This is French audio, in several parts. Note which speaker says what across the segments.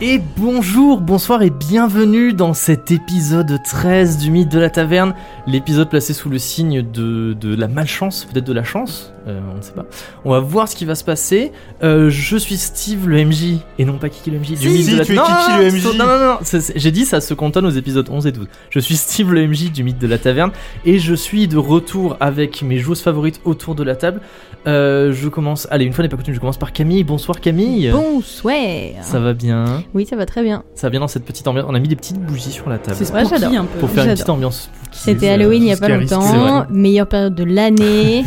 Speaker 1: Et bonjour, bonsoir et bienvenue dans cet épisode 13 du mythe de la taverne, l'épisode placé sous le signe de, de la malchance, peut-être de la chance, euh, on ne sait pas. On va voir ce qui va se passer. Euh, je suis Steve le MJ, et non pas Kiki le MJ, du
Speaker 2: Si,
Speaker 1: mythe
Speaker 2: si,
Speaker 1: de la
Speaker 2: tu es
Speaker 1: Non,
Speaker 2: Kiki
Speaker 1: non,
Speaker 2: le
Speaker 1: non,
Speaker 2: MJ.
Speaker 1: c'est- Non, non, non, c'est- c'est- j'ai dit ça se cantonne aux épisodes 11 et 12. Je suis Steve le MJ du mythe de la taverne, et je suis de retour avec mes joueuses favorites autour de la table. Euh, je commence, allez, une fois n'est pas coutume, je commence par Camille. Bonsoir Camille.
Speaker 3: Bonsoir
Speaker 1: Ça va bien
Speaker 3: Oui, ça va très bien.
Speaker 1: Ça va bien dans cette petite ambiance. On a mis des petites bougies sur la table
Speaker 4: C'est
Speaker 3: Ouais,
Speaker 4: spooky
Speaker 3: j'adore.
Speaker 4: un peu.
Speaker 1: pour faire une
Speaker 3: J'adore.
Speaker 1: petite ambiance. spooky.
Speaker 3: C'était
Speaker 1: Euh,
Speaker 3: Halloween il n'y a pas
Speaker 2: Fiscaliste, c'est
Speaker 3: longtemps,
Speaker 1: vrai.
Speaker 3: meilleure période de l'année.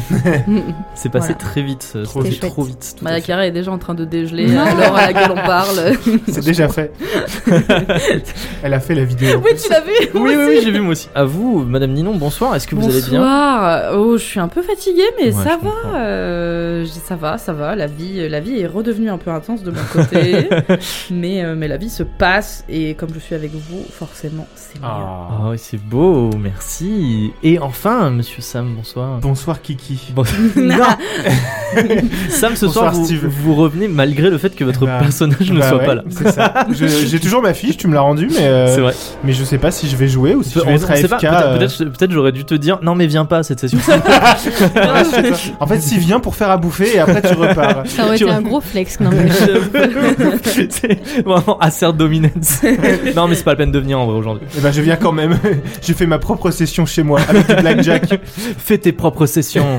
Speaker 3: Mm.
Speaker 1: C'est passé
Speaker 3: Voilà.
Speaker 1: très vite. ça,
Speaker 2: Trop
Speaker 1: c'était
Speaker 3: vite.
Speaker 1: trop vite. tout à fait.
Speaker 4: Madacara est déjà en train de dégeler euh, alors à laquelle on parle.
Speaker 2: C'est déjà fait. Elle a fait la vidéo.
Speaker 4: oui, tu l'as vu
Speaker 1: Oui, oui, oui, j'ai vu moi aussi. À vous, Madame Ninon, bonsoir. Est-ce que vous allez bien
Speaker 4: Bonsoir. Oh, je suis un peu fatiguée, mais
Speaker 1: Ouais,
Speaker 4: ça
Speaker 1: je comprends.
Speaker 4: va. euh, j'ai- ça va, ça va. La vie, euh, la vie est redevenue un peu intense de mon côté, mais euh, mais la vie se passe et comme je suis avec vous, forcément, c'est mieux.
Speaker 1: Ah oui, c'est beau, merci. Et enfin, Monsieur Sam, bonsoir.
Speaker 2: Bonsoir Kiki.
Speaker 1: Bon- non Sam, ce soir,
Speaker 2: Bonsoir,
Speaker 1: vous,
Speaker 2: Steve.
Speaker 1: vous revenez malgré le fait que votre
Speaker 2: Bah,
Speaker 1: personnage ne
Speaker 2: Bah
Speaker 1: soit
Speaker 2: ouais,
Speaker 1: pas là.
Speaker 2: C'est ça. Je- J'ai toujours ma fiche, tu me l'as rendue, mais, euh,
Speaker 1: C'est vrai.
Speaker 2: mais je sais pas si je vais jouer ou si je
Speaker 1: On-
Speaker 2: vais
Speaker 1: on
Speaker 2: être
Speaker 1: sait
Speaker 2: AFK.
Speaker 1: pas,
Speaker 2: euh,
Speaker 1: peut-être- Peut-être peut-être j'aurais dû te dire non mais viens pas à cette session.
Speaker 2: En fait, s'il vient pour faire à bouffer et après tu repars.
Speaker 3: Ça aurait
Speaker 1: Tu
Speaker 3: été
Speaker 1: vois.
Speaker 3: un gros flex, non mais...
Speaker 1: c'est vraiment assert dominance. non, mais c'est pas la peine de venir en vrai aujourd'hui.
Speaker 2: Et ben je viens quand même. J'ai fait ma propre session chez moi avec du blackjack.
Speaker 1: Fais tes propres sessions.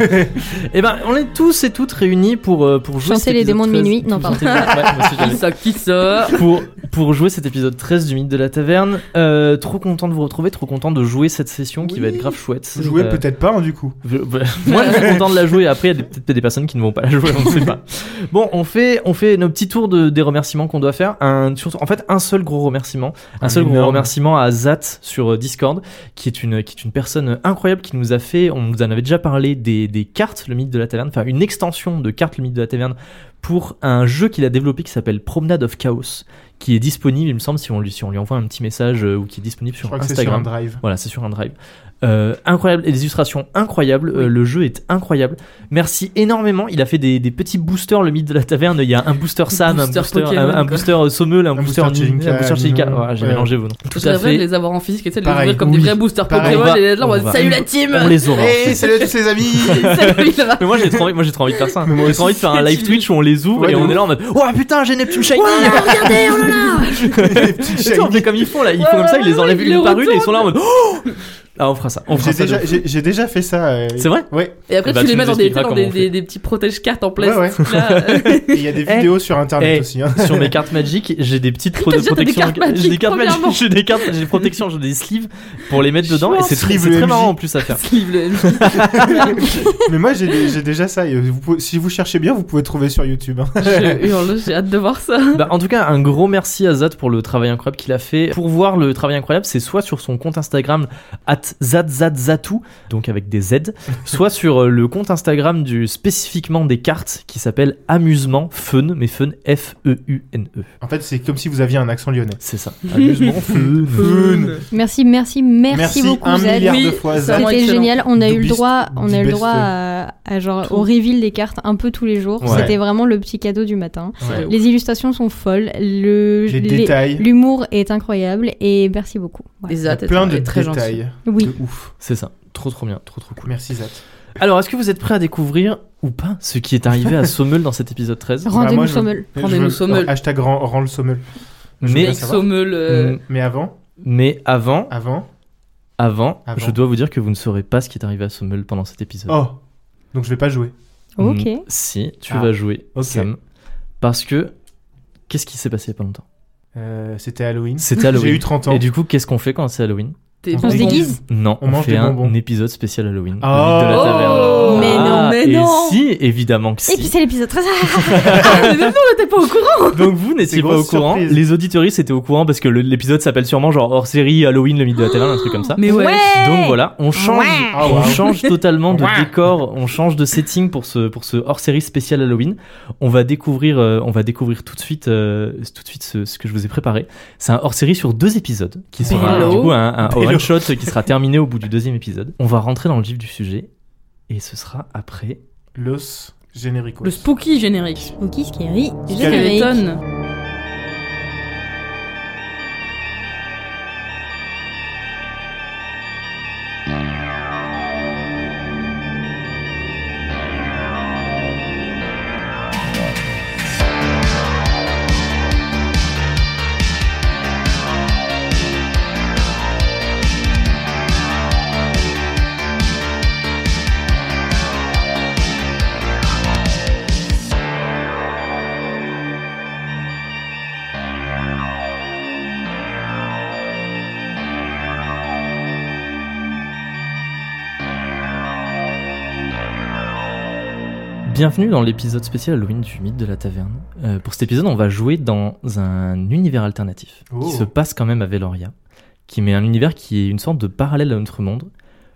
Speaker 1: et ben, on est tous et toutes réunis pour euh, pour jouer
Speaker 3: Chanter
Speaker 1: cet
Speaker 3: les
Speaker 1: épisode
Speaker 3: démons de
Speaker 1: 13.
Speaker 3: minuit. Non, pardon.
Speaker 1: Chanter- ouais, moi aussi, j'avais-
Speaker 4: Qui sort, qui sort
Speaker 1: pour, pour jouer cet épisode 13 du mythe de la taverne. Euh, trop content de vous retrouver, trop content de jouer cette session qui
Speaker 2: Oui.
Speaker 1: va être grave chouette.
Speaker 2: Jouer
Speaker 1: Euh,
Speaker 2: peut-être pas hein, du coup.
Speaker 1: Je- bah, moi, je suis content de la jouer. Après, il y a des- peut-être des personnes qui ne vont pas la jouer, on ne sait pas. Bon, on fait, on fait nos petits tours de, des remerciements qu'on doit faire. Un, surtout- en fait, un seul gros remerciement. Un,
Speaker 2: Un
Speaker 1: seul gros
Speaker 2: énorme.
Speaker 1: remerciement à Zat sur euh, Discord, qui est une, qui est une personne incroyable qui nous a fait, on nous en avait déjà parlé des, des cartes, le mythe de la taverne, enfin, une extension de cartes, le mythe de la taverne, pour un jeu qu'il a développé qui s'appelle Promenade of Chaos, qui est disponible, il me semble, si on lui, si on lui envoie un petit message, euh, ou qui est disponible
Speaker 2: Je
Speaker 1: sur
Speaker 2: crois que c'est sur un
Speaker 1: Instagram.
Speaker 2: drive.
Speaker 1: Voilà, c'est sur un drive. Euh, incroyable, et les illustrations incroyables, euh, le jeu est incroyable. Merci énormément. Il a fait des, des petits boosters, le mythe de la taverne. Il y a un booster Sam, un
Speaker 4: booster
Speaker 1: booster,
Speaker 4: Pokémon,
Speaker 1: un, un
Speaker 4: quoi.
Speaker 1: booster euh, Sommeul, un, booster, Ni-
Speaker 2: Chilinka,
Speaker 1: un booster Chilinka.
Speaker 2: Ninon.
Speaker 1: Voilà, j'ai
Speaker 2: Ouais.
Speaker 1: mélange mémangé vos noms. Tout à
Speaker 4: J'aimerais de
Speaker 1: fait.
Speaker 4: les avoir en physique et de les
Speaker 2: Pareil,
Speaker 4: ouvrir comme
Speaker 2: oui.
Speaker 4: des vrais boosters
Speaker 2: Pareil.
Speaker 4: Pokémon
Speaker 1: On va-
Speaker 4: et d'être là, on
Speaker 1: on
Speaker 4: va
Speaker 1: va-
Speaker 4: salut la team
Speaker 1: On les aura. en fait.
Speaker 2: Hey, salut à tous les amis.
Speaker 4: Salut, ça va
Speaker 1: Mais moi j'ai trop envie, moi j'ai trop envie de faire ça.
Speaker 2: Mais moi
Speaker 1: J'ai trop envie de faire un live Twitch où on les ouvre
Speaker 2: Ouais,
Speaker 1: et
Speaker 2: de
Speaker 1: on est
Speaker 2: ouf.
Speaker 1: là en mode Oh putain j'ai Neptune Shiny
Speaker 2: Les petites
Speaker 1: Et tu sais, on fait
Speaker 2: shiny. Ah,
Speaker 1: comme ils font là, ils
Speaker 4: Ouais,
Speaker 1: font comme ça,
Speaker 4: ouais,
Speaker 1: ils les
Speaker 4: ouais,
Speaker 1: enlèvent
Speaker 4: ils
Speaker 1: une
Speaker 4: les
Speaker 1: par une et ils sont là en mode Oh Ah on fera ça, on fera
Speaker 2: J'ai
Speaker 1: ça. de
Speaker 2: déjà,
Speaker 1: ouf.
Speaker 2: j'ai- j'ai déjà fait ça. euh,
Speaker 1: C'est vrai
Speaker 2: Ouais.
Speaker 4: Et après,
Speaker 1: Eh ben,
Speaker 4: tu
Speaker 1: tu
Speaker 4: les mets
Speaker 1: nous
Speaker 4: dans des,
Speaker 1: expliqueras
Speaker 4: dans
Speaker 1: comment
Speaker 4: des,
Speaker 1: on fait.
Speaker 4: des- des petits protège-cartes en
Speaker 2: Ouais, ouais.
Speaker 4: plastique. là. Euh,
Speaker 2: Et Il y a des
Speaker 1: Eh.
Speaker 2: vidéos sur internet
Speaker 1: Eh.
Speaker 2: aussi. hein.
Speaker 1: sur mes cartes magiques, j'ai des petites pro-
Speaker 4: T'as déjà des
Speaker 1: protections.
Speaker 4: cartes magiques,
Speaker 1: J'ai des cartes
Speaker 4: premièrement.
Speaker 1: magiques, j'ai des cartes, j'ai des protections, j'ai des sleeves pour les mettre dedans. Et c'est très,
Speaker 2: Sleeve
Speaker 1: c'est très
Speaker 2: UMJ.
Speaker 1: marrant en plus à faire.
Speaker 4: Sleeve, le-
Speaker 2: Mais moi, j'ai dé- j'ai déjà ça. et vous pouvez- si vous cherchez bien, vous pouvez trouver sur YouTube. hein.
Speaker 4: Je hurle, j'ai hâte de voir ça.
Speaker 1: Bah, en tout cas, un gros merci à Zat pour le travail incroyable qu'il a fait. Pour voir le travail incroyable, c'est soit sur son compte Instagram @zatzatzatu, donc avec des Z, soit sur euh, le compte Instagram du spécifiquement des cartes qui s'appelle Amusement Fun, mais Fun F E U N E.
Speaker 2: En fait, c'est comme si vous aviez un accent lyonnais.
Speaker 1: C'est ça. Amusement Fun.
Speaker 2: Fun.
Speaker 3: Merci, merci, merci, beaucoup
Speaker 2: un
Speaker 3: Zed.
Speaker 2: milliard de
Speaker 4: Oui,
Speaker 2: fois.
Speaker 4: ça
Speaker 2: Zed.
Speaker 4: Vraiment
Speaker 3: C'était
Speaker 4: excellent.
Speaker 3: génial, on a
Speaker 2: The
Speaker 3: eu le
Speaker 2: best-
Speaker 3: droit, on
Speaker 2: the
Speaker 3: a eu le
Speaker 2: best.
Speaker 3: droit à, à genre
Speaker 4: Tout.
Speaker 3: au reveal des cartes un peu tous les jours.
Speaker 1: Ouais.
Speaker 3: C'était vraiment le petit cadeau du matin.
Speaker 2: Ouais.
Speaker 3: Les illustrations sont folles, le
Speaker 2: Les,
Speaker 3: les-
Speaker 2: détails.
Speaker 3: l'humour est incroyable et merci beaucoup. Voilà.
Speaker 4: Les attes,
Speaker 2: Plein de
Speaker 4: est très gentil.
Speaker 2: détails.
Speaker 3: Oui.
Speaker 2: De ouf.
Speaker 1: C'est ça. Trop trop bien, trop trop cool.
Speaker 2: Merci Zat.
Speaker 1: Alors, est-ce que vous êtes prêts à découvrir ou pas ce qui est arrivé à Sommel dans cet épisode 13
Speaker 2: Bah, moi,
Speaker 3: Rendez-nous
Speaker 2: je-
Speaker 3: Sommel.
Speaker 4: Rendez-nous
Speaker 2: Je veux-
Speaker 4: Sommel.
Speaker 2: Hashtag rend, rend le sommel.
Speaker 1: mais,
Speaker 2: veux
Speaker 4: Avec
Speaker 2: bien savoir.
Speaker 4: Sommel,
Speaker 1: Mm.
Speaker 4: euh,
Speaker 2: Mais avant,
Speaker 1: mais avant,
Speaker 2: avant.
Speaker 1: avant,
Speaker 2: Avant.
Speaker 1: je dois vous dire que vous ne saurez pas ce qui est arrivé à Sommel pendant cet épisode.
Speaker 2: Oh. Donc je vais pas jouer.
Speaker 3: Ok.
Speaker 1: Mm, si, tu
Speaker 2: Ah,
Speaker 1: vas jouer,
Speaker 2: ok.
Speaker 1: Sam. Parce que, qu'est-ce qui s'est passé il y a pas longtemps
Speaker 2: Euh, C'était Halloween.
Speaker 1: C'était Halloween.
Speaker 2: J'ai eu 30 ans.
Speaker 1: Et du coup, qu'est-ce qu'on fait quand c'est Halloween
Speaker 4: t'es-
Speaker 3: On se
Speaker 2: Déguise.
Speaker 3: déguise.
Speaker 1: Non,
Speaker 2: On
Speaker 1: on,
Speaker 2: mange
Speaker 1: fait
Speaker 2: des
Speaker 1: un
Speaker 2: bonbons.
Speaker 1: épisode spécial Halloween.
Speaker 2: Oh.
Speaker 1: le mythe de la taverne.
Speaker 4: Oh
Speaker 3: Mais non,
Speaker 1: Ah,
Speaker 3: mais non.
Speaker 1: Et si, évidemment que si.
Speaker 3: Et puis c'est l'épisode 13.
Speaker 4: mais non, on était pas au courant.
Speaker 1: Donc vous
Speaker 2: C'est
Speaker 1: n'étiez pas au
Speaker 2: grosse
Speaker 1: courant,
Speaker 2: surprise.
Speaker 1: les auditoristes étaient au courant parce que le- l'épisode s'appelle sûrement genre hors série Halloween le mythe de la taverne un truc comme ça.
Speaker 4: Mais ouais.
Speaker 1: Donc voilà, on change,
Speaker 3: Ouais.
Speaker 2: Ah,
Speaker 1: on
Speaker 2: waouh.
Speaker 1: change totalement de
Speaker 2: Ouais.
Speaker 1: décor, on change de setting pour ce pour ce hors série spécial Halloween. On va découvrir euh, on va découvrir tout de suite euh, tout de suite ce, ce que je vous ai préparé. C'est un hors série sur deux épisodes qui sera
Speaker 4: Hello.
Speaker 1: du coup un, un
Speaker 2: Hello.
Speaker 1: one shot qui sera terminé au bout du deuxième épisode. On va rentrer dans le vif du sujet et ce sera après.
Speaker 2: Los Genericos.
Speaker 4: Le spooky générique.
Speaker 3: Spooky Scary
Speaker 4: Skeleton.
Speaker 1: Bienvenue dans l'épisode spécial Halloween du mythe de la taverne. Euh, pour cet épisode, on va jouer dans un univers alternatif
Speaker 2: Oh.
Speaker 1: qui se passe quand même à Veloria, qui met un univers qui est une sorte de parallèle à notre monde,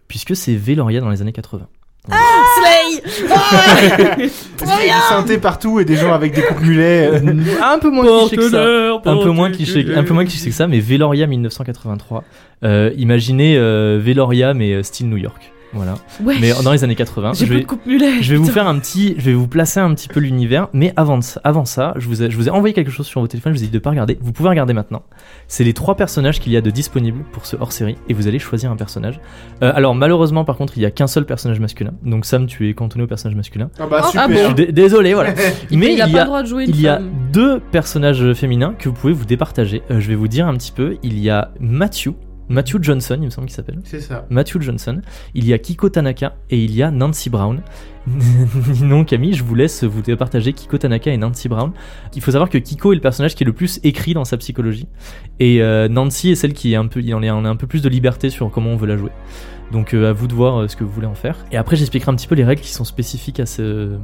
Speaker 1: puisque c'est Veloria dans les années 80.
Speaker 4: Slay
Speaker 2: Parce qu'il y a des synthés partout et des gens avec des coupes mulets. euh,
Speaker 1: un peu moins cliché que ça. un peu moins cliché, un peu moins cliché que ça, mais Veloria 1983. Euh, imaginez euh, Veloria mais euh, style New York. Voilà.
Speaker 4: Ouais.
Speaker 1: Mais dans les années 80,
Speaker 4: J'ai
Speaker 1: je
Speaker 4: plus
Speaker 1: vais,
Speaker 4: de coupe mulet.
Speaker 1: je vais vous
Speaker 4: putain.
Speaker 1: faire un petit, je vais vous placer un petit peu l'univers. Mais avant de ça, avant ça, je vous ai, je vous ai envoyé quelque chose sur vos téléphones. Je vous ai dit de pas regarder. Vous pouvez regarder maintenant. C'est les trois personnages qu'il y a de disponibles pour ce hors-série et vous allez choisir un personnage. Euh, alors malheureusement, par contre, il y a qu'un seul personnage masculin. Donc Sam, tu es cantonné au personnage masculin.
Speaker 2: Ah bah
Speaker 4: Oh,
Speaker 2: super.
Speaker 4: ah
Speaker 1: Je
Speaker 4: bon.
Speaker 1: suis dé- désolé, voilà. Mais
Speaker 4: il a pas le droit de jouer une
Speaker 1: il y a
Speaker 4: femme.
Speaker 1: deux personnages féminins que vous pouvez vous départager. Euh, je vais vous dire un petit peu. Il y a Matthew, Matthew Johnson, il me semble qu'il s'appelle.
Speaker 2: C'est ça.
Speaker 1: Matthew Johnson. Il y a Kiko Tanaka et il y a Nancy Brown. non, Camille, je vous laisse vous départager Kiko Tanaka et Nancy Brown. Il faut savoir que Kiko est le personnage qui est le plus écrit dans sa psychologie. Et euh, Nancy est celle qui est un peu, il en est- on a un peu plus de liberté sur comment on veut la jouer. Donc euh, à vous de voir euh, ce que vous voulez en faire. Et après, j'expliquerai un petit peu les règles qui sont spécifiques à ce,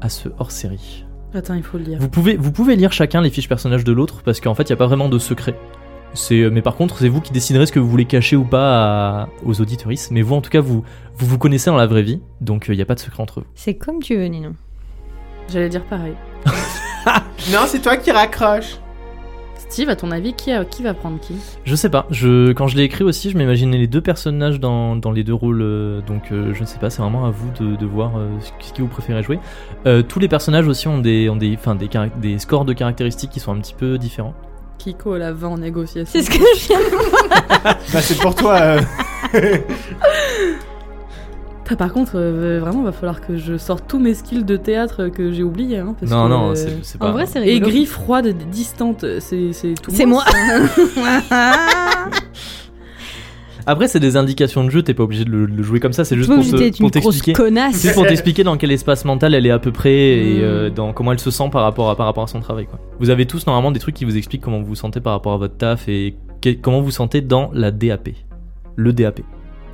Speaker 1: à ce hors-série.
Speaker 4: Attends, il faut le lire.
Speaker 1: Vous pouvez, vous pouvez lire chacun les fiches personnages de l'autre parce qu'en fait, il n'y a pas vraiment de secret. C'est, euh, mais par contre, c'est vous qui déciderez ce que vous voulez cacher ou pas à- aux auditoristes. Mais vous, en tout cas, vous vous, vous connaissez dans la vraie vie, donc euh, il n'y a pas de secret entre vous.
Speaker 3: C'est comme tu veux, Ninon.
Speaker 4: J'allais dire pareil.
Speaker 2: Non, c'est toi qui raccroche.
Speaker 4: Steve, à ton avis, qui, a- qui va prendre qui
Speaker 1: Je sais pas. Je, quand je l'ai écrit aussi, je m'imaginais les deux personnages dans, dans les deux rôles. euh, donc euh, je ne sais pas. C'est vraiment à vous de, de voir euh, ce qui vous préférez jouer. Euh, tous les personnages aussi ont des ont des, enfin, des, caract- des scores de caractéristiques qui sont un petit peu différents.
Speaker 4: Kiko, la va en négociation.
Speaker 3: C'est ce que je viens de
Speaker 2: Bah c'est pour toi. euh.
Speaker 4: Putain, par contre, euh, vraiment, va falloir que je sorte tous mes skills de théâtre que j'ai oubliés. Hein, parce
Speaker 1: non,
Speaker 4: que,
Speaker 1: non,
Speaker 4: euh,
Speaker 1: c'est c'est pas.
Speaker 3: En vrai, c'est rigolo.
Speaker 4: Aigrie, froide, distante, c'est c'est tout. le
Speaker 3: C'est
Speaker 4: monde,
Speaker 3: moi.
Speaker 4: ça.
Speaker 1: Après, c'est des indications de jeu, t'es pas obligé de le, le jouer comme ça, c'est juste
Speaker 3: Toi,
Speaker 1: pour,
Speaker 3: j'étais
Speaker 1: te- pour
Speaker 3: une grosse
Speaker 1: t'expliquer.
Speaker 3: connasse.
Speaker 1: C'est pour t'expliquer dans quel espace mental elle est à peu près et
Speaker 4: Mm.
Speaker 1: euh, dans comment elle se sent par rapport à, par rapport à son travail. Quoi. Vous avez tous normalement des trucs qui vous expliquent comment vous vous sentez par rapport à votre taf et que- comment vous vous sentez dans la DAP. Le DAP.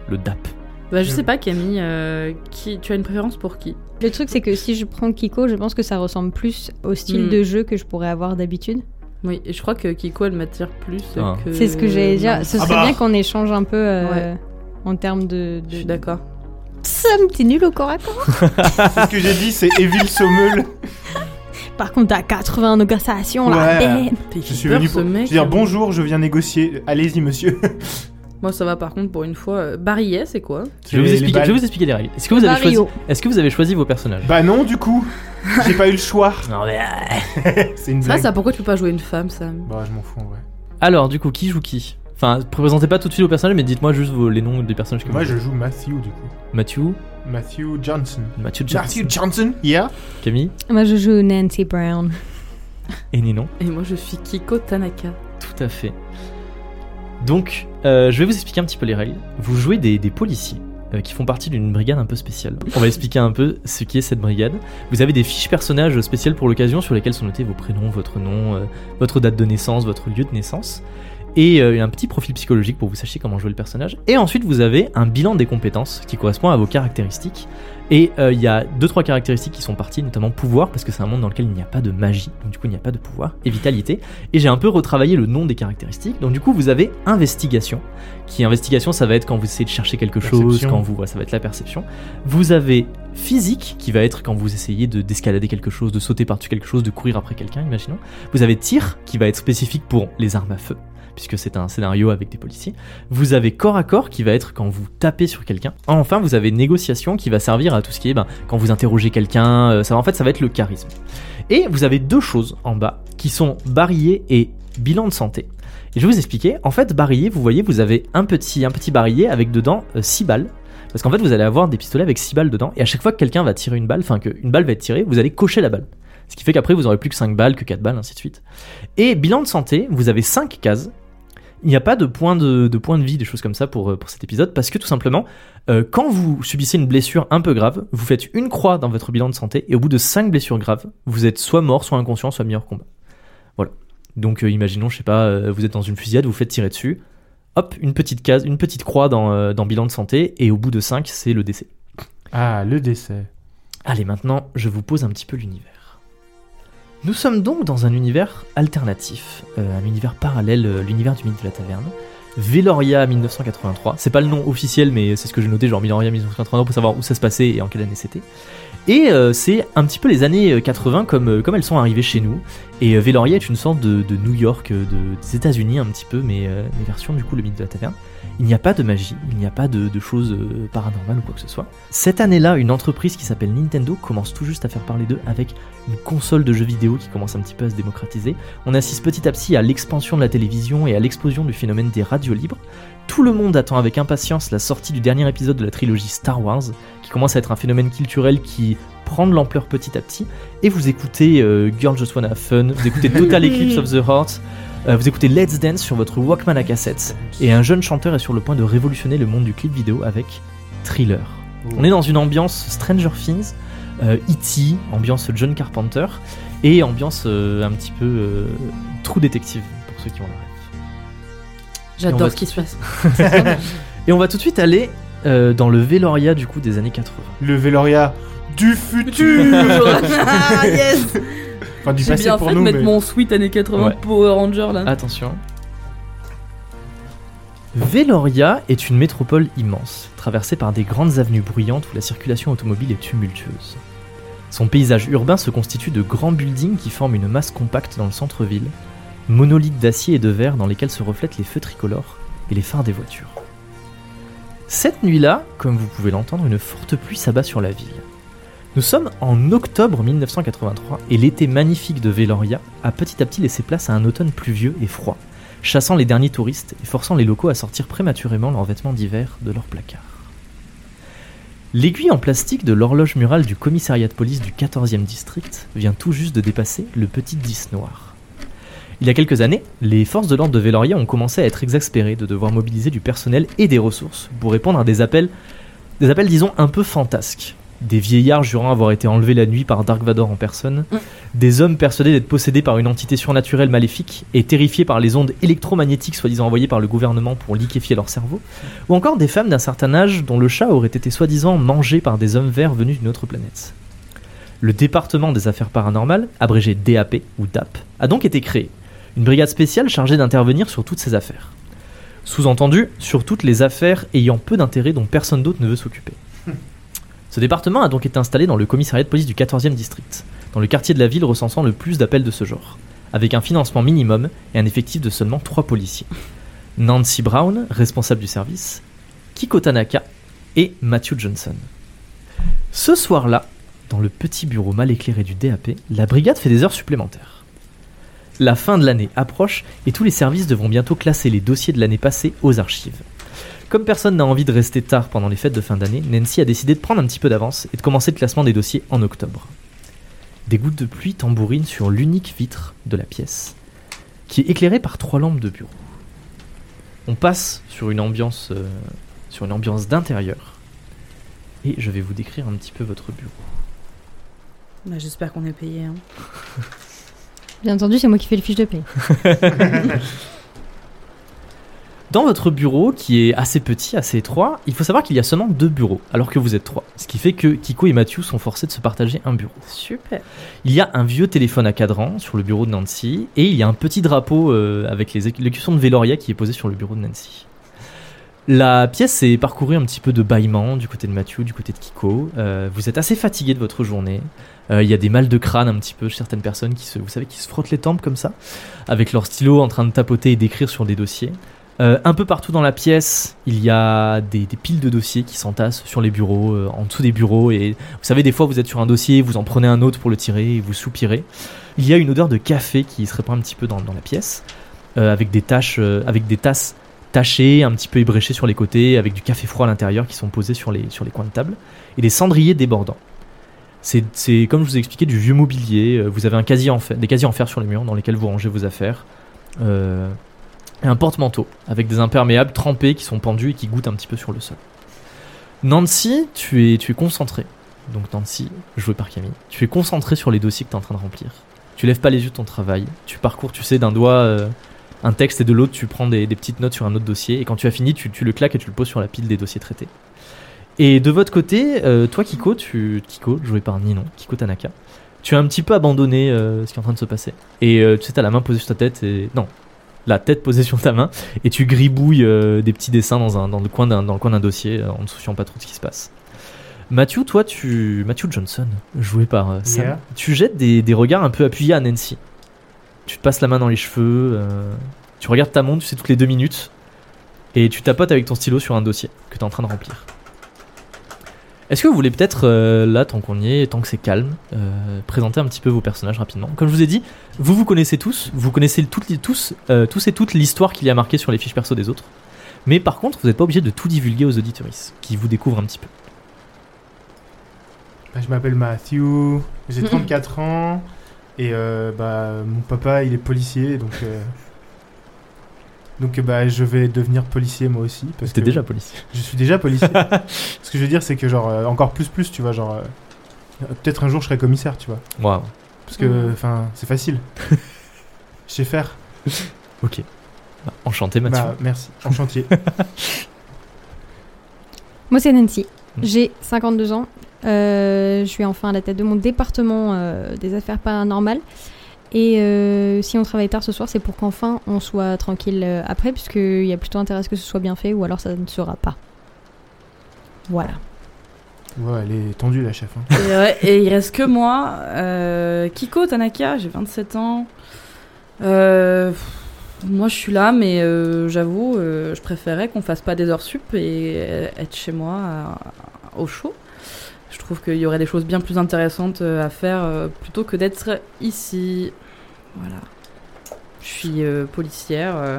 Speaker 1: Le DAP.
Speaker 4: Bah, je sais pas, Camille, euh, qui, tu as une préférence pour qui
Speaker 3: Le truc, c'est que si je prends Kiko, je pense que ça ressemble plus au style
Speaker 4: Mm.
Speaker 3: de jeu que je pourrais avoir d'habitude.
Speaker 4: Oui, et je crois que Kiko, elle m'attire plus
Speaker 1: Ah.
Speaker 4: que.
Speaker 3: C'est ce que j'allais dire. Ce
Speaker 2: Ah
Speaker 3: serait
Speaker 2: bah.
Speaker 3: bien qu'on échange un peu euh, en termes de.
Speaker 4: Je
Speaker 3: de...
Speaker 4: suis d'accord.
Speaker 3: Somme, t'es nul au corps à corps.
Speaker 2: C'est ce que j'ai dit, c'est Evil Sommeul.
Speaker 3: Par contre, t'as 80 négociations là.
Speaker 2: Ouais.
Speaker 3: damn.
Speaker 4: T'es
Speaker 2: Je suis venu pour je veux
Speaker 4: hein.
Speaker 2: dire bonjour, je viens négocier. Allez-y monsieur.
Speaker 4: Moi, ça va par contre pour une fois. euh, Barillet, c'est quoi
Speaker 1: Je vais, vous
Speaker 2: Les
Speaker 1: expliquer,
Speaker 2: balles.
Speaker 1: je vais vous expliquer les règles. Est-ce que, vous avez choisi,
Speaker 3: Mario.
Speaker 1: est-ce que vous avez choisi vos personnages
Speaker 2: Bah non du coup, j'ai pas eu le choix.
Speaker 1: Non, mais, euh,
Speaker 2: C'est une
Speaker 4: Ça,
Speaker 2: blague.
Speaker 4: ça, pourquoi tu peux pas jouer une femme, Sam
Speaker 2: Bah je m'en fous en vrai.
Speaker 1: Alors, du coup, qui joue qui Enfin, présentez pas tout de suite aux personnages, mais dites-moi juste vos- les noms des personnages que
Speaker 2: Moi
Speaker 1: vous
Speaker 2: je joue Matthew du coup.
Speaker 1: Mathieu
Speaker 2: Matthew Johnson.
Speaker 1: Mathieu Jackson,
Speaker 2: Matthew Johnson, yeah.
Speaker 1: Camille
Speaker 3: Moi, je joue Nancy Brown.
Speaker 1: et Ninon.
Speaker 4: Et moi, je suis Kiko Tanaka.
Speaker 1: Tout à fait. Donc, euh, je vais vous expliquer un petit peu les règles. Vous jouez des, des policiers euh, qui font partie d'une brigade un peu spéciale. On va expliquer un peu ce qu'est cette brigade. Vous avez des fiches personnages spéciales pour l'occasion sur lesquelles sont notés vos prénoms, votre nom, euh, votre date de naissance, votre lieu de naissance. Et euh, un petit profil psychologique pour que vous sachiez comment jouer le personnage. Et ensuite, vous avez un bilan des compétences qui correspond à vos caractéristiques. Et euh, il y a deux trois caractéristiques qui sont parties, notamment pouvoir, parce que c'est un monde dans lequel il n'y a pas de magie, donc du coup il n'y a pas de pouvoir, et vitalité et j'ai un peu retravaillé le nom des caractéristiques. Donc du coup, vous avez investigation, qui investigation, ça va être quand vous essayez de chercher quelque chose,
Speaker 2: Perception.
Speaker 1: quand vous, ouais, ça va être la perception. Vous avez physique, qui va être quand vous essayez de d'escalader quelque chose, de sauter par-dessus quelque chose, de courir après quelqu'un, imaginons. Vous avez tir, qui va être spécifique pour les armes à feu puisque c'est un scénario avec des policiers. Vous avez corps à corps qui va être quand vous tapez sur quelqu'un. Enfin, vous avez négociation qui va servir à tout ce qui est ben, quand vous interrogez quelqu'un. euh, Ça, en fait, ça va être le charisme. Et vous avez deux choses en bas qui sont barillet et bilan de santé. Et je vais vous expliquer. En fait, barillet, vous voyez, vous avez un petit, un petit barillet avec dedans 6 balles. Parce qu'en fait, vous allez avoir des pistolets avec 6 balles dedans. Et à chaque fois que quelqu'un va tirer une balle, enfin qu'une balle va être tirée, vous allez cocher la balle. Ce qui fait qu'après, vous aurez plus que 5 balles, que 4 balles, ainsi de suite. Et bilan de santé, vous avez 5 cases. Il n'y a pas de point de, de point de vie, des choses comme ça pour, euh, pour cet épisode, parce que tout simplement, euh, quand vous subissez une blessure un peu grave, vous faites une croix dans votre bilan de santé, et au bout de 5 blessures graves, vous êtes soit mort, soit inconscient, soit mis hors combat. Voilà. Donc euh, imaginons, je sais pas, euh, vous êtes dans une fusillade, vous vous faites tirer dessus, hop, une petite case, une petite croix dans, euh, dans bilan de santé, et au bout de 5, c'est le décès.
Speaker 2: Ah le décès.
Speaker 1: Allez, maintenant, je vous pose un petit peu l'univers. Nous sommes donc dans un univers alternatif, euh, un univers parallèle, euh, l'univers du mythe de la taverne. Veloria 1983, c'est pas le nom officiel, mais c'est ce que j'ai noté, genre Veloria 1983 pour savoir où ça se passait et en quelle année c'était. Et euh, c'est un petit peu les années euh, 80 comme, euh, comme elles sont arrivées chez nous. Et euh, Veloria est une sorte de, de New York, euh, de- des États-Unis un petit peu, mais, euh, mais version du coup le mythe de la taverne. Il n'y a pas de magie, il n'y a pas de, de choses euh, paranormales ou quoi que ce soit. Cette année-là, une entreprise qui s'appelle Nintendo commence tout juste à faire parler d'eux avec une console de jeux vidéo qui commence un petit peu à se démocratiser. On assiste petit à petit à l'expansion de la télévision et à l'explosion du phénomène des radios libres. Tout le monde attend avec impatience la sortie du dernier épisode de la trilogie Star Wars, qui commence à être un phénomène culturel qui prend de l'ampleur petit à petit. Et vous écoutez euh, Girl Just Wanna Have Fun, vous écoutez Total Eclipse of the Heart, euh, vous écoutez Let's Dance sur votre Walkman à cassette. Et un jeune chanteur est sur le point de révolutionner le monde du clip vidéo avec Thriller.
Speaker 2: Oh.
Speaker 1: On est dans une ambiance Stranger Things, euh, E.T., ambiance John Carpenter, et ambiance euh, un petit peu euh, trou détective pour ceux qui ont le rêve. Et on va
Speaker 4: J'adore ce qui se passe.
Speaker 1: Et on va tout de suite aller euh, dans le Veloria du coup des années 80.
Speaker 2: Le Veloria du futur
Speaker 4: ah yes
Speaker 2: Enfin, du
Speaker 4: J'ai
Speaker 2: passé
Speaker 4: bien
Speaker 2: pour
Speaker 4: fait de
Speaker 2: nous,
Speaker 4: mettre
Speaker 2: mais... Ah.
Speaker 4: mon suite années 80
Speaker 1: Ouais.
Speaker 4: Power Ranger là.
Speaker 1: Attention. Veloria est une métropole immense, traversée par des grandes avenues bruyantes où la circulation automobile est tumultueuse. Son paysage urbain se constitue de grands buildings qui forment une masse compacte dans le centre-ville, monolithes d'acier et de verre dans lesquels se reflètent les feux tricolores et les phares des voitures. Cette nuit-là, comme vous pouvez l'entendre, une forte pluie s'abat sur la ville. Nous sommes en octobre 1983 et l'été magnifique de Veloria a petit à petit laissé place à un automne pluvieux et froid, chassant les derniers touristes et forçant les locaux à sortir prématurément leurs vêtements d'hiver de leurs placards. L'aiguille en plastique de l'horloge murale du commissariat de police du 14e district vient tout juste de dépasser le petit 10 noir. Il y a quelques années, les forces de l'ordre de Veloria ont commencé à être exaspérées de devoir mobiliser du personnel et des ressources pour répondre à des appels, des appels disons un peu fantasques. Des vieillards jurant avoir été enlevés la nuit par Dark Vador en personne, des hommes persuadés d'être possédés par une entité surnaturelle maléfique et terrifiés par les ondes électromagnétiques soi-disant envoyées par le gouvernement pour liquéfier leur cerveau, ou encore des femmes d'un certain âge dont le chat aurait été soi-disant mangé par des hommes verts venus d'une autre planète. Le département des affaires paranormales, abrégé DAP ou DAP, a donc été créé, une brigade spéciale chargée d'intervenir sur toutes ces affaires. Sous-entendu, sur toutes les affaires ayant peu d'intérêt dont personne d'autre ne veut s'occuper. Ce département a donc été installé dans le commissariat de police du 14e district dans le quartier de la ville recensant le plus d'appels de ce genre, avec un financement minimum et un effectif de seulement 3 policiers. Nancy Brown, responsable du service, Kiko Tanaka et Matthew Johnson. Ce soir-là, dans le petit bureau mal éclairé du DAP, la brigade fait des heures supplémentaires. La fin de l'année approche et tous les services devront bientôt classer les dossiers de l'année passée aux archives. Comme personne n'a envie de rester tard pendant les fêtes de fin d'année, Nancy a décidé de prendre un petit peu d'avance et de commencer le classement des dossiers en octobre. Des gouttes de pluie tambourinent sur l'unique vitre de la pièce, qui est éclairée par trois lampes de bureau. On passe sur une ambiance, euh, sur une ambiance d'intérieur, et je vais vous décrire un petit peu votre bureau.
Speaker 4: Bah, J'espère qu'on est payé. hein.
Speaker 3: Bien entendu, c'est moi qui fais le fiche de paie.
Speaker 1: Dans votre bureau, qui est assez petit, assez étroit, il faut savoir qu'il y a seulement deux bureaux, alors que vous êtes trois. Ce qui fait que Kiko et Mathieu sont forcés de se partager un bureau.
Speaker 4: Super.
Speaker 1: Il y a un vieux téléphone à cadran sur le bureau de Nancy et il y a un petit drapeau euh, avec les élocutions de Veloria qui est posé sur le bureau de Nancy. La pièce est parcourue un petit peu de bâillements du côté de Mathieu, du côté de Kiko. Euh, vous êtes assez fatigué de votre journée. Euh, Il y a des mal de crâne un petit peu chez certaines personnes qui se, vous savez, qui se frottent les tempes comme ça, avec leur stylo en train de tapoter et d'écrire sur des dossiers. Euh, un peu partout dans la pièce, il y a des, des piles de dossiers qui s'entassent sur les bureaux, euh, en dessous des bureaux et vous savez, des fois, vous êtes sur un dossier, vous en prenez un autre pour le tirer et vous soupirez. Il y a une odeur de café qui se répand un petit peu dans, dans la pièce, euh, avec des taches, euh, avec des tasses tachées, un petit peu ébréchées sur les côtés, avec du café froid à l'intérieur qui sont posés sur les, sur les coins de table, et des cendriers débordants. C'est, c'est, comme je vous ai expliqué, du vieux mobilier. euh, Vous avez un casier en fer, des casiers en fer sur les murs dans lesquels vous rangez vos affaires. euh, et un porte-manteau avec des imperméables trempés qui sont pendus et qui goûtent un petit peu sur le sol. Nancy, tu es, tu es concentrée. Donc Nancy, jouée par Camille, tu es concentré sur les dossiers que tu es en train de remplir. Tu lèves pas les yeux de ton travail, tu parcours, tu sais, d'un doigt euh, un texte et de l'autre, tu prends des, des petites notes sur un autre dossier, et quand tu as fini, tu, tu le claques et tu le poses sur la pile des dossiers traités. Et de votre côté, euh, toi Kiko, tu Kiko joué par Ninon, Kiko Tanaka, tu as un petit peu abandonné euh, ce qui est en train de se passer. Et euh, tu sais, t'as la main posée sur ta tête et non, la tête posée sur ta main et tu gribouilles euh, des petits dessins dans un dans le coin d'un dans le coin d'un dossier euh, en ne souciant pas trop de ce qui se passe. Mathieu, toi, tu Matthew Johnson, joué par euh, Sam,
Speaker 2: Yeah.
Speaker 1: tu jettes des, des regards un peu appuyés à Nancy. Tu te passes la main dans les cheveux, euh, tu regardes ta montre, tu sais toutes les deux minutes, et tu tapotes avec ton stylo sur un dossier que tu es en train de remplir. Est-ce que vous voulez peut-être, euh, là, tant qu'on y est, tant que c'est calme, euh, présenter un petit peu vos personnages rapidement Comme je vous ai dit, vous vous connaissez tous, vous connaissez toutes, les- tous, euh, tous et toutes l'histoire qu'il y a marquée sur les fiches perso des autres. Mais par contre, vous n'êtes pas obligé de tout divulguer aux auditoristes qui vous découvrent un petit peu.
Speaker 2: Bah, je m'appelle Matthew, j'ai 34 ans et euh, bah mon papa il est policier donc euh, donc euh, bah je vais devenir policier moi aussi parce
Speaker 1: C'était
Speaker 2: que
Speaker 1: déjà policier.
Speaker 2: je suis déjà policier. Ce que je veux dire c'est que genre euh, encore plus plus tu vois genre euh, euh, peut-être un jour je serai commissaire tu vois
Speaker 1: Waouh.
Speaker 2: parce que enfin c'est facile. je sais faire.
Speaker 1: Ok. Bah, enchanté, Mathieu.
Speaker 2: Bah merci. En chantier.
Speaker 3: Moi, c'est Nancy.
Speaker 1: Mm.
Speaker 3: J'ai 52 ans. Euh, je suis enfin à la tête de mon département euh, des affaires paranormales. Et euh, si on travaille tard ce soir, c'est pour qu'enfin on soit tranquille euh, après, puisqu'il y a plutôt intérêt à ce que ce soit bien fait, ou alors ça ne sera pas. Voilà.
Speaker 2: ouais, elle est tendue la chef. hein.
Speaker 4: Et, ouais, et il reste que moi. Euh, Kiko Tanaka, j'ai 27 ans. Euh, pff, moi, je suis là, mais euh, j'avoue, euh, je préférais qu'on fasse pas des heures sup et euh, être chez moi à- au chaud. Je trouve qu'il y aurait des choses bien plus intéressantes euh, à faire euh, plutôt que d'être ici. Voilà. Je suis euh, policière. euh,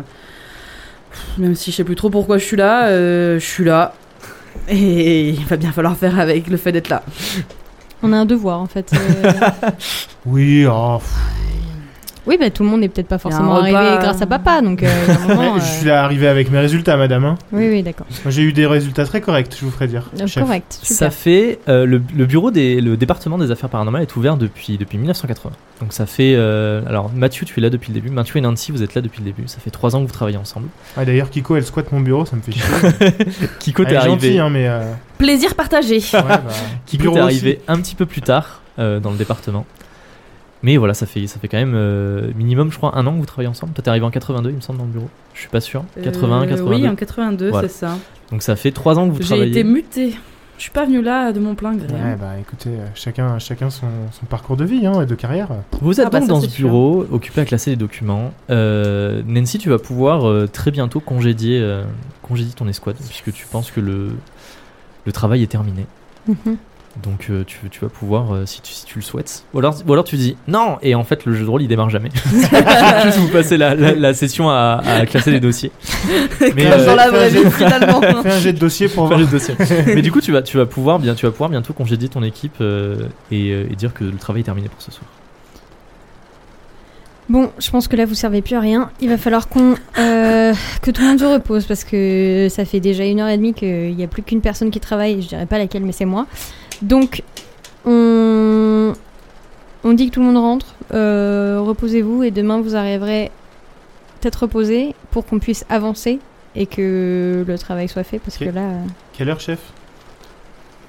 Speaker 4: pff, même si je sais plus trop pourquoi je suis là, euh, je suis là. Et il va bien falloir faire avec le fait d'être là.
Speaker 3: On a un devoir en fait. Euh,
Speaker 2: Oui, oh, pff,
Speaker 3: oui, bah tout le monde n'est peut-être pas
Speaker 4: y a un
Speaker 3: forcément arrivé
Speaker 4: repas.
Speaker 3: grâce à papa, donc euh, il y a un moment,
Speaker 2: mais
Speaker 3: euh,
Speaker 2: je suis là arrivé avec mes résultats madame. hein.
Speaker 3: Oui, oui, d'accord.
Speaker 2: Moi, J'ai eu des résultats très corrects, je vous ferai dire.
Speaker 3: Donc,
Speaker 2: chef.
Speaker 3: Euh, Correct.
Speaker 1: Ça
Speaker 3: Super.
Speaker 1: fait euh, le, le bureau des le département des affaires paranormales est ouvert depuis depuis 1980. Donc ça fait euh, alors Mathieu tu es là depuis le début, Mathieu et Nancy vous êtes là depuis le début. Ça fait trois ans que vous travaillez ensemble.
Speaker 2: Ah d'ailleurs Kiko elle squatte mon bureau, ça me fait chier.
Speaker 1: Kiko
Speaker 2: Elle
Speaker 1: t'es
Speaker 2: est
Speaker 1: arrivé,
Speaker 2: gentille, hein, mais euh, ouais,
Speaker 4: Plaisir partagé.
Speaker 2: bah,
Speaker 1: Kiko
Speaker 2: bureau
Speaker 1: t'es
Speaker 2: aussi.
Speaker 1: arrivé un petit peu plus tard euh, dans le département. Mais voilà ça fait ça fait quand même euh, minimum je crois un an que vous travaillez ensemble. Toi t'es arrivé en 82 il me semble dans le bureau. Je suis pas sûr. 81
Speaker 4: Euh,
Speaker 1: 82.
Speaker 4: Oui, en 82,
Speaker 1: Voilà.
Speaker 4: c'est ça.
Speaker 1: Donc ça fait trois ans que vous
Speaker 4: J'ai
Speaker 1: travaillez.
Speaker 4: été mutée. Je suis pas venue là de mon plein gré. hein.
Speaker 2: Ouais, bah écoutez, euh, chacun, chacun son, son parcours de vie hein, et de carrière.
Speaker 1: Vous êtes
Speaker 4: Ah bah
Speaker 1: donc
Speaker 4: ça,
Speaker 1: dans ce
Speaker 4: c'est sûr.
Speaker 1: bureau, occupé à classer les documents. Euh, Nancy, tu vas pouvoir euh, très bientôt congédier, euh, congédier ton escouade, puisque tu penses que le, le travail est terminé.
Speaker 3: Mhm.
Speaker 1: Donc euh, tu, tu vas pouvoir, euh, si, tu, si tu le souhaites. Ou alors, ou alors tu dis non, et en fait le jeu de rôle il démarre jamais. Juste vous passez la, la- la session à, à classer les dossiers. Mais,
Speaker 4: Comme
Speaker 1: euh,
Speaker 4: dans la
Speaker 2: ça,
Speaker 4: vraie
Speaker 2: j'ai-
Speaker 4: vie, finalement.
Speaker 2: Fais un jet de dossier pour
Speaker 1: Faire
Speaker 2: voir.
Speaker 1: les dossiers. Mais du coup, tu vas, tu vas pouvoir bien, tu vas pouvoir bientôt congédier ton équipe euh, et, euh, et dire que le travail est terminé pour ce soir.
Speaker 3: Bon, je pense que là vous servez plus à rien. Il va falloir qu'on euh, que tout le monde se repose parce que ça fait déjà une heure et demie qu'il n'y a plus qu'une personne qui travaille. Je dirais pas laquelle, mais c'est moi. Donc on on dit que tout le monde rentre. euh, Reposez-vous et demain vous arriverez peut-être reposé pour qu'on puisse avancer et que le travail soit fait parce
Speaker 2: Ok.
Speaker 3: que là, euh,
Speaker 2: Quelle heure, chef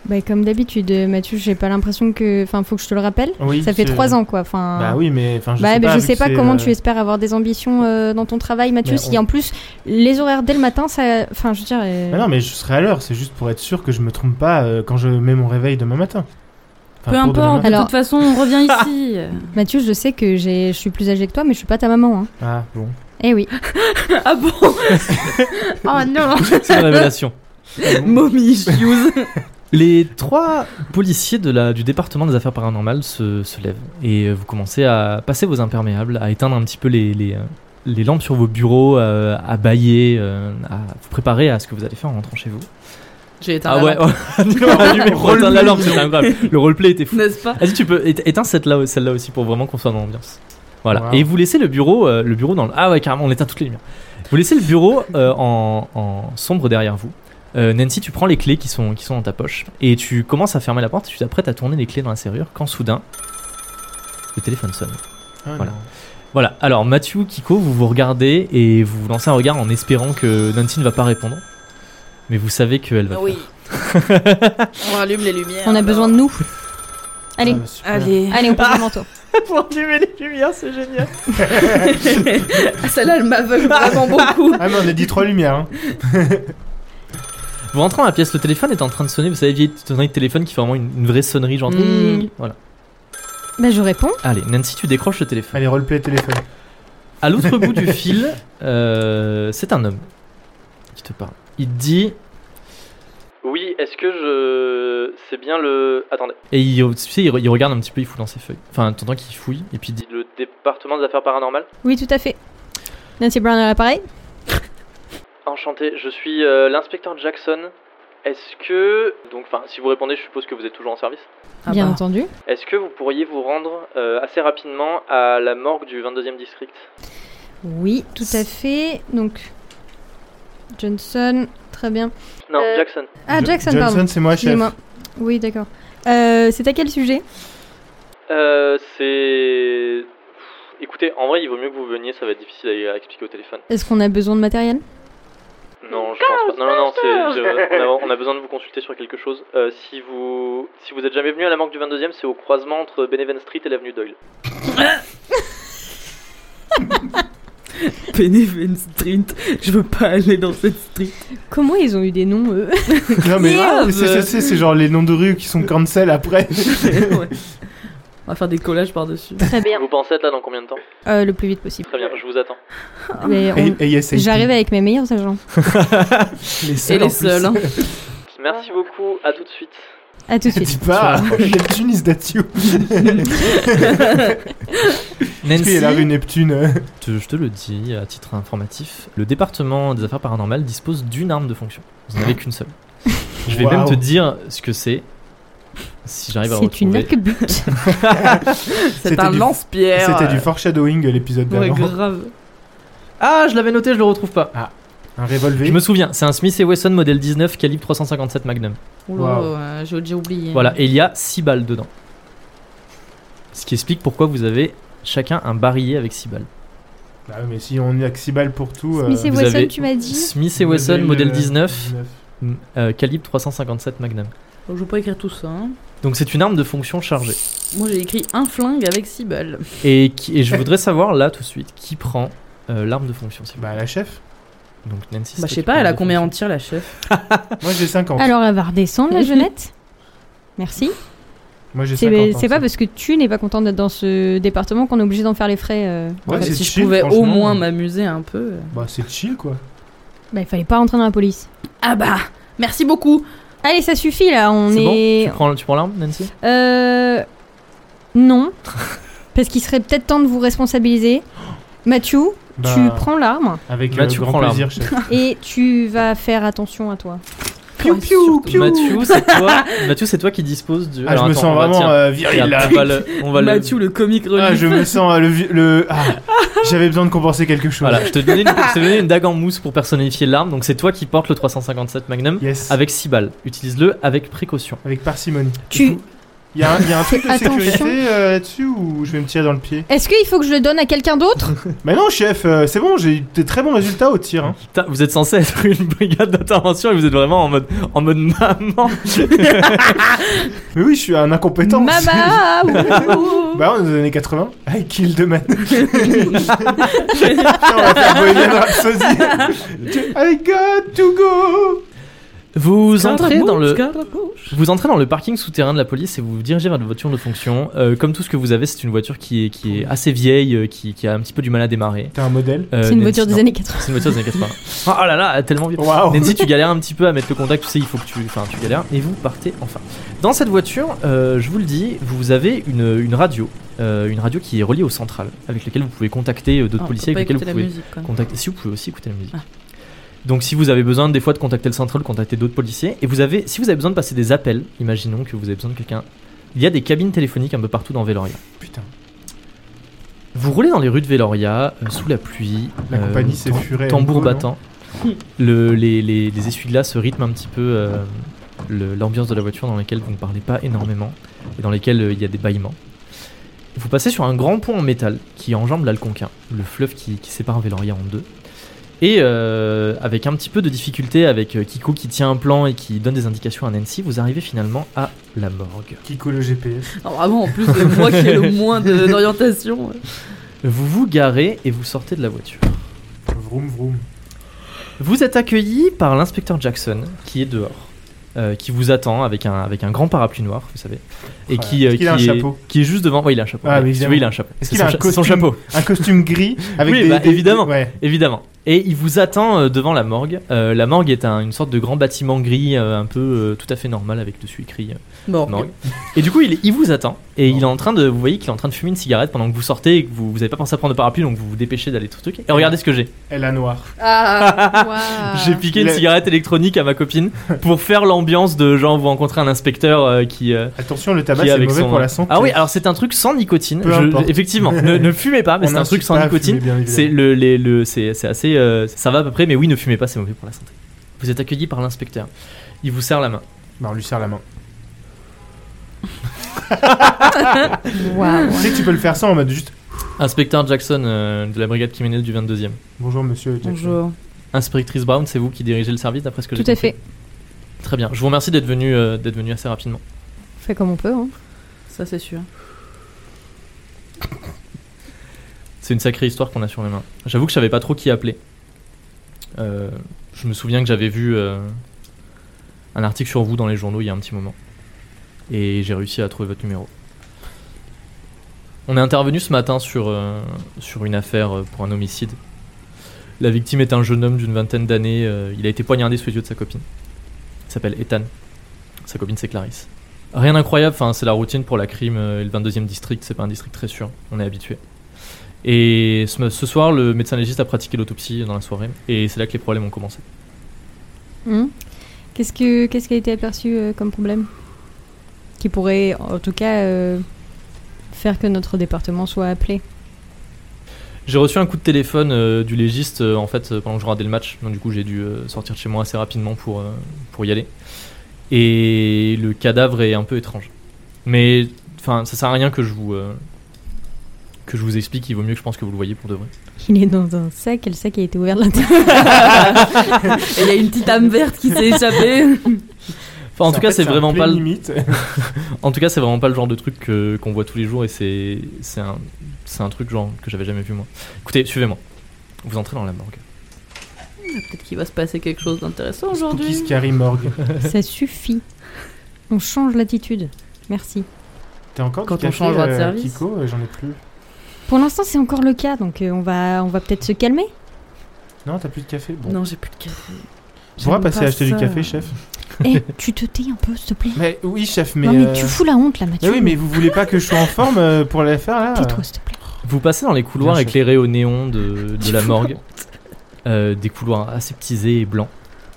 Speaker 3: bah, comme d'habitude, Mathieu, j'ai pas l'impression que, enfin, faut que je te le rappelle.
Speaker 2: Oui.
Speaker 3: ça fait
Speaker 2: c'est-
Speaker 3: trois ans quoi. Enfin.
Speaker 2: Bah oui, mais enfin je
Speaker 3: Bah,
Speaker 2: sais
Speaker 3: mais
Speaker 2: pas.
Speaker 3: je
Speaker 2: vu
Speaker 3: sais
Speaker 2: que
Speaker 3: pas
Speaker 2: c'est,
Speaker 3: comment
Speaker 2: euh,
Speaker 3: tu espères avoir des ambitions euh, dans ton travail, Mathieu,
Speaker 2: Mais
Speaker 3: si
Speaker 2: on-
Speaker 3: en plus les horaires dès le matin, ça. Enfin, je veux dire. euh,
Speaker 2: Bah non, mais je serai à l'heure. C'est juste pour être sûr que je me trompe pas euh, quand je mets mon réveil demain matin. Enfin, pour
Speaker 4: Peu
Speaker 2: demain
Speaker 4: importe, de
Speaker 2: matin.
Speaker 3: Alors-
Speaker 4: toute façon, on revient ici.
Speaker 3: Mathieu, je sais que j'ai- je suis plus âgée que toi, mais je suis pas ta maman. Hein.
Speaker 2: Ah bon.
Speaker 3: Eh oui.
Speaker 4: ah bon Oh non
Speaker 1: C'est une révélation.
Speaker 4: Mommy issues.
Speaker 1: Les trois policiers de la, du département des affaires paranormales se, se lèvent et euh, vous commencez à passer vos imperméables, à éteindre un petit peu les, les, euh, les lampes sur vos bureaux, euh, à bailler, euh, à vous préparer à ce que vous allez faire en rentrant chez vous.
Speaker 4: J'ai éteint
Speaker 1: Ah
Speaker 4: la
Speaker 1: ouais,
Speaker 4: lampe,
Speaker 1: on a allumé pour éteindre la lampe, c'était incroyable. Le roleplay était fou.
Speaker 4: n'est-ce pas
Speaker 1: Vas-y, tu peux éte- éteins celle-là celle aussi pour vraiment qu'on soit dans l'ambiance. Voilà.
Speaker 2: Wow.
Speaker 1: Et vous laissez le bureau, euh, le bureau dans le. Ah ouais, carrément, on éteint toutes les lumières. Vous laissez le bureau euh, en, en sombre derrière vous. Euh, Nancy, tu prends les clés qui sont, qui sont dans ta poche et tu commences à fermer la porte. Tu t'apprêtes à tourner les clés dans la serrure quand soudain, le téléphone sonne.
Speaker 2: Ah,
Speaker 1: Voilà.
Speaker 2: non.
Speaker 1: Voilà, alors Mathieu, Kiko, vous vous regardez et vous lancez un regard en espérant que Nancy ne va pas répondre. Mais vous savez qu'elle va. le
Speaker 4: Ah Oui.
Speaker 1: faire.
Speaker 4: On rallume les lumières.
Speaker 3: On a besoin de nous. Allez,
Speaker 2: Ah, bah, super.
Speaker 4: Allez.
Speaker 3: allez, on prend le manteau.
Speaker 1: Pour allumer les lumières, c'est génial.
Speaker 4: Ah, Celle-là, elle m'aveugle vraiment beaucoup.
Speaker 2: Ah, mais on a dit trois lumières. hein.
Speaker 1: Vous rentrez dans la pièce, le téléphone est en train de sonner. Vous savez, vieille sonnerie de téléphone qui fait vraiment une, une vraie sonnerie, genre.
Speaker 4: Mm.
Speaker 1: ting. Voilà.
Speaker 3: Bah, je réponds.
Speaker 1: Allez, Nancy, tu décroches le téléphone.
Speaker 2: Allez, roleplay téléphone.
Speaker 1: À l'autre bout du fil, euh, c'est un homme qui te parle. Il te dit. Oui, est-ce que je. C'est bien le. Attendez. Et il, tu sais, il, re- il regarde un petit peu, il fouille dans ses feuilles. Enfin, t'entends qu'il fouille, et puis il dit. Le département des affaires paranormales
Speaker 3: Oui, tout à fait. Nancy Brown à l'appareil.
Speaker 1: Enchanté, je suis euh, l'inspecteur Jackson. Est-ce que. Donc, enfin, si vous répondez, je suppose que vous êtes toujours en service.
Speaker 4: Ah
Speaker 3: Bien
Speaker 4: bah.
Speaker 3: entendu.
Speaker 1: Est-ce que vous pourriez vous rendre euh, assez rapidement à la morgue du 22e district
Speaker 3: Oui, tout à fait. Donc, Johnson, très bien.
Speaker 1: Non,
Speaker 3: Euh,
Speaker 1: Jackson.
Speaker 3: Ah,
Speaker 2: Jo-
Speaker 3: Jackson,
Speaker 2: Johnson,
Speaker 3: pardon.
Speaker 2: c'est moi, chef.
Speaker 3: Excusez-moi. Oui, d'accord. Euh, c'est à quel sujet
Speaker 1: Euh, c'est. Écoutez, en vrai, il vaut mieux que vous veniez, ça va être difficile à à expliquer au téléphone.
Speaker 3: Est-ce qu'on a besoin de matériel
Speaker 1: Non, je pense pas. Non, non, non, c'est- je- on, a, on a besoin de vous consulter sur quelque chose. Euh, si vous si vous êtes jamais venu à la Manque du 22 e c'est au croisement entre Beneven Street et l'avenue Doyle.
Speaker 4: Beneven Street. Je veux pas aller dans cette street.
Speaker 3: Comment ils ont eu des noms, eux
Speaker 2: Non, mais
Speaker 4: Merde.
Speaker 2: c'est- c'est c'est- c'est genre les noms de rue qui sont cancel après.
Speaker 4: Ouais. On va faire des collages par-dessus.
Speaker 3: Très bien.
Speaker 1: Vous pensez être là dans combien de temps
Speaker 3: Euh, le plus vite possible.
Speaker 1: Très bien, je vous attends.
Speaker 3: Mais on-
Speaker 2: Et- et ASAP.
Speaker 3: J'arrive avec mes meilleurs agents.
Speaker 2: Les
Speaker 4: Et
Speaker 2: seuls. en
Speaker 4: les
Speaker 2: plus.
Speaker 4: seuls. hein.
Speaker 1: Merci beaucoup, à tout de suite.
Speaker 3: À tout de
Speaker 2: Dis
Speaker 3: suite.
Speaker 2: pas, Neptune is that you. Parce qu'il y a la rue Neptune. euh.
Speaker 1: Te- je te le dis à titre informatif, le département des affaires paranormales dispose d'une arme de fonction. Vous n'en avez qu'une seule. Je vais
Speaker 2: Waouh.
Speaker 1: même te dire ce que c'est si j'arrive à
Speaker 3: C'est une
Speaker 1: retrouver.
Speaker 3: arc-but.
Speaker 4: C'est
Speaker 2: C'était
Speaker 4: un
Speaker 2: du-
Speaker 4: lance-pierre.
Speaker 2: C'était du foreshadowing l'épisode
Speaker 4: euh, Ouais,
Speaker 2: d'avant.
Speaker 4: grave.
Speaker 1: Ah, je l'avais noté, je le retrouve pas.
Speaker 2: Un revolver.
Speaker 1: Je me souviens, c'est un Smith Wesson modèle 19 calibre 357 Magnum.
Speaker 4: Oh là,
Speaker 2: Wow.
Speaker 4: euh, j'ai déjà oublié.
Speaker 1: Voilà, et il y a 6 balles dedans. Ce qui explique pourquoi vous avez chacun un barillet avec 6 balles.
Speaker 2: Ah, mais si on est à 6 balles pour tout. euh,
Speaker 3: Mais c'est
Speaker 1: vous
Speaker 3: Wesson,
Speaker 1: avez-
Speaker 3: tu m'as dit
Speaker 1: Smith Wesson
Speaker 2: le-
Speaker 1: modèle
Speaker 2: le-
Speaker 1: 19 euh, calibre 357 Magnum.
Speaker 4: Je veux pas écrire tout ça. hein.
Speaker 1: Donc c'est une arme de fonction chargée.
Speaker 4: Moi, j'ai écrit un flingue avec 6 balles.
Speaker 1: Et, qui- et je voudrais savoir là tout de suite qui prend euh, l'arme de fonction. s'il vous
Speaker 2: Bah, la chef.
Speaker 1: plaît. Donc Nancy. c'est
Speaker 4: Bah, je
Speaker 1: toi
Speaker 4: sais
Speaker 1: qui
Speaker 4: pas,
Speaker 1: prends
Speaker 4: elle a
Speaker 1: l'arme de
Speaker 4: combien en
Speaker 1: fonction.
Speaker 4: tir la chef
Speaker 2: Moi j'ai 50.
Speaker 3: Alors, elle va redescendre, la jeunette Merci.
Speaker 2: Moi j'ai hein. 50.
Speaker 3: C'est
Speaker 2: ans,
Speaker 3: c'est pas
Speaker 2: ça.
Speaker 3: parce que tu n'es pas contente d'être dans ce département qu'on est obligé d'en faire les frais. euh.
Speaker 2: Ouais,
Speaker 4: Enfin,
Speaker 2: c'est
Speaker 4: Si je
Speaker 2: chill,
Speaker 4: pouvais au
Speaker 2: franchement.
Speaker 4: moins m'amuser un peu.
Speaker 2: Bah, c'est chill quoi.
Speaker 3: Bah, il fallait pas rentrer dans la police.
Speaker 4: Ah bah, merci beaucoup.
Speaker 3: Allez, ça suffit là, on
Speaker 1: C'est bon
Speaker 3: est.
Speaker 1: Tu prends, tu prends l'arme, Nancy
Speaker 3: Euh. Non. parce qu'il serait peut-être temps de vous responsabiliser. Mathieu,
Speaker 2: Bah,
Speaker 3: tu prends l'arme
Speaker 2: Avec
Speaker 1: Bah,
Speaker 2: euh,
Speaker 1: tu
Speaker 2: grand
Speaker 1: prends l'arme.
Speaker 2: plaisir, chef.
Speaker 3: et tu vas faire attention à toi.
Speaker 4: Piou, piou, piou.
Speaker 1: Mathieu, c'est toi. Mathieu, c'est toi qui dispose du.
Speaker 2: Ah,
Speaker 1: Alors,
Speaker 2: je me
Speaker 1: attends,
Speaker 2: sens
Speaker 1: on va-
Speaker 2: vraiment
Speaker 1: tiens,
Speaker 2: euh,
Speaker 1: regarde,
Speaker 2: viril là.
Speaker 1: On va le. On va le-
Speaker 4: Mathieu, le comique
Speaker 2: Ah,
Speaker 4: relief.
Speaker 2: je me sens euh, le. vi- le... Ah, j'avais besoin de compenser quelque chose.
Speaker 1: Voilà, je te donnais une, je te donnais une dague en mousse pour personnifier l'arme. Donc c'est toi qui portes le 357 Magnum
Speaker 2: Yes.
Speaker 1: avec
Speaker 2: Avec,
Speaker 1: 6 balles. Utilise-le avec précaution.
Speaker 2: parcimonie.
Speaker 3: Tu.
Speaker 2: Il y, a un- y a un truc de
Speaker 3: Attention.
Speaker 2: sécurité euh, là-dessus ou je vais me tirer dans le pied
Speaker 3: Est-ce qu'il faut que je le donne à quelqu'un d'autre
Speaker 2: Mais non, chef, euh, c'est bon, j'ai eu des très bons résultats au tir. hein.
Speaker 1: Putain, vous êtes censé être une brigade d'intervention et vous êtes vraiment en mode, en mode maman.
Speaker 2: Mais oui, je suis un incompétent. Euh,
Speaker 3: Mama ouh.
Speaker 2: Bah, on est dans les années 80. I kill the man. Tiens, on va faire Bohemian Rhapsody. I got to go.
Speaker 1: Vous entrez dans le.
Speaker 4: Garde à gauche.
Speaker 1: Vous entrez dans le parking souterrain de la police et vous vous dirigez vers votre voiture de fonction. Euh, comme tout ce que vous avez, c'est une voiture qui est, qui est assez vieille, euh, qui, qui a un petit peu du mal à démarrer.
Speaker 2: T'es un modèle.
Speaker 1: Euh,
Speaker 3: C'est une
Speaker 1: Nancy,
Speaker 3: voiture des
Speaker 1: non.
Speaker 3: années 80.
Speaker 1: C'est une voiture des années 80. Ah oh là là, tellement vieux.
Speaker 2: Waouh.
Speaker 1: Nancy, tu galères un petit peu à mettre le contact, tu sais, il faut que tu. Enfin, tu galères, et vous partez enfin. Dans cette voiture, euh, je vous le dis, vous avez une, une radio, euh, une radio qui est reliée au central, avec laquelle vous pouvez contacter euh, d'autres
Speaker 4: Ah, on
Speaker 1: policiers,
Speaker 4: peut
Speaker 1: avec
Speaker 4: pas
Speaker 1: lesquels
Speaker 4: écouter
Speaker 1: vous
Speaker 4: la
Speaker 1: pouvez
Speaker 4: musique, quoi.
Speaker 1: contacter. Si vous pouvez aussi écouter la musique.
Speaker 4: Ah.
Speaker 1: Donc, si vous avez besoin des fois de contacter le central, contacter d'autres policiers, et vous avez, si vous avez besoin de passer des appels, imaginons que vous avez besoin de quelqu'un, il y a des cabines téléphoniques un peu partout dans Veloria.
Speaker 2: Putain,
Speaker 1: Vous roulez dans les rues de Veloria, euh, sous la pluie.
Speaker 2: la
Speaker 1: euh,
Speaker 2: compagnie s'est
Speaker 1: tam-
Speaker 2: furée.
Speaker 1: Tambour
Speaker 2: Nico, non
Speaker 1: battant. Le, les les, les essuie-glaces rythment un petit peu euh, le- l'ambiance de la voiture dans laquelle vous ne parlez pas énormément et dans lesquelles euh, il y a des bâillements. Vous passez sur un grand pont en métal qui enjambe l'Alconquin, le fleuve qui, qui sépare Veloria en deux. Et euh, avec un petit peu de difficulté, avec euh, Kiko qui tient un plan et qui donne des indications à Nancy, vous arrivez finalement à la morgue.
Speaker 2: Kiko le GPS.
Speaker 4: Alors, Ah, vraiment, en plus, de moi qui ai le moins de- d'orientation.
Speaker 1: Vous vous garez et vous sortez de la voiture.
Speaker 2: Vroom vroom.
Speaker 1: Vous êtes accueilli par l'inspecteur Jackson qui est dehors. euh, qui vous attend avec un, avec un grand parapluie noir, vous savez, et
Speaker 2: Voilà.
Speaker 1: qui, euh,
Speaker 2: Est-ce qu'il a
Speaker 1: qui
Speaker 2: un
Speaker 1: est-
Speaker 2: chapeau
Speaker 1: qui est juste devant. Oui, il a un chapeau.
Speaker 2: Ah,
Speaker 1: oui,
Speaker 2: mais évidemment.
Speaker 1: oui, il a un chapeau.
Speaker 2: Est-ce
Speaker 1: C'est
Speaker 2: qu'il
Speaker 1: son
Speaker 2: a un
Speaker 1: cha- c'est son
Speaker 2: costume
Speaker 1: chapeau
Speaker 2: Un costume gris avec
Speaker 1: Oui,
Speaker 2: des,
Speaker 1: bah,
Speaker 2: des-
Speaker 1: évidemment.
Speaker 2: Ouais.
Speaker 1: Évidemment. Et il vous attend euh, devant la morgue. Euh, la morgue est un- une sorte de grand bâtiment gris, euh, un peu euh, tout à fait normal, avec dessus écrit euh,
Speaker 4: Bon,
Speaker 1: morgue. Et du coup, il, il vous attend. Et il est en train de. Vous voyez qu'il est en train de fumer une cigarette pendant que vous sortez et que vous n'avez pas pensé à prendre de parapluie, donc vous vous dépêchez d'aller tout truc. Et regardez ce que j'ai.
Speaker 2: Elle a noir.
Speaker 4: Ah,
Speaker 1: J'ai piqué une
Speaker 2: Le-
Speaker 1: cigarette électronique à ma copine pour faire l'ambiance de genre vous rencontrez un inspecteur euh, qui. euh,
Speaker 2: Attention, le tabac
Speaker 1: qui est
Speaker 2: Ah bah, c'est
Speaker 1: avec
Speaker 2: mauvais
Speaker 1: son-
Speaker 2: pour la santé.
Speaker 1: Ah oui, alors c'est un truc sans nicotine.
Speaker 2: Peu
Speaker 1: Je-
Speaker 2: importe.
Speaker 1: effectivement, ne, ne fumez pas, Ah, mais
Speaker 2: On
Speaker 1: c'est un truc
Speaker 2: incite
Speaker 1: sans
Speaker 2: pas à
Speaker 1: nicotine.
Speaker 2: fumer, bien évidemment.
Speaker 1: C'est le, les- le- c'est c'est assez, euh, ça va à peu près, mais oui, ne fumez pas, c'est mauvais pour la santé. Vous êtes accueilli par l'inspecteur. Il vous serre la main.
Speaker 2: Bah, on lui serre la main.
Speaker 3: Waouh.
Speaker 2: Tu sais que tu peux le faire ça en mode juste
Speaker 1: Inspecteur Jackson euh, de la brigade criminelle du 22e.
Speaker 2: bonjour monsieur. Jackson.
Speaker 4: bonjour.
Speaker 1: Inspectrice Brown, c'est vous qui dirigez le service d'après ce que j'ai
Speaker 3: Tout à
Speaker 1: compris.
Speaker 3: fait.
Speaker 1: Très bien. Je vous remercie d'être venu, euh, d'être venu assez rapidement.
Speaker 3: On fait comme on peut. hein.
Speaker 4: Ça, c'est sûr.
Speaker 1: C'est une sacrée histoire qu'on a sur les mains. J'avoue que je savais pas trop qui appeler. Euh, je me souviens que j'avais vu euh, un article sur vous dans les journaux il y a un petit moment. Et j'ai réussi à trouver votre numéro. On est intervenu ce matin sur, euh, sur une affaire euh, pour un homicide. La victime est un jeune homme d'une vingtaine d'années. euh, il a été poignardé sous les yeux de sa copine. Il s'appelle Ethan. Sa copine, c'est Clarisse. Rien d'incroyable, enfin, c'est la routine pour la crime euh, et le 22e district. C'est pas un district très sûr. On est habitué. Et ce, ce soir, le médecin légiste a pratiqué l'autopsie dans la soirée, et c'est là que les problèmes ont commencé.
Speaker 3: Hmm. Qu'est-ce que qu'est-ce qui a été aperçu euh, comme problème qui pourrait, en tout cas, euh, faire que notre département soit appelé
Speaker 1: J'ai reçu un coup de téléphone euh, du légiste euh, en fait euh, pendant que je regardais le match, donc du coup j'ai dû euh, sortir de chez moi assez rapidement pour, euh, pour y aller. Et le cadavre est un peu étrange. Mais enfin, ça sert à rien que je vous euh, que je vous explique. Il vaut mieux que je pense que vous le voyez pour de vrai.
Speaker 3: Il est dans un sac et le sac a été ouvert de l'intérieur.
Speaker 4: Et il y a une petite âme verte qui s'est échappée.
Speaker 1: Enfin, en tout
Speaker 2: fait,
Speaker 1: cas, c'est
Speaker 2: un
Speaker 1: vraiment
Speaker 2: plein
Speaker 1: pas le-
Speaker 2: limite.
Speaker 1: En tout cas, c'est vraiment pas le genre de truc que- qu'on voit tous les jours et c'est c'est un, c'est un truc genre que j'avais jamais vu moi. Écoutez, suivez-moi. Vous entrez dans la morgue.
Speaker 4: Peut-être qu'il va se passer quelque chose d'intéressant
Speaker 2: Spooky
Speaker 4: aujourd'hui.
Speaker 2: Scary Morgue.
Speaker 3: Ça suffit. On change l'attitude. Merci.
Speaker 2: T'es encore du
Speaker 4: Quand on
Speaker 2: café,
Speaker 4: changera de
Speaker 2: euh,
Speaker 4: service.
Speaker 2: Kiko, euh, j'en ai plus.
Speaker 3: Pour l'instant, c'est encore le cas, donc euh, on va, on va peut-être se calmer.
Speaker 2: Non, t'as plus de café. Bon.
Speaker 4: Non, j'ai plus de café.
Speaker 2: On pourra
Speaker 4: J'aime
Speaker 2: passer
Speaker 4: pas
Speaker 2: à acheter
Speaker 4: ça.
Speaker 2: du café, chef.
Speaker 3: Eh, tu te tais un peu, s'il te plaît.
Speaker 2: Mais oui, chef, mais.
Speaker 3: non, mais
Speaker 2: euh,
Speaker 3: tu fous la honte là,
Speaker 2: mais
Speaker 3: Mathieu.
Speaker 2: oui, mais vous voulez pas que je sois en forme euh, pour la faire là
Speaker 3: Tais-toi, s'il te plaît.
Speaker 1: Vous passez dans les couloirs
Speaker 2: Bien sûr.
Speaker 1: éclairés au néon de, de la morgue, Euh, des couloirs aseptisés et blancs.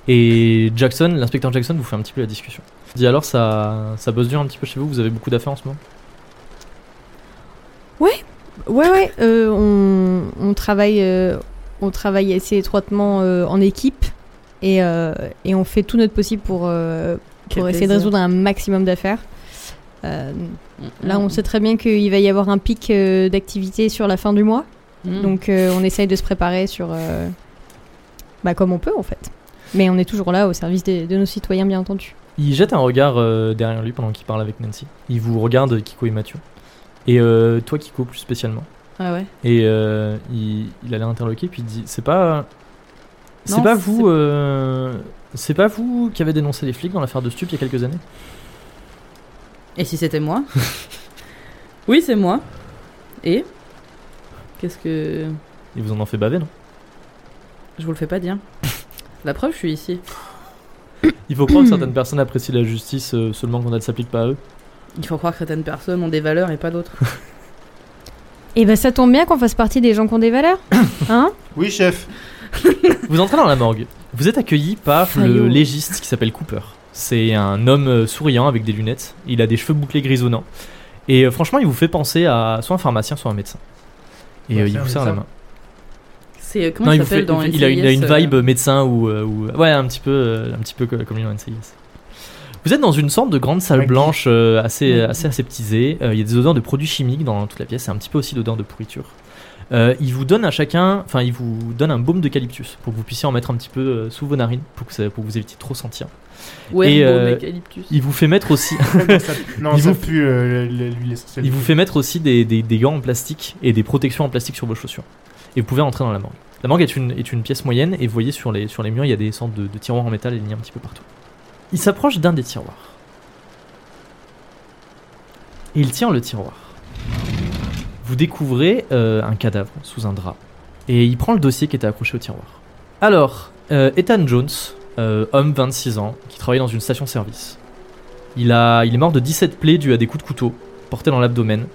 Speaker 1: Et Jackson, l'inspecteur Jackson, vous fait un petit peu la discussion. Il dit alors, ça, ça bosse dur un petit peu chez vous, vous avez beaucoup d'affaires en ce moment
Speaker 3: Ouais, ouais, euh, on, on travaille, euh, on travaille assez étroitement euh, en équipe et, euh, et on fait tout notre possible pour, euh,
Speaker 4: Quel
Speaker 3: pour essayer de
Speaker 4: plaisir.
Speaker 3: résoudre un maximum d'affaires. Euh, là, on sait très bien qu'il va y avoir un pic euh, d'activité sur la fin du mois,
Speaker 4: Mm.
Speaker 3: donc euh, on essaye de se préparer sur, euh, bah, comme on peut en fait. Mais on est toujours là au service des- de nos citoyens, bien entendu.
Speaker 1: Il jette un regard euh, derrière lui pendant qu'il parle avec Nancy. Il vous regarde, Kiko et Mathieu. Et euh, toi, Kiko, plus spécialement.
Speaker 4: Ah ouais.
Speaker 1: Et euh, il, il a l'air interloqué, puis il dit C'est pas. C'est
Speaker 4: Non,
Speaker 1: pas
Speaker 4: c'est-
Speaker 1: vous. euh, c'est pas vous qui avez dénoncé les flics dans l'affaire de Stup il y a quelques années
Speaker 4: Et si c'était moi Oui, c'est moi. Et Qu'est-ce que.
Speaker 1: Et vous en ont fait baver, non
Speaker 4: Je vous le fais pas dire. La preuve, je suis ici.
Speaker 1: Il faut croire que certaines personnes apprécient la justice euh, seulement quand elle s'applique pas à eux.
Speaker 4: Il faut croire que certaines personnes ont des valeurs et pas d'autres.
Speaker 3: Et ben ça tombe bien qu'on fasse partie des gens qui ont des valeurs, hein
Speaker 2: Oui, chef.
Speaker 1: Vous entrez dans la morgue. Vous êtes accueilli par le
Speaker 3: Faillot.
Speaker 1: légiste qui s'appelle Cooper. C'est un homme euh, souriant avec des lunettes. Il a des cheveux bouclés grisonnants. Et euh, franchement, il vous fait penser à soit un pharmacien, soit un médecin. Et
Speaker 2: Ouais,
Speaker 1: euh,
Speaker 2: c'est
Speaker 1: il
Speaker 2: un
Speaker 1: vous serre la
Speaker 2: médecin.
Speaker 1: main.
Speaker 4: C'est euh, comment
Speaker 1: il,
Speaker 4: il
Speaker 1: vous
Speaker 4: s'appelle
Speaker 1: fait-
Speaker 4: dans
Speaker 1: il a, il a
Speaker 4: NCIS,
Speaker 1: une
Speaker 4: euh,
Speaker 1: vibe médecin ou, euh, ou- ouais un petit peu euh, un petit peu co- comme lui dans NCIS. Vous êtes dans une sorte de grande salle
Speaker 2: Ouais.
Speaker 1: blanche euh, assez,
Speaker 4: Ouais.
Speaker 1: assez aseptisée. Euh, Il y a des odeurs de produits chimiques dans toute la pièce. C'est un petit peu aussi l'odeur de pourriture. Euh, il vous donne à chacun, enfin, il vous donne un baume d'eucalyptus pour que vous puissiez en mettre un petit peu euh, sous vos narines pour que, ça- pour que vous évitiez de trop sentir.
Speaker 4: Ouais,
Speaker 1: Et,
Speaker 4: bon,
Speaker 1: euh,
Speaker 4: eucalyptus.
Speaker 1: Il vous fait mettre aussi,
Speaker 2: Ça- non,
Speaker 1: Il
Speaker 2: ça
Speaker 1: vous-
Speaker 2: pue euh, le- le- l'huile essentielle.
Speaker 1: il vous fait mettre aussi des, des- des gants en plastique et des protections en plastique sur vos chaussures. Et vous pouvez entrer dans la morgue. La morgue est une, est une pièce moyenne et vous voyez sur les, sur les murs, il y a des sortes de, de tiroirs en métal alignés un petit peu partout. Il s'approche d'un des tiroirs. Et il tient le tiroir. Vous découvrez euh, un cadavre sous un drap. Et il prend le dossier qui était accroché au tiroir. Alors, euh, Ethan Jones, euh, homme 26 ans, qui travaille dans une station-service. Il, a, il est mort de 17 plaies dues à des coups de couteau portés dans l'abdomen.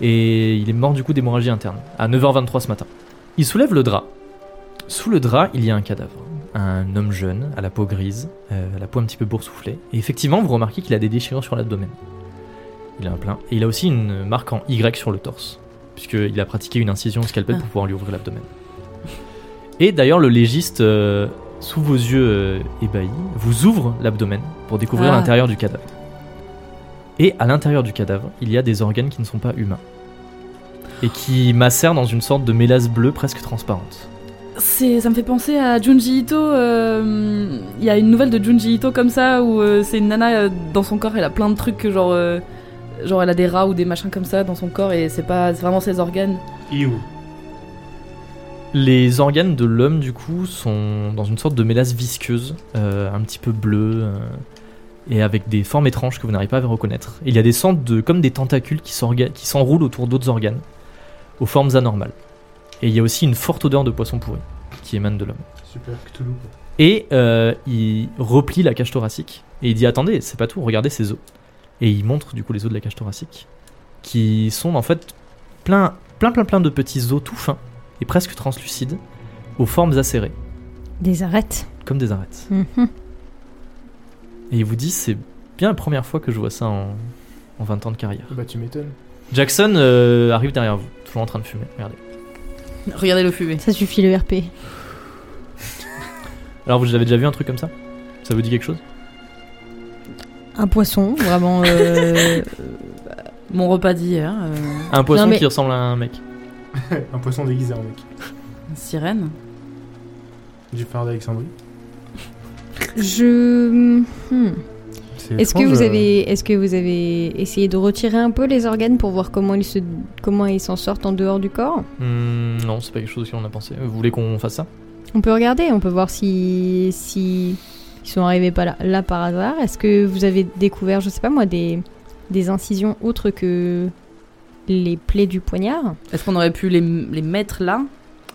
Speaker 1: Et il est mort du coup d'hémorragie interne, à 9h23 ce matin. Il soulève le drap. Sous le drap, il y a un cadavre. Un homme jeune, à la peau grise, euh, à la peau un petit peu boursouflée. Et effectivement, vous remarquez qu'il a des déchirures sur l'abdomen. Il a un plein. Et il a aussi une marque en Y sur le torse, puisqu'il a pratiqué une incision au scalpel pour pouvoir lui ouvrir l'abdomen. Et d'ailleurs, le légiste, euh, sous vos yeux euh, ébahis, vous ouvre l'abdomen pour découvrir
Speaker 4: Ah.
Speaker 1: l'intérieur du cadavre. Et à l'intérieur du cadavre, il y a des organes qui ne sont pas humains. Et qui macèrent dans une sorte de mélasse bleue presque transparente.
Speaker 4: C'est, ça me fait penser à Junji Ito. euh, Il y a une nouvelle de Junji Ito comme ça où euh, c'est une nana euh, dans son corps, elle a plein de trucs que genre, euh, genre elle a des rats ou des machins comme ça dans son corps et c'est pas c'est vraiment ses organes.
Speaker 2: Iou.
Speaker 1: Les organes de l'homme, du coup, sont dans une sorte de mélasse visqueuse, euh, un petit peu bleue, euh, et avec des formes étranges que vous n'arrivez pas à reconnaître. Il y a des sortes de. comme des tentacules qui s'orga- qui s'enroulent autour d'autres organes, aux formes anormales. Et il y a aussi une forte odeur de poisson pourri qui émane de l'homme.
Speaker 2: Super Cthulhu. quoi.
Speaker 1: Et euh, il replie la cage thoracique. Et il dit Attendez, c'est pas tout, regardez ces os. Et il montre du coup les os de la cage thoracique. Qui sont en fait plein, plein, plein, plein de petits os tout fins et presque translucides aux formes acérées,
Speaker 3: Des arêtes.
Speaker 1: comme des arêtes.
Speaker 3: Mhm.
Speaker 1: Et il vous dit C'est bien la première fois que je vois ça en, en 20 ans de carrière.
Speaker 2: Bah, tu m'étonnes.
Speaker 1: Jackson euh, arrive derrière vous, toujours en train de fumer. Regardez.
Speaker 4: Regardez le fumé.
Speaker 3: Ça suffit le RP.
Speaker 1: Alors vous avez déjà vu un truc comme ça Ça vous dit quelque chose
Speaker 3: Un poisson, vraiment. euh,
Speaker 4: Mon repas d'hier, euh,
Speaker 1: Un poisson
Speaker 3: mais-
Speaker 1: qui ressemble à un mec.
Speaker 2: Un poisson déguisé en mec.
Speaker 4: une sirène.
Speaker 2: Du phare d'Alexandrie.
Speaker 3: je. hmm.
Speaker 2: C'est
Speaker 3: Est-ce que
Speaker 2: étrange,
Speaker 3: vous
Speaker 2: euh,
Speaker 3: avez, est-ce que vous avez essayé de retirer un peu les organes pour voir comment ils se, comment ils s'en sortent en dehors du corps
Speaker 1: Hmm, non, c'est pas quelque chose qu'on a pensé. Vous voulez qu'on fasse ça
Speaker 3: On peut regarder, on peut voir si, si ils sont arrivés pas là, là par hasard. Est-ce que vous avez découvert, je sais pas moi, des, des incisions autres que les plaies du poignard
Speaker 4: Est-ce qu'on aurait pu les, les mettre là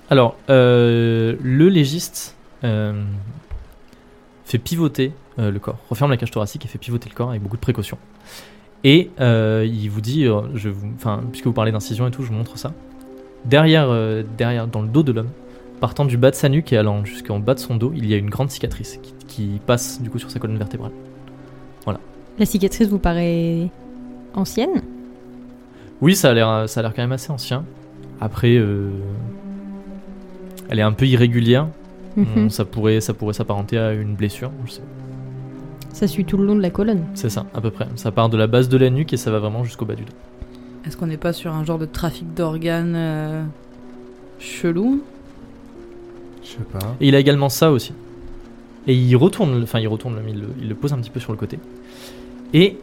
Speaker 1: Alors, euh, le légiste euh, fait pivoter euh, le corps, referme la cage thoracique et fait pivoter le corps avec beaucoup de précaution. Et euh, il vous dit, euh, je vous, enfin, puisque vous parlez d'incision et tout, je vous montre ça. Derrière, euh, derrière, dans le dos de l'homme, partant du bas de sa nuque et allant jusqu'en bas de son dos, il y a une grande cicatrice qui, qui passe du coup sur sa colonne vertébrale.
Speaker 3: La cicatrice vous paraît ancienne
Speaker 1: Oui, ça a l'air, ça a l'air quand même assez ancien. Après, euh, elle est un peu irrégulière.
Speaker 3: Mhm.
Speaker 2: Hmm.
Speaker 1: On- ça pourrait, ça pourrait s'apparenter à une blessure. Je sais pas.
Speaker 3: Ça suit tout le long de la colonne.
Speaker 1: C'est ça, à peu près. Ça part de la base de la nuque et ça va vraiment jusqu'au bas du dos.
Speaker 4: Est-ce qu'on n'est pas sur un genre de trafic d'organes euh, chelou
Speaker 2: Je sais pas.
Speaker 1: Et il a également ça aussi. Et il retourne, le- enfin il retourne, le- il le, il le pose un petit peu sur le côté. Et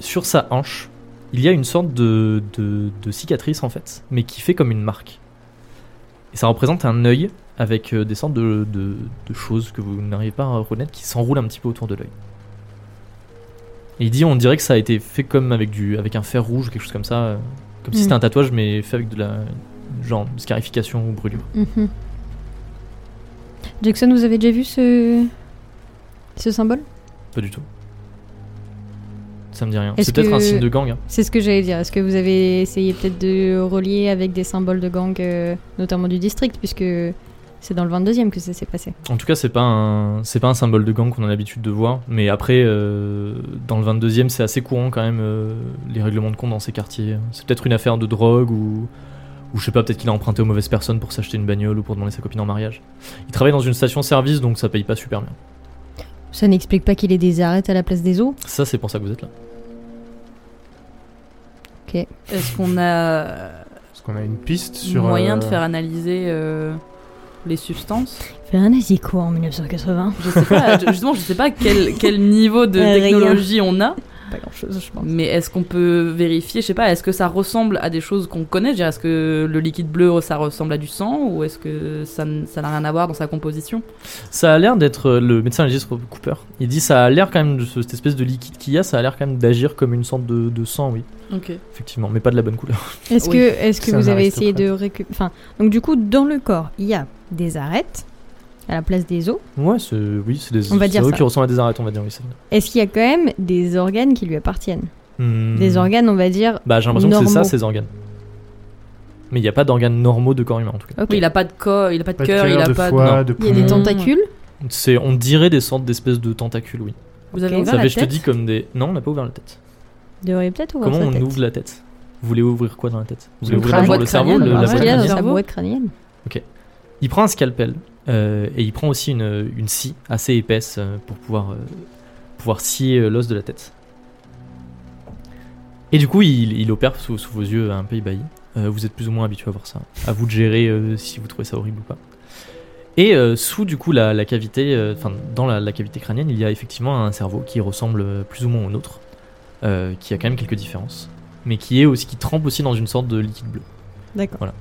Speaker 1: sur sa hanche, il y a une sorte de, de- de cicatrice en fait, mais qui fait comme une marque. Et ça représente un œil avec euh, des sortes de, de- de choses que vous n'arrivez pas à reconnaître qui s'enroulent un petit peu autour de l'œil. Et il dit, on dirait que ça a été fait comme avec du, avec un fer rouge, quelque chose comme ça, euh, comme si
Speaker 3: Mm.
Speaker 1: c'était un tatouage mais fait avec de la genre scarification ou brûlure.
Speaker 3: Mhm. Jackson, vous avez déjà vu ce, ce symbole
Speaker 1: Pas du tout. Ça me dit rien.
Speaker 3: Est-ce
Speaker 1: C'est peut-être un
Speaker 3: que-
Speaker 1: signe de gang. hein.
Speaker 3: C'est ce que j'allais dire. Est-ce que vous avez essayé peut-être de relier avec des symboles de gang, euh, notamment du district, puisque c'est dans le 22e que ça s'est passé
Speaker 1: En tout cas, c'est pas un, c'est pas un symbole de gang qu'on a l'habitude de voir. Mais après, euh, dans le 22e, c'est assez courant quand même euh, les règlements de compte dans ces quartiers. C'est peut-être une affaire de drogue ou, ou je sais pas, peut-être qu'il a emprunté aux mauvaises personnes pour s'acheter une bagnole ou pour demander sa copine en mariage. Il travaille dans une station-service, donc ça paye pas super bien.
Speaker 3: Ça n'explique pas qu'il ait des arêtes à la place des os.
Speaker 1: Ça, c'est pour ça que vous êtes là.
Speaker 4: Est-ce qu'on a
Speaker 2: Parce qu'on a une piste sur.
Speaker 4: moyen
Speaker 2: euh,
Speaker 4: de faire analyser euh, les substances
Speaker 3: Fait un nazi quoi en 1980
Speaker 4: Je sais pas, je- justement, je sais pas quel, quel niveau de
Speaker 3: Euh, rien.
Speaker 4: technologie on a,
Speaker 3: Pas grand chose, je pense.
Speaker 4: mais est-ce qu'on peut vérifier, je sais pas, est-ce que ça ressemble à des choses qu'on connaît Je veux dire, Est-ce que le liquide bleu, ça ressemble à du sang ou est-ce que ça n- ça n'a rien à voir dans sa composition
Speaker 1: Ça a l'air d'être euh, le médecin légiste Rob Cooper. Il dit ça a l'air quand même de ce- cette espèce de liquide qu'il y a, ça a l'air quand même d'agir comme une sorte de, de sang, oui,
Speaker 4: Ok.
Speaker 1: effectivement, mais pas de la bonne couleur.
Speaker 3: Est-ce
Speaker 4: Oui.
Speaker 3: que, est que
Speaker 1: C'est
Speaker 3: vous
Speaker 1: un
Speaker 3: avez essayé de récupérer. Enfin, donc du coup, dans le corps, il y a des arêtes à la place des os.
Speaker 1: Ouais, c'est oui, c'est des
Speaker 3: On va
Speaker 1: c'est
Speaker 3: dire
Speaker 1: eux
Speaker 3: ça.
Speaker 1: qui ressemblent à des arêtes, on va dire oui. celle-là.
Speaker 3: Est-ce qu'il y a quand même des organes qui lui appartiennent
Speaker 1: Hmm.
Speaker 3: Des organes, on va dire.
Speaker 1: Bah, j'ai l'impression que c'est ça,
Speaker 3: normaux.
Speaker 1: ces organes. Mais il n'y a pas d'organes normaux de corps humain en tout cas.
Speaker 3: Ok.
Speaker 4: Oui, il a pas de corps, il a pas de
Speaker 2: Pas de
Speaker 4: cœur, il
Speaker 2: cœur,
Speaker 4: a
Speaker 2: de
Speaker 4: pas de...
Speaker 1: non.
Speaker 2: foie, de
Speaker 3: Il y a des
Speaker 4: Hmm.
Speaker 2: poumon.
Speaker 3: tentacules.
Speaker 1: C'est, on dirait des sortes d'espèces de tentacules, oui.
Speaker 4: Vous avez
Speaker 3: Ok.
Speaker 4: ouvert
Speaker 1: Ça
Speaker 4: la
Speaker 1: fait, je te
Speaker 4: tête Ah,
Speaker 1: dis comme des. Non, on n'a pas ouvert la tête.
Speaker 3: Vous devriez peut-être ouvrir
Speaker 1: Comment
Speaker 3: sa
Speaker 1: on
Speaker 3: tête.
Speaker 1: ouvre la tête Vous voulez ouvrir quoi dans la tête Vous voulez
Speaker 2: Le Ah,
Speaker 1: ouvrir
Speaker 2: crâne.
Speaker 1: d'abord
Speaker 4: La
Speaker 1: le
Speaker 4: boîte
Speaker 1: cerveau,
Speaker 4: crânienne,
Speaker 1: le-
Speaker 4: la
Speaker 1: la
Speaker 4: boîte
Speaker 1: boîte
Speaker 4: crânienne.
Speaker 1: crânienne
Speaker 3: Sa
Speaker 4: cerveau.
Speaker 3: boîte crânienne.
Speaker 1: Il prend un scalpel euh, et il prend aussi une, une scie assez épaisse euh, pour pouvoir, euh, pouvoir scier euh, l'os de la tête. Et du coup, il, il opère sous, sous vos yeux un peu ébahi. Euh, vous êtes plus ou moins habitué à voir ça. À vous de gérer euh, si vous trouvez ça horrible ou pas. Et euh, sous du coup la, la cavité, euh, enfin dans la, la cavité crânienne, il y a effectivement un cerveau qui ressemble euh, plus ou moins au nôtre, euh, qui a quand même quelques différences, mais qui est aussi qui trempe aussi dans une sorte de liquide bleu.
Speaker 3: D'accord.
Speaker 1: Voilà.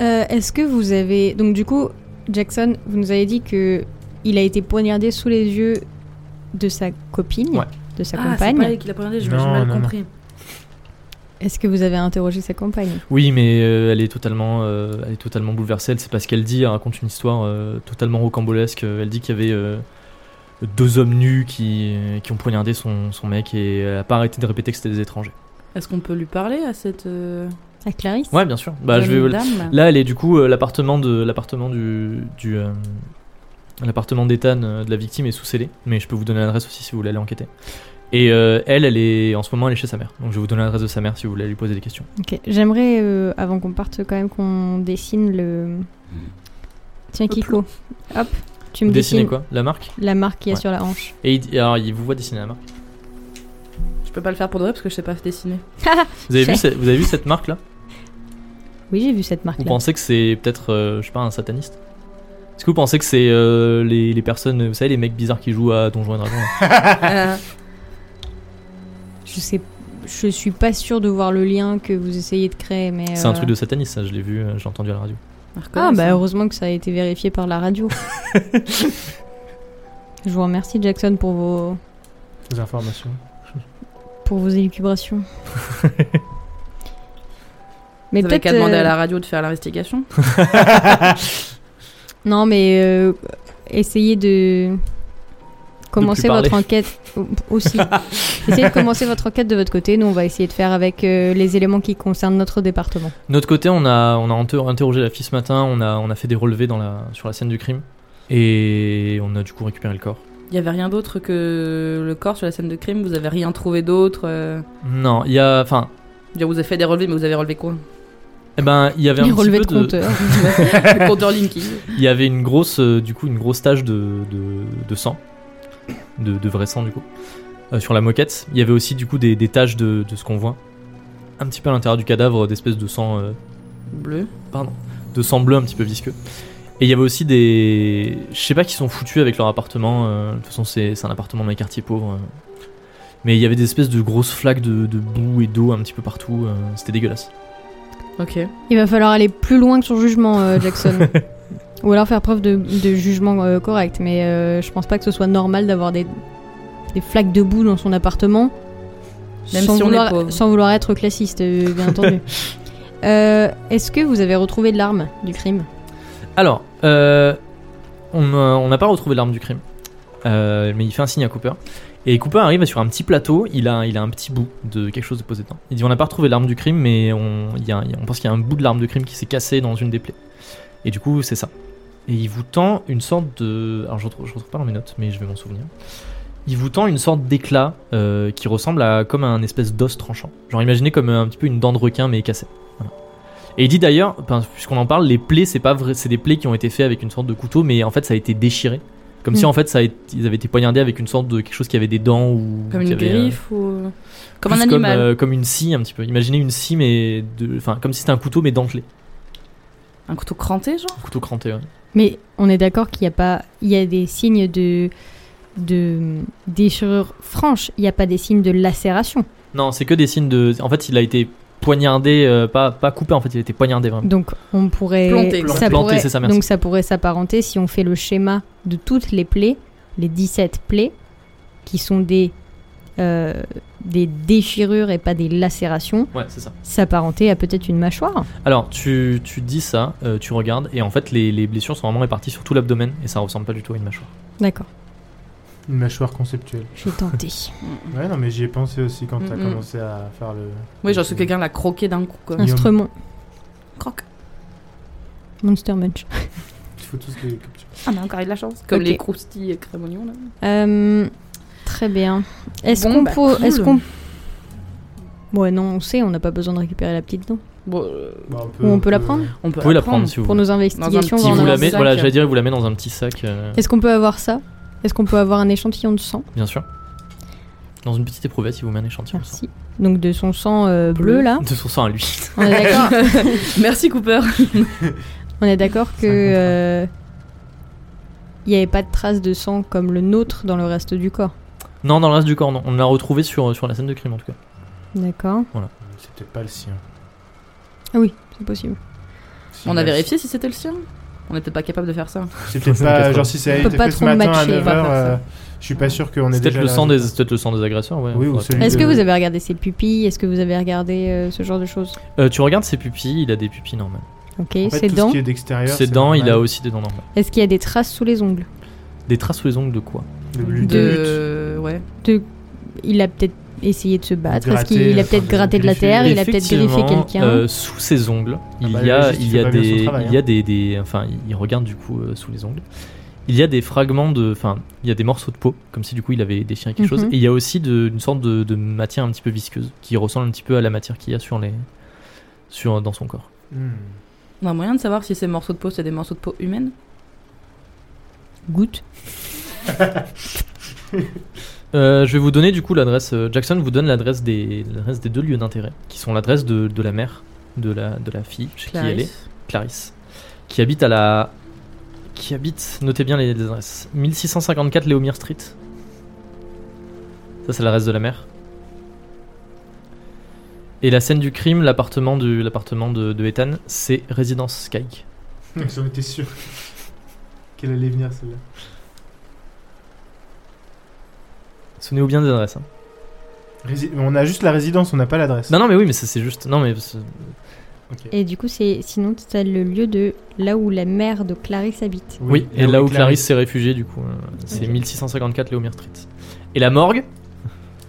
Speaker 3: Euh, Est-ce que vous avez. Donc, du coup, Jackson, vous nous avez dit que il a été poignardé sous les yeux de sa copine,
Speaker 1: Ouais.
Speaker 3: de sa
Speaker 4: Ah, c'est
Speaker 3: compagne.
Speaker 4: pas elle qui l'a présenté, j'ai j'ai
Speaker 2: Non,
Speaker 4: mal
Speaker 2: non, non.
Speaker 4: compris.
Speaker 3: Est-ce que vous avez interrogé sa compagne
Speaker 1: Oui, mais euh, elle est totalement, euh, elle est totalement bouleversée. Elle sait pas ce qu'elle dit. Elle raconte une histoire euh, totalement rocambolesque. Euh, Elle dit qu'il y avait euh, deux hommes nus qui, qui ont poignardé son, son mec et elle a pas arrêté de répéter que c'était des étrangers.
Speaker 4: Est-ce qu'on peut lui parler à cette euh,
Speaker 3: À Clarisse
Speaker 1: Ouais, bien sûr. Bah, je
Speaker 4: jeune
Speaker 1: vais.
Speaker 4: dame
Speaker 1: Là, elle est du coup euh, l'appartement de l'appartement du, du euh, l'appartement d'Ethan euh, de la victime est sous scellé. Mais je peux vous donner l'adresse aussi si vous voulez aller enquêter. Et euh, elle, elle est en ce moment, elle est chez sa mère. Donc je vais vous donner l'adresse de sa mère si vous voulez lui poser des questions.
Speaker 3: Ok. J'aimerais, euh, avant qu'on parte, quand même qu'on dessine le. Tiens,
Speaker 4: Le
Speaker 3: Kiko. Hop, tu me
Speaker 1: Vous dessinez
Speaker 3: dessines
Speaker 1: quoi La marque.
Speaker 3: la marque qu'il y a
Speaker 1: Ouais.
Speaker 3: sur la hanche.
Speaker 1: Et il- alors, il vous voit dessiner la marque.
Speaker 4: Je peux pas le faire pour de vrai parce que je sais pas dessiner.
Speaker 1: Vous avez, vu,
Speaker 3: Chef.
Speaker 1: cette- vous avez vu cette marque là
Speaker 3: Oui, j'ai vu cette
Speaker 1: Vous
Speaker 3: marque-là.
Speaker 1: pensez que c'est peut-être, euh, je sais pas, un sataniste Est-ce que vous pensez que c'est euh, les, les personnes, vous savez, les mecs bizarres qui jouent à Donjons et Dragons là
Speaker 4: Euh,
Speaker 3: Je sais. Je suis pas sûre de voir le lien que vous essayez de créer, mais.
Speaker 1: C'est un
Speaker 3: euh,
Speaker 1: truc de sataniste, ça, je l'ai vu, euh, j'ai entendu à la radio.
Speaker 4: on reconnaît
Speaker 3: Ah, bah
Speaker 4: ça.
Speaker 3: heureusement que ça a été vérifié par la radio. Je vous remercie, Jackson, pour vos,
Speaker 2: Des informations.
Speaker 3: pour vos élucubrations. mais
Speaker 4: Vous avez qu'à
Speaker 3: euh,
Speaker 4: demander à la radio de faire l'investigation.
Speaker 3: Non, mais euh, essayez de commencer
Speaker 1: parler.
Speaker 3: votre enquête au- aussi. essayez de commencer votre enquête de votre côté. Nous, on va essayer de faire avec euh, les éléments qui concernent notre département.
Speaker 1: De notre côté, on a, on a inter- interrogé la fille ce matin, on a, on a fait des relevés dans la, sur la scène du crime, et on a du coup récupéré le corps.
Speaker 4: Il y avait rien d'autre que le corps sur la scène de crime, vous avez rien trouvé d'autre. euh,
Speaker 1: Non, il y a, enfin,
Speaker 4: je veux dire, Vous avez fait des relevés, mais vous avez relevé quoi
Speaker 1: eh ben, il y avait un
Speaker 3: Les
Speaker 1: petit
Speaker 3: relevés
Speaker 1: peu
Speaker 3: de compteur.
Speaker 4: Le compteur Linky.
Speaker 1: Il y avait une grosse, euh, du coup, une grosse tache de, de, de sang, de, de vrai sang du coup, euh, sur la moquette. Il y avait aussi du coup des, des taches de, de ce qu'on voit, un petit peu à l'intérieur du cadavre, d'espèces de sang, euh,
Speaker 4: Bleu.
Speaker 1: pardon, de sang bleu un petit peu visqueux. Et il y avait aussi des, je sais pas qui sont foutus avec leur appartement. euh, de toute façon, c'est c'est un appartement dans les quartiers pauvres. euh. Mais il y avait des espèces de grosses flaques de, de boue et d'eau un petit peu partout. euh, C'était dégueulasse.
Speaker 4: Ok.
Speaker 3: Il va falloir aller plus loin que son jugement, euh, Jackson. Ou alors faire preuve de, de jugement euh, correct. Mais euh, je pense pas que ce soit normal d'avoir des, des flaques de boue dans son appartement.
Speaker 4: Même si on est
Speaker 3: vouloir,
Speaker 4: pauvre.
Speaker 3: sans vouloir être classiste, euh, bien entendu. Euh, Est-ce que vous avez retrouvé de l'arme du crime
Speaker 1: Alors, euh, on euh, on n'a pas retrouvé l'arme du crime, Euh, mais il fait un signe à Cooper. Et Cooper arrive sur un petit plateau, il a, il a un petit bout de quelque chose de posé dedans. Il dit on n'a pas retrouvé l'arme du crime, mais on, il y a- il y a- on pense qu'il y a un bout de l'arme de crime qui s'est cassé dans une des plaies. Et du coup, c'est ça. Et il vous tend une sorte de... Alors je retrouve, je retrouve pas dans mes notes, mais je vais m'en souvenir. Il vous tend une sorte d'éclat euh, qui ressemble à comme un espèce d'os tranchant. Genre imaginez comme euh, un petit peu une dent de requin mais cassée. Et il dit d'ailleurs, enfin, puisqu'on en parle, les plaies, c'est pas vrai, c'est des plaies qui ont été faites avec une sorte de couteau, mais en fait ça a été déchiré. Comme
Speaker 3: Mm.
Speaker 4: Hmm.
Speaker 1: si en fait ça a été- ils avaient été poignardés avec une sorte de quelque chose qui avait des dents ou
Speaker 4: Comme
Speaker 1: qui
Speaker 4: une
Speaker 1: avait, euh,
Speaker 4: griffe ou. Comme un
Speaker 1: plus
Speaker 4: animal.
Speaker 1: Comme, euh, comme une scie un petit peu. Imaginez une scie mais de, enfin comme si c'était un couteau mais dentelé,
Speaker 4: Un couteau cranté, genre
Speaker 1: un couteau cranté. ouais.
Speaker 3: Mais on est d'accord qu'il y a pas, il y a des signes de de déchirure franche. Il n'y a pas des signes de lacération.
Speaker 1: Non, c'est que des signes de. En fait, il a été poignardé, euh, pas pas coupé. En fait, il a été poignardé vraiment.
Speaker 3: Donc on pourrait,
Speaker 4: Planté, quoi.
Speaker 3: ça
Speaker 1: Planté,
Speaker 3: pourrait-
Speaker 1: Hein. c'est ça, merci.
Speaker 3: donc ça pourrait s'apparenter si on fait le schéma de toutes les plaies, les 17 plaies qui sont des euh, des déchirures et pas des
Speaker 4: Mm.
Speaker 3: lacérations,
Speaker 1: Ouais, c'est ça.
Speaker 3: s'apparenter à peut-être une mâchoire.
Speaker 1: Alors, tu, tu dis ça, euh, tu regardes, et en fait, les, les blessures sont vraiment réparties sur tout l'abdomen, et ça ressemble pas du tout à une mâchoire.
Speaker 3: D'accord,
Speaker 2: Une mâchoire conceptuelle.
Speaker 3: j'ai tenté.
Speaker 2: Ouais, non, mais j'y ai pensé aussi quand t'as
Speaker 4: Mm, mm.
Speaker 2: commencé à faire le.
Speaker 4: Oui,
Speaker 2: Mm.
Speaker 4: genre, parce que quelqu'un l'a croqué d'un coup, quoi.
Speaker 3: Mm.
Speaker 2: Guillaume.
Speaker 3: Instrument,
Speaker 4: Croque.
Speaker 3: Monster Munch.
Speaker 2: Il faut tout ce que, que tu-
Speaker 4: Ah, mais encore eu de la chance. Comme
Speaker 3: Ok.
Speaker 4: les croustilles et crème oignon, là.
Speaker 3: Euh, très bien. Est-ce
Speaker 4: Bon,
Speaker 3: qu'on
Speaker 4: bah,
Speaker 3: peut- est-ce
Speaker 4: cool.
Speaker 3: qu'on- Ouais, non, on sait, on n'a pas besoin de récupérer la petite dent.
Speaker 4: Bon, euh,
Speaker 2: Bah, on peut,
Speaker 3: Ou on peut la prendre
Speaker 4: Bah, on peut
Speaker 1: Vous pouvez la prendre si vous
Speaker 3: pour
Speaker 1: voulez.
Speaker 3: nos investigations.
Speaker 4: petit
Speaker 3: on va
Speaker 1: Si
Speaker 3: en
Speaker 1: vous
Speaker 4: dans
Speaker 1: la
Speaker 3: avoir
Speaker 4: met-
Speaker 1: mettez,
Speaker 3: ça.
Speaker 1: voilà,
Speaker 4: sac. euh.
Speaker 1: j'allais dire, vous la mettez dans un petit sac, euh,
Speaker 3: Est-ce qu'on peut avoir ça Est-ce qu'on peut avoir un échantillon de sang
Speaker 1: bien sûr. Dans une petite éprouvette, si vous met un échantillon. de sang.
Speaker 3: Merci. Donc de son sang euh, bleu
Speaker 4: hein.
Speaker 3: là.
Speaker 1: De son sang à lui.
Speaker 3: On est d'accord.
Speaker 4: Ah. Merci, Cooper.
Speaker 3: on est d'accord que
Speaker 2: C'est un contrat.
Speaker 3: euh, il n'y avait pas de traces de sang comme le nôtre dans le reste du corps.
Speaker 1: Non, dans le reste du corps, non. On l'a retrouvé sur, sur la scène de crime, en tout cas.
Speaker 3: D'accord,
Speaker 2: C'est peut-être pas le sien.
Speaker 3: c'est possible.
Speaker 2: Si,
Speaker 4: On
Speaker 2: là,
Speaker 4: a vérifié si c'était le sien On n'était pas capable de faire ça.
Speaker 2: C'est peut-être pas. Genre, si ça a
Speaker 3: On peut
Speaker 2: été
Speaker 3: pas
Speaker 2: fait ce
Speaker 3: trop
Speaker 2: matin à
Speaker 3: matcher.
Speaker 2: 9h,
Speaker 4: On va faire ça.
Speaker 2: je suis pas sûr qu'on ait
Speaker 1: C'est
Speaker 2: déjà.
Speaker 1: peut-être le,
Speaker 2: la
Speaker 1: sang des-
Speaker 2: réponse.
Speaker 1: c'est peut-être le sang des agresseurs, ouais.
Speaker 2: Oui, ou
Speaker 1: faudrait
Speaker 2: celui-
Speaker 1: peut-être-
Speaker 3: Est-ce que
Speaker 2: euh,
Speaker 3: vous avez regardé ses pupilles Est-ce que vous avez regardé euh, ce genre de choses
Speaker 1: Euh, tu regardes ses pupilles, il a des pupilles normales.
Speaker 3: Ok,
Speaker 2: En fait,
Speaker 3: ses
Speaker 2: tout
Speaker 3: dents.
Speaker 2: ce qui est d'extérieur.
Speaker 1: Ses
Speaker 2: c'est
Speaker 1: dents, il a
Speaker 2: normal.
Speaker 1: aussi des dents normales.
Speaker 3: Est-ce qu'il y a des traces sous les ongles
Speaker 1: Des traces sous les ongles de quoi
Speaker 2: Le lutte.
Speaker 4: De. Ouais.
Speaker 3: Il a peut-être essayé de se battre. Est-ce
Speaker 2: Gratter,
Speaker 3: qu'il a
Speaker 2: enfin,
Speaker 3: peut-être
Speaker 2: de
Speaker 3: gratté de la
Speaker 2: griffer.
Speaker 3: terre Ah Il a peut-être griffé
Speaker 1: Effectivement,
Speaker 3: quelqu'un
Speaker 1: euh, sous ses ongles, il
Speaker 2: bah,
Speaker 1: y
Speaker 2: le
Speaker 1: a,
Speaker 2: logiste, il
Speaker 1: il
Speaker 2: fait
Speaker 1: y a
Speaker 2: pas bien son
Speaker 1: des,
Speaker 2: travail,
Speaker 1: il y a
Speaker 2: hein.
Speaker 1: des, des- enfin, il- il regarde du coup euh, sous les ongles. Il y a des fragments de, enfin, il y a des morceaux de peau, comme si du coup il avait déchiré quelque chose.
Speaker 3: Mhm.
Speaker 1: Et il y a aussi de- une sorte de, de matière un petit peu visqueuse qui ressemble un petit peu à la matière qu'il y a sur les, sur dans son corps.
Speaker 2: Hmm.
Speaker 4: On a moyen de savoir si ces morceaux de peau, c'est des morceaux de peau humaine
Speaker 3: Goutte.
Speaker 1: Euh, je vais vous donner du coup l'adresse. euh, Jackson vous donne l'adresse des, l'adresse des deux lieux d'intérêt, qui sont l'adresse de, de la mère de la, de la fille chez qui elle est.
Speaker 4: Clarisse.
Speaker 1: Clarisse, qui habite à la. qui habite, notez bien les les adresses, 1654 Léomir Street. Ça, c'est l'adresse de la mère. Et la scène du crime, l'appartement du- l'appartement de, de Ethan, c'est Résidence Skyke.
Speaker 2: J'en étais sûr qu'elle allait venir celle-là.
Speaker 1: Sonnez-vous bien des adresses. hein.
Speaker 2: Rési- On a juste la résidence, on n'a pas l'adresse.
Speaker 1: Non, non, mais oui, mais ça, c'est juste. Non, mais. c'est-
Speaker 3: Et du coup, c'est sinon c'est le lieu de là où la mère de Clarisse habite.
Speaker 1: Oui, et là où Clarisse s'est réfugiée, du coup, euh, c'est
Speaker 3: Ok.
Speaker 1: 1654 Léomir Street. Et la morgue,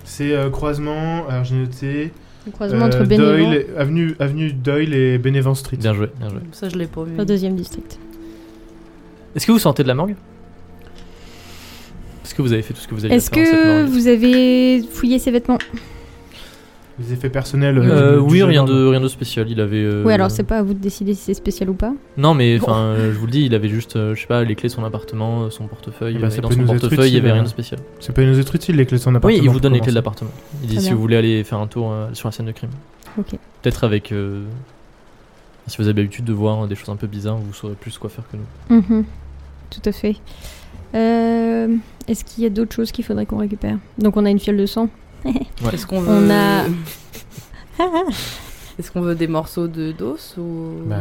Speaker 2: C'est euh, croisement, alors j'ai noté.
Speaker 3: Le croisement
Speaker 2: euh,
Speaker 3: entre Bénévent
Speaker 2: Doyle, avenue, avenue Doyle et Bénévent Street.
Speaker 1: bien joué, bien joué.
Speaker 4: Ça, je l'ai pas vu.
Speaker 3: au deuxième district.
Speaker 1: Est-ce que vous sortez de la morgue Est-ce que vous avez fait tout ce que vous avez
Speaker 3: Est-ce
Speaker 1: faire dans cette
Speaker 3: que
Speaker 1: morgue
Speaker 3: vous avez fouillé ses vêtements
Speaker 2: Les effets personnels.
Speaker 1: Euh,
Speaker 2: du- du
Speaker 1: oui,
Speaker 2: jeune
Speaker 1: rien
Speaker 2: homme.
Speaker 1: de, rien de spécial. Il avait. euh,
Speaker 3: Oui, alors c'est pas à vous de décider si c'est spécial ou pas.
Speaker 1: Non, mais enfin, euh, je vous le dis, il avait juste, euh, je sais pas, les clés de son appartement, euh, son portefeuille.
Speaker 2: Ah bah,
Speaker 1: euh,
Speaker 2: ça
Speaker 1: et dans
Speaker 2: peut
Speaker 1: son
Speaker 2: nous être
Speaker 1: portefeuille, il y
Speaker 2: utile,
Speaker 1: avait rien
Speaker 2: hein.
Speaker 1: de spécial.
Speaker 2: Ça peut nous être utile les clés de son appartement.
Speaker 1: Oui, il vous donne les
Speaker 2: pour
Speaker 1: clés de
Speaker 2: commencer.
Speaker 1: l'appartement. Il dit
Speaker 3: Très
Speaker 1: si
Speaker 3: bien.
Speaker 1: vous voulez aller faire un tour euh, sur la scène de crime.
Speaker 3: Ok.
Speaker 1: Peut-être avec. euh, si vous avez l'habitude de voir euh, des choses un peu bizarres, vous saurez plus quoi faire que nous.
Speaker 3: Mhm. Tout à fait. Euh, Est-ce qu'il y a d'autres choses qu'il faudrait qu'on récupère Donc on a une fiole de sang.
Speaker 4: Est-ce qu'on veut.
Speaker 3: On a-
Speaker 4: Est-ce qu'on veut des morceaux de d'os ou.
Speaker 2: Bah.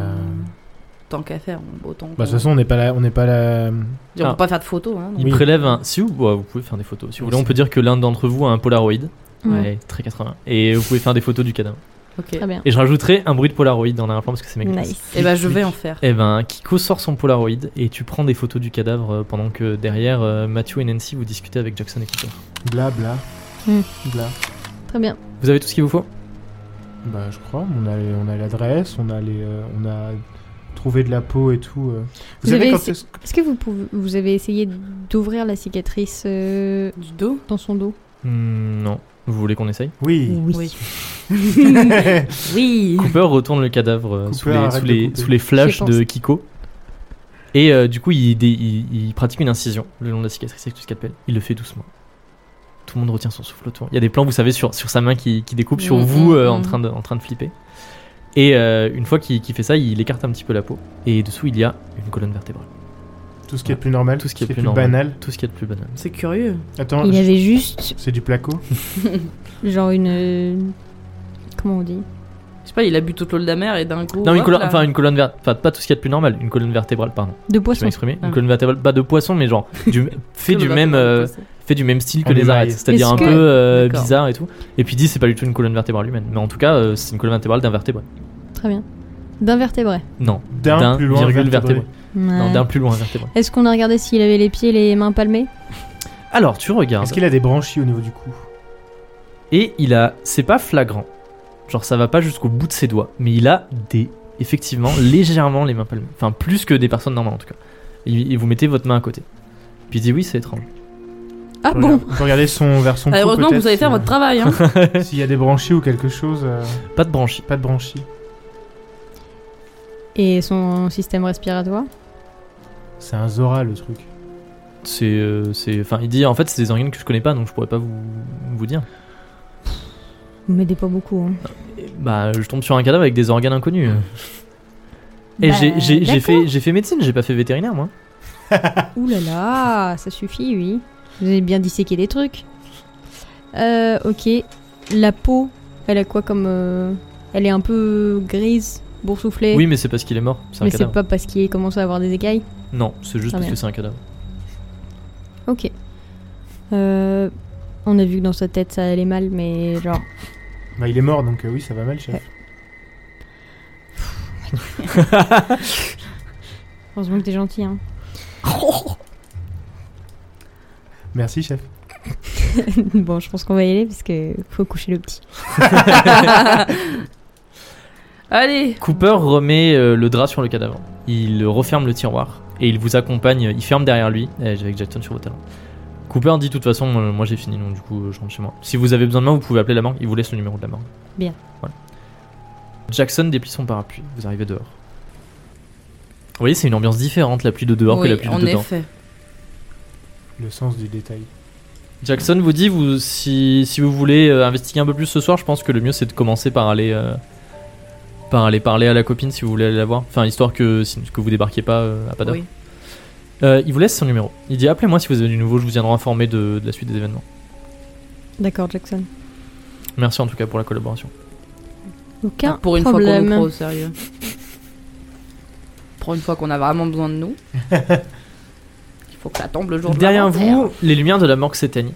Speaker 4: Tant qu'à faire, on- autant.
Speaker 2: Bah, de toute façon, on n'est pas là. On n'est pas là.
Speaker 4: On peut
Speaker 1: Ah.
Speaker 4: pas faire de photos, hein. donc.
Speaker 1: Il
Speaker 2: Oui.
Speaker 1: prélève un. Si vous, ouais, vous pouvez faire des photos. Si vous
Speaker 2: Oui,
Speaker 1: voulez, on
Speaker 2: c'est-
Speaker 1: peut dire que l'un d'entre vous a un Polaroid.
Speaker 3: Ouais,
Speaker 1: Ouais, très 80. Et vous pouvez faire des photos du cadavre.
Speaker 4: Ok.
Speaker 3: Très bien.
Speaker 1: Et je rajouterai un bruit de Polaroid dans l'arrière-plan parce que c'est magnifique.
Speaker 3: Nice.
Speaker 4: Et bah, je vais en faire.
Speaker 1: Eh ben, Kiko sort son Polaroid et tu prends des photos du cadavre euh, pendant que derrière, euh, Matthew et Nancy, vous discutez avec Jackson et Cooper.
Speaker 2: Bla bla.
Speaker 3: Hmm.
Speaker 2: Bla.
Speaker 3: Très bien.
Speaker 1: Vous avez tout ce qu'il vous faut
Speaker 2: Bah, je crois. On a, on a l'adresse. On a les. euh, on a trouvé de la peau et tout. euh.
Speaker 3: Vous avez
Speaker 2: quand
Speaker 3: essayé-
Speaker 2: est-ce-
Speaker 3: Est-ce que vous, pouvez, vous avez essayé d'ouvrir la cicatrice euh,
Speaker 4: Du dos
Speaker 3: dans son dos
Speaker 1: Hmm, Non. Vous voulez qu'on essaye
Speaker 2: Oui.
Speaker 4: Oui.
Speaker 2: J'ai
Speaker 4: Oui
Speaker 1: Cooper retourne le cadavre euh,
Speaker 2: Cooper,
Speaker 1: sous, les,
Speaker 2: arrête
Speaker 1: sous,
Speaker 2: de
Speaker 1: les,
Speaker 2: couper.
Speaker 1: sous les flashs
Speaker 3: J'y ai pensé.
Speaker 1: de Kiko. Et euh, du coup, il, dé- il- il pratique une incision le long de la cicatrice avec du scalpel. Il le fait doucement. Tout le monde retient son souffle autour. Il y a des plans, vous savez, sur, sur sa main qui, qui découpe, sur
Speaker 2: Mm,
Speaker 4: Mhm,
Speaker 1: vous euh, en,
Speaker 4: mhm.
Speaker 1: train de, en train de flipper. Et euh, une fois qu'il qu'il fait ça, il écarte un petit peu la peau. Et dessous, il y a une colonne vertébrale.
Speaker 2: Tout ce qui est plus normal,
Speaker 1: Tout ce qui est plus,
Speaker 2: plus,
Speaker 1: normal.
Speaker 2: banal.
Speaker 1: Tout ce qui est le plus banal.
Speaker 4: C'est curieux.
Speaker 1: Oh,
Speaker 2: Attends,
Speaker 3: Il
Speaker 2: je-
Speaker 3: avait juste,
Speaker 2: c'est du placo
Speaker 3: genre, une. euh, Comment on dit
Speaker 4: Je sais pas, il a bu toute l'eau de la mer et d'un coup.
Speaker 1: non, une
Speaker 4: hop
Speaker 3: euh,
Speaker 1: colonne,
Speaker 4: là.
Speaker 1: enfin une colonne vertébrale, enfin pas tout ce qu'il y a de plus normal, une colonne vertébrale, pardon.
Speaker 3: De
Speaker 1: Je vais
Speaker 3: poisson.
Speaker 1: m'exprimer. Une
Speaker 4: Ah.
Speaker 1: colonne vertébrale, pas de poisson, mais genre du, fait
Speaker 4: Tout
Speaker 1: du
Speaker 4: le
Speaker 1: même,
Speaker 4: bateau
Speaker 1: euh,
Speaker 4: dans le passé.
Speaker 1: fait du même style que
Speaker 2: En
Speaker 1: les
Speaker 2: émail.
Speaker 1: araignées, c'est-à-dire
Speaker 3: Est-ce
Speaker 1: un
Speaker 3: que-
Speaker 1: peu euh,
Speaker 4: D'accord.
Speaker 1: bizarre et tout. Et puis dit, c'est pas du tout une colonne vertébrale humaine, mais en tout cas, euh, c'est une colonne vertébrale d'un vertébré.
Speaker 3: Très bien. D'invertébrés.
Speaker 1: Non,
Speaker 2: D'un plus loin.
Speaker 1: virgule
Speaker 2: vertébré.
Speaker 1: vertébré. Non,
Speaker 3: Ouais.
Speaker 1: d'un plus loin vertébré.
Speaker 3: Est-ce qu'on a regardé s'il avait les pieds et les mains palmés
Speaker 1: Alors tu regardes
Speaker 2: Est-ce qu'il a des branchies au niveau du cou
Speaker 1: et il a, c'est pas flagrant, genre ça va pas jusqu'au bout de ses doigts, mais il a des, effectivement, légèrement les mains palmées, enfin plus que des personnes normales en tout cas. Et, et vous mettez votre main à côté. Puis il dit oui, c'est étrange.
Speaker 3: Ah
Speaker 2: Faut
Speaker 3: bon
Speaker 2: regarder- faut regarder son, vers son
Speaker 4: Ah,
Speaker 2: cou,
Speaker 4: heureusement que
Speaker 2: peut-être,
Speaker 4: vous avez
Speaker 2: si-
Speaker 4: fait
Speaker 1: euh,
Speaker 4: votre travail. Hein.
Speaker 2: S'il y a des branchies ou quelque chose, euh,
Speaker 1: Pas de branchie.
Speaker 2: pas de branchies.
Speaker 3: Et son système respiratoire
Speaker 2: C'est un Zora le truc.
Speaker 1: C'est, euh, c'est, enfin, il dit en fait c'est des organes que je connais pas, donc je pourrais pas vous, vous dire.
Speaker 3: Vous m'aidez pas beaucoup. hein.
Speaker 1: Et, bah, je tombe sur un cadavre avec des organes inconnus. Et
Speaker 3: Bah,
Speaker 1: j'ai- j'ai j'ai
Speaker 3: d'accord.
Speaker 1: fait, j'ai fait médecine, j'ai pas fait vétérinaire moi.
Speaker 3: Ouh là là, ça suffit, oui. Vous avez bien disséqué des trucs. Euh, ok. La peau, elle a quoi comme. euh, Elle est un peu grise, boursouflée.
Speaker 1: Oui, mais c'est parce qu'il est mort. C'est un
Speaker 3: mais c'est
Speaker 1: cadavre.
Speaker 3: pas parce qu'il commence à avoir des écailles.
Speaker 1: Non, c'est juste
Speaker 3: Ah,
Speaker 1: parce que
Speaker 3: merde.
Speaker 1: c'est un cadavre.
Speaker 3: Ok. Euh, on a vu que dans sa tête ça allait mal, mais genre.
Speaker 2: Bah il est mort donc euh, oui ça va mal chef.
Speaker 3: Heureusement que t'es gentil, hein.
Speaker 2: Merci chef.
Speaker 3: bon, je pense qu'on va y aller parce que faut coucher le petit.
Speaker 4: hein. Allez,
Speaker 1: Cooper remet euh, le drap sur le cadavre. Il referme le tiroir et il vous accompagne. Il ferme derrière lui. Eh, J'avais Jackson sur vos talents. Cooper dit de toute façon, euh, moi j'ai fini, donc du coup euh, je rentre chez moi. Si vous avez besoin de moi, vous pouvez appeler la banque. Il vous laisse le numéro de la banque.
Speaker 3: Bien.
Speaker 1: Voilà. Jackson déplie son parapluie. Vous arrivez dehors. Vous voyez, c'est une ambiance différente la pluie de dehors que la
Speaker 4: oui,
Speaker 1: pluie de
Speaker 4: en
Speaker 1: dedans.
Speaker 4: effet.
Speaker 2: Le sens du détail.
Speaker 1: Jackson vous dit, vous, si, si vous voulez euh, investiguer un peu plus ce soir, je pense que le mieux c'est de commencer par aller, euh, par aller parler à la copine si vous voulez aller la voir. Enfin, histoire que, si- que vous débarquiez pas euh, à pas d'heure.
Speaker 4: Oui.
Speaker 1: Euh, il vous laisse son numéro. Il dit appelez-moi si vous avez du nouveau, je vous tiendrai informé de, de la suite des événements.
Speaker 3: D'accord, Jackson.
Speaker 1: Merci en tout cas pour la collaboration.
Speaker 3: Aucun
Speaker 4: Ah, Pour une fois qu'on
Speaker 3: problème.
Speaker 4: nous prend au sérieux. Pour une fois qu'on a vraiment besoin de nous. Il faut que ça tombe le jour de
Speaker 1: Derrière
Speaker 4: l'inventaire.
Speaker 1: vous, les lumières de la morgue s'éteignent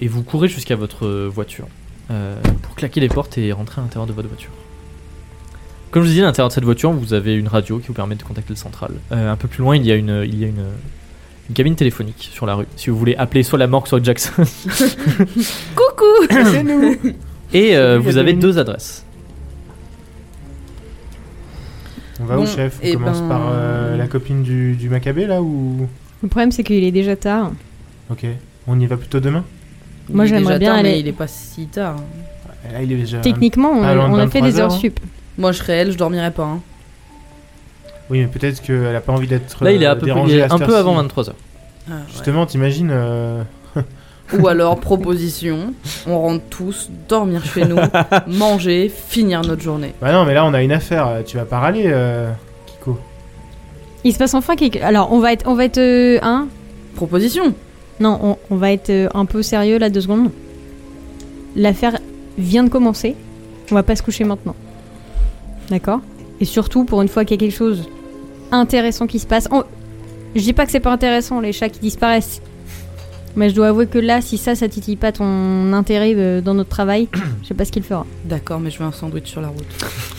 Speaker 1: et vous courez jusqu'à votre euh, voiture euh, pour claquer les portes et rentrer à l'intérieur de votre voiture. Comme je vous disais, à l'intérieur de cette voiture, vous avez une radio qui vous permet de contacter le central. Euh, un peu plus loin, il y a une, il y a une, une cabine téléphonique sur la rue. Si vous voulez appeler soit la morgue, soit Jackson.
Speaker 4: hein. Coucou
Speaker 2: C'est nous.
Speaker 1: Et euh,
Speaker 2: Il y a
Speaker 1: vous
Speaker 2: deux
Speaker 1: avez
Speaker 2: minutes.
Speaker 1: deux adresses.
Speaker 2: On va
Speaker 4: Bon,
Speaker 2: où chef On
Speaker 4: eh
Speaker 2: commence
Speaker 4: ben-
Speaker 2: par euh, la copine du, du Maccabée là ou
Speaker 3: Le problème, c'est qu'il est déjà tard.
Speaker 2: Ok. On y va plutôt demain
Speaker 3: Moi,
Speaker 4: Il est déjà
Speaker 3: j'aimerais bien
Speaker 4: tard,
Speaker 3: aller-
Speaker 4: mais il est pas si tard. hein.
Speaker 2: Bah, Là il est déjà.
Speaker 3: Techniquement, on,
Speaker 2: pas loin de
Speaker 3: on a fait
Speaker 2: 23
Speaker 3: des heures
Speaker 2: heures, hein.
Speaker 3: sup.
Speaker 4: Moi, je serais elle, je dormirais pas. hein.
Speaker 2: Oui mais peut-être qu'elle a pas envie d'être.
Speaker 1: Là, il est
Speaker 2: euh,
Speaker 1: à peu,
Speaker 2: dérangée
Speaker 1: il est
Speaker 2: à cette
Speaker 1: un peu
Speaker 2: heure-ci.
Speaker 1: avant 23h.
Speaker 3: Ah,
Speaker 2: Justement t'imagines euh,
Speaker 4: Ou alors, proposition, on rentre tous, dormir chez nous, manger, finir notre journée.
Speaker 2: Bah non mais là on a une affaire. Tu vas pas râler euh, Kiko.
Speaker 3: Il se passe enfin quelque. Alors, on va être, on va être euh, hein
Speaker 4: Proposition
Speaker 3: Non, on, on va être euh, un peu sérieux là deux secondes. L'affaire vient de commencer. On va pas se coucher maintenant. D'accord Et surtout, pour une fois qu'il y a quelque chose intéressant qui se passe. on- Je dis pas que c'est pas intéressant les chats qui disparaissent. Mais je dois avouer que là, si ça, ça titille pas ton intérêt de- dans notre travail, je sais pas ce qu'il fera.
Speaker 4: D'accord, mais je veux un sandwich sur la route.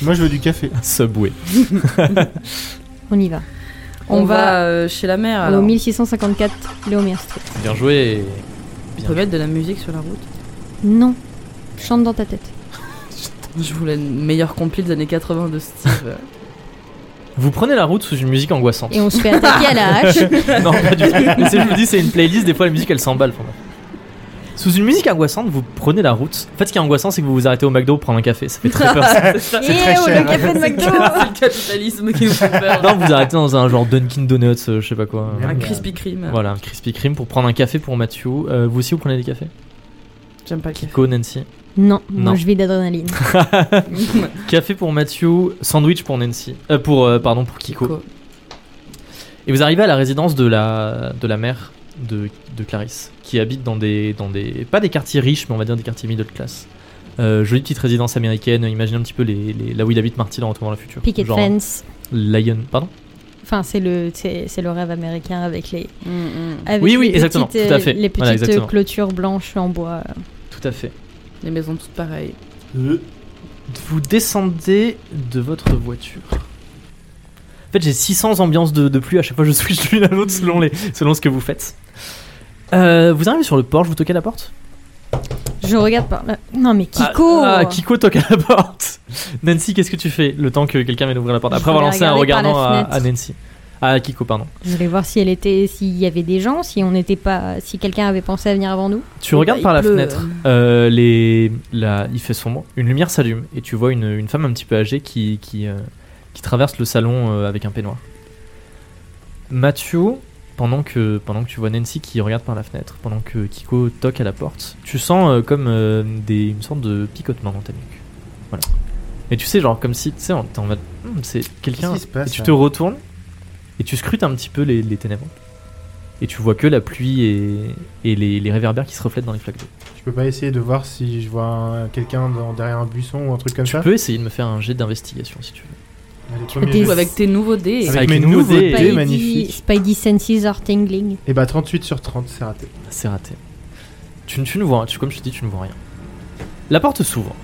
Speaker 2: Moi je veux du café.
Speaker 1: Subway.
Speaker 3: On y va.
Speaker 4: On,
Speaker 3: On
Speaker 4: va,
Speaker 3: va-
Speaker 4: euh, chez la mère.
Speaker 3: On est au
Speaker 4: alors.
Speaker 3: 1654 Léomir Street.
Speaker 1: Bien joué. et
Speaker 4: On peut mettre de la musique sur la route.
Speaker 3: Non. Chante dans ta tête.
Speaker 4: Je voulais une meilleure compil des années 80 de Steve.
Speaker 1: Vous prenez la route sous une musique angoissante.
Speaker 3: Et on se fait attaquer à la hache.
Speaker 1: non, pas du tout. Mais c'est- je vous dis, c'est une playlist. Des fois, la musique, elle s'emballe. pour moi. Sous une musique angoissante, vous prenez la route. En fait, ce qui est angoissant, c'est que vous vous arrêtez au McDo pour prendre un café. Ça fait très peur. ça.
Speaker 3: Eh
Speaker 2: très
Speaker 3: oh,
Speaker 2: cher.
Speaker 3: le café de McDo
Speaker 4: C'est le capitalisme qui nous fait peur.
Speaker 1: non, vous vous arrêtez dans un genre Dunkin' Donuts, euh, je sais pas quoi.
Speaker 2: Bien.
Speaker 4: Un Krispy Kreme.
Speaker 1: Voilà, un Krispy Kreme pour prendre un café pour Mathieu. Euh, vous aussi, vous prenez des cafés
Speaker 4: J'aime pas le café.
Speaker 1: Go, Nancy.
Speaker 3: Non, moi
Speaker 1: Non.
Speaker 3: je vis d'adrénaline.
Speaker 1: Café pour Mathieu, sandwich pour Nancy. Euh, pour, euh, pardon, pour Kiko. Et vous arrivez à la résidence de la, de la mère de, de Clarisse, qui habite dans des, dans des. pas des quartiers riches, mais on va dire des quartiers middle class. Euh, jolie petite résidence américaine, imaginez un petit peu les, les- là où il habite Marty dans Retour vers le futur.
Speaker 3: Picket
Speaker 1: Genre,
Speaker 3: fence.
Speaker 1: Lion, pardon
Speaker 3: Enfin, c'est le, c'est c'est le rêve américain avec les,
Speaker 4: Mm, mm.
Speaker 3: avec
Speaker 1: Oui, oui,
Speaker 3: les
Speaker 1: exactement,
Speaker 3: petites,
Speaker 1: tout à
Speaker 3: euh,
Speaker 1: fait.
Speaker 3: les petites
Speaker 1: Voilà, exactement.
Speaker 3: euh, clôtures blanches en bois.
Speaker 1: Tout à fait.
Speaker 4: Les maisons toutes pareilles.
Speaker 2: Euh.
Speaker 1: Vous descendez de votre voiture. En fait, j'ai 600 ambiances de, de pluie à chaque fois, je switch l'une à l'autre selon, les- selon ce que vous faites. Euh, vous arrivez sur le porche, vous toquez à la porte
Speaker 3: Je regarde par là. Non, mais Kiko
Speaker 1: Ah, ah, Kiko toque à la porte Nancy, qu'est-ce que tu fais le temps que quelqu'un vienne ouvrir la porte
Speaker 3: Je
Speaker 1: Après avoir
Speaker 3: vais
Speaker 1: lancé un
Speaker 3: regarder par la
Speaker 1: regardant à,
Speaker 3: fenêtre.
Speaker 1: à Nancy. À Kiko, pardon.
Speaker 3: Je voulais voir si elle était, s'il y avait des gens, si on n'était pas, si quelqu'un avait pensé à venir avant nous.
Speaker 1: Tu
Speaker 4: Oui,
Speaker 1: regardes
Speaker 4: bah,
Speaker 1: par
Speaker 4: il
Speaker 1: la
Speaker 4: pleut.
Speaker 1: fenêtre, euh, les, la- il fait sombre, une lumière s'allume et tu vois une, une femme un petit peu âgée qui, qui, euh, qui traverse le salon euh, avec un peignoir. Mathieu, pendant que, pendant que tu vois Nancy qui regarde par la fenêtre, pendant que Kiko toque à la porte, tu sens euh, comme euh, des, une sorte de picotement dans ta nuque. Voilà. Et tu sais, genre, comme si, tu sais, en- t'es en mode, Hmm, c'est quelqu'un.
Speaker 2: Qu'est-ce qui se passe,
Speaker 1: et tu
Speaker 2: là
Speaker 1: te retournes et tu scrutes un petit peu les, les ténèbres. Et tu vois que la pluie et, et les, les réverbères qui se reflètent dans les flaques d'eau.
Speaker 2: Je peux pas essayer de voir si je vois un- quelqu'un dans- derrière un buisson ou un truc comme
Speaker 1: Tu
Speaker 2: ça
Speaker 1: peux essayer de me faire un jet d'investigation si tu veux.
Speaker 2: Allez, premier
Speaker 3: des-
Speaker 2: jeu.
Speaker 4: Ou avec tes nouveaux dés.
Speaker 1: Avec
Speaker 2: Avec mes
Speaker 1: les nouveaux
Speaker 2: nouveaux
Speaker 1: dés.
Speaker 2: dés
Speaker 1: Spidey-
Speaker 2: magnifiques.
Speaker 3: Spidey senses are tingling.
Speaker 2: Et bah 38 sur 30, c'est raté.
Speaker 1: C'est raté. Tu, ne- tu ne vois, tu, comme je te dis, tu ne vois rien. La porte s'ouvre.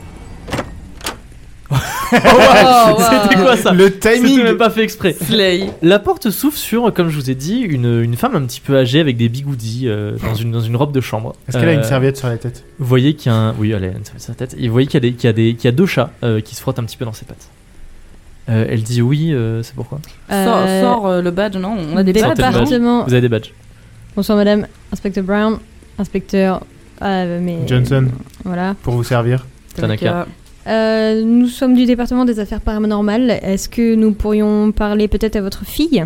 Speaker 4: Oh,
Speaker 1: C'était
Speaker 4: wow.
Speaker 1: quoi ça
Speaker 2: Le
Speaker 1: C'était même
Speaker 2: timing
Speaker 1: pas fait exprès.
Speaker 4: Slay.
Speaker 1: La porte s'ouvre sur, comme je vous ai dit, une, une femme un petit peu âgée avec des bigoudis euh, dans, une, dans une robe de chambre.
Speaker 2: Est-ce qu'elle a une
Speaker 1: Euh,
Speaker 2: serviette sur la tête
Speaker 1: Vous voyez qu'il y a un. Oui, allez, ça fait sa tête. Et vous voyez qu'il y, a des- qu'il y a des- qu'il y a deux chats euh, qui se frottent un petit peu dans ses pattes. Euh, elle dit oui, euh, c'est pourquoi
Speaker 4: Sors,
Speaker 3: Euh,
Speaker 4: sors, euh, le badge, non On a des
Speaker 1: Des
Speaker 4: badges.
Speaker 1: badges.
Speaker 4: non
Speaker 3: Département.
Speaker 1: Vous avez des badges.
Speaker 3: Bonsoir madame, inspecteur Brown, inspecteur. Ah, mais.
Speaker 2: Johnson,
Speaker 3: Voilà.
Speaker 2: pour vous servir.
Speaker 1: Tanaka.
Speaker 3: Euh, nous sommes du département des affaires paranormales. Est-ce que nous pourrions parler peut-être à votre fille,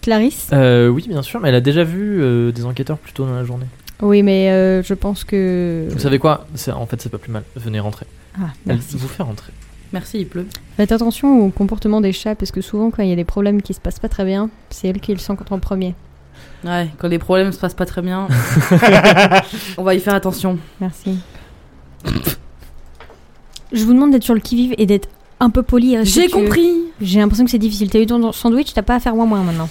Speaker 3: Clarisse
Speaker 1: Euh, oui, bien sûr, mais elle a déjà vu euh, des enquêteurs plus tôt dans la journée.
Speaker 3: Oui, mais euh, je pense que.
Speaker 4: Euh.
Speaker 1: Vous savez quoi C'est- En fait, c'est pas plus mal. Venez rentrer.
Speaker 3: Ah,
Speaker 1: Elle
Speaker 3: merci.
Speaker 1: vous fait rentrer.
Speaker 4: Merci, il pleut.
Speaker 3: Faites attention au comportement des chats parce que souvent, quand il y a des problèmes qui se passent pas très bien, c'est elles qui le sentent en premier.
Speaker 4: Ouais, quand les problèmes se passent pas très bien, on va y faire attention.
Speaker 3: Merci. Je vous demande d'être sur le qui-vive et d'être un peu poli. et
Speaker 4: J'ai
Speaker 3: respectueux.
Speaker 4: compris
Speaker 3: J'ai l'impression que c'est difficile. T'as eu ton sandwich, t'as pas à faire moins moins maintenant.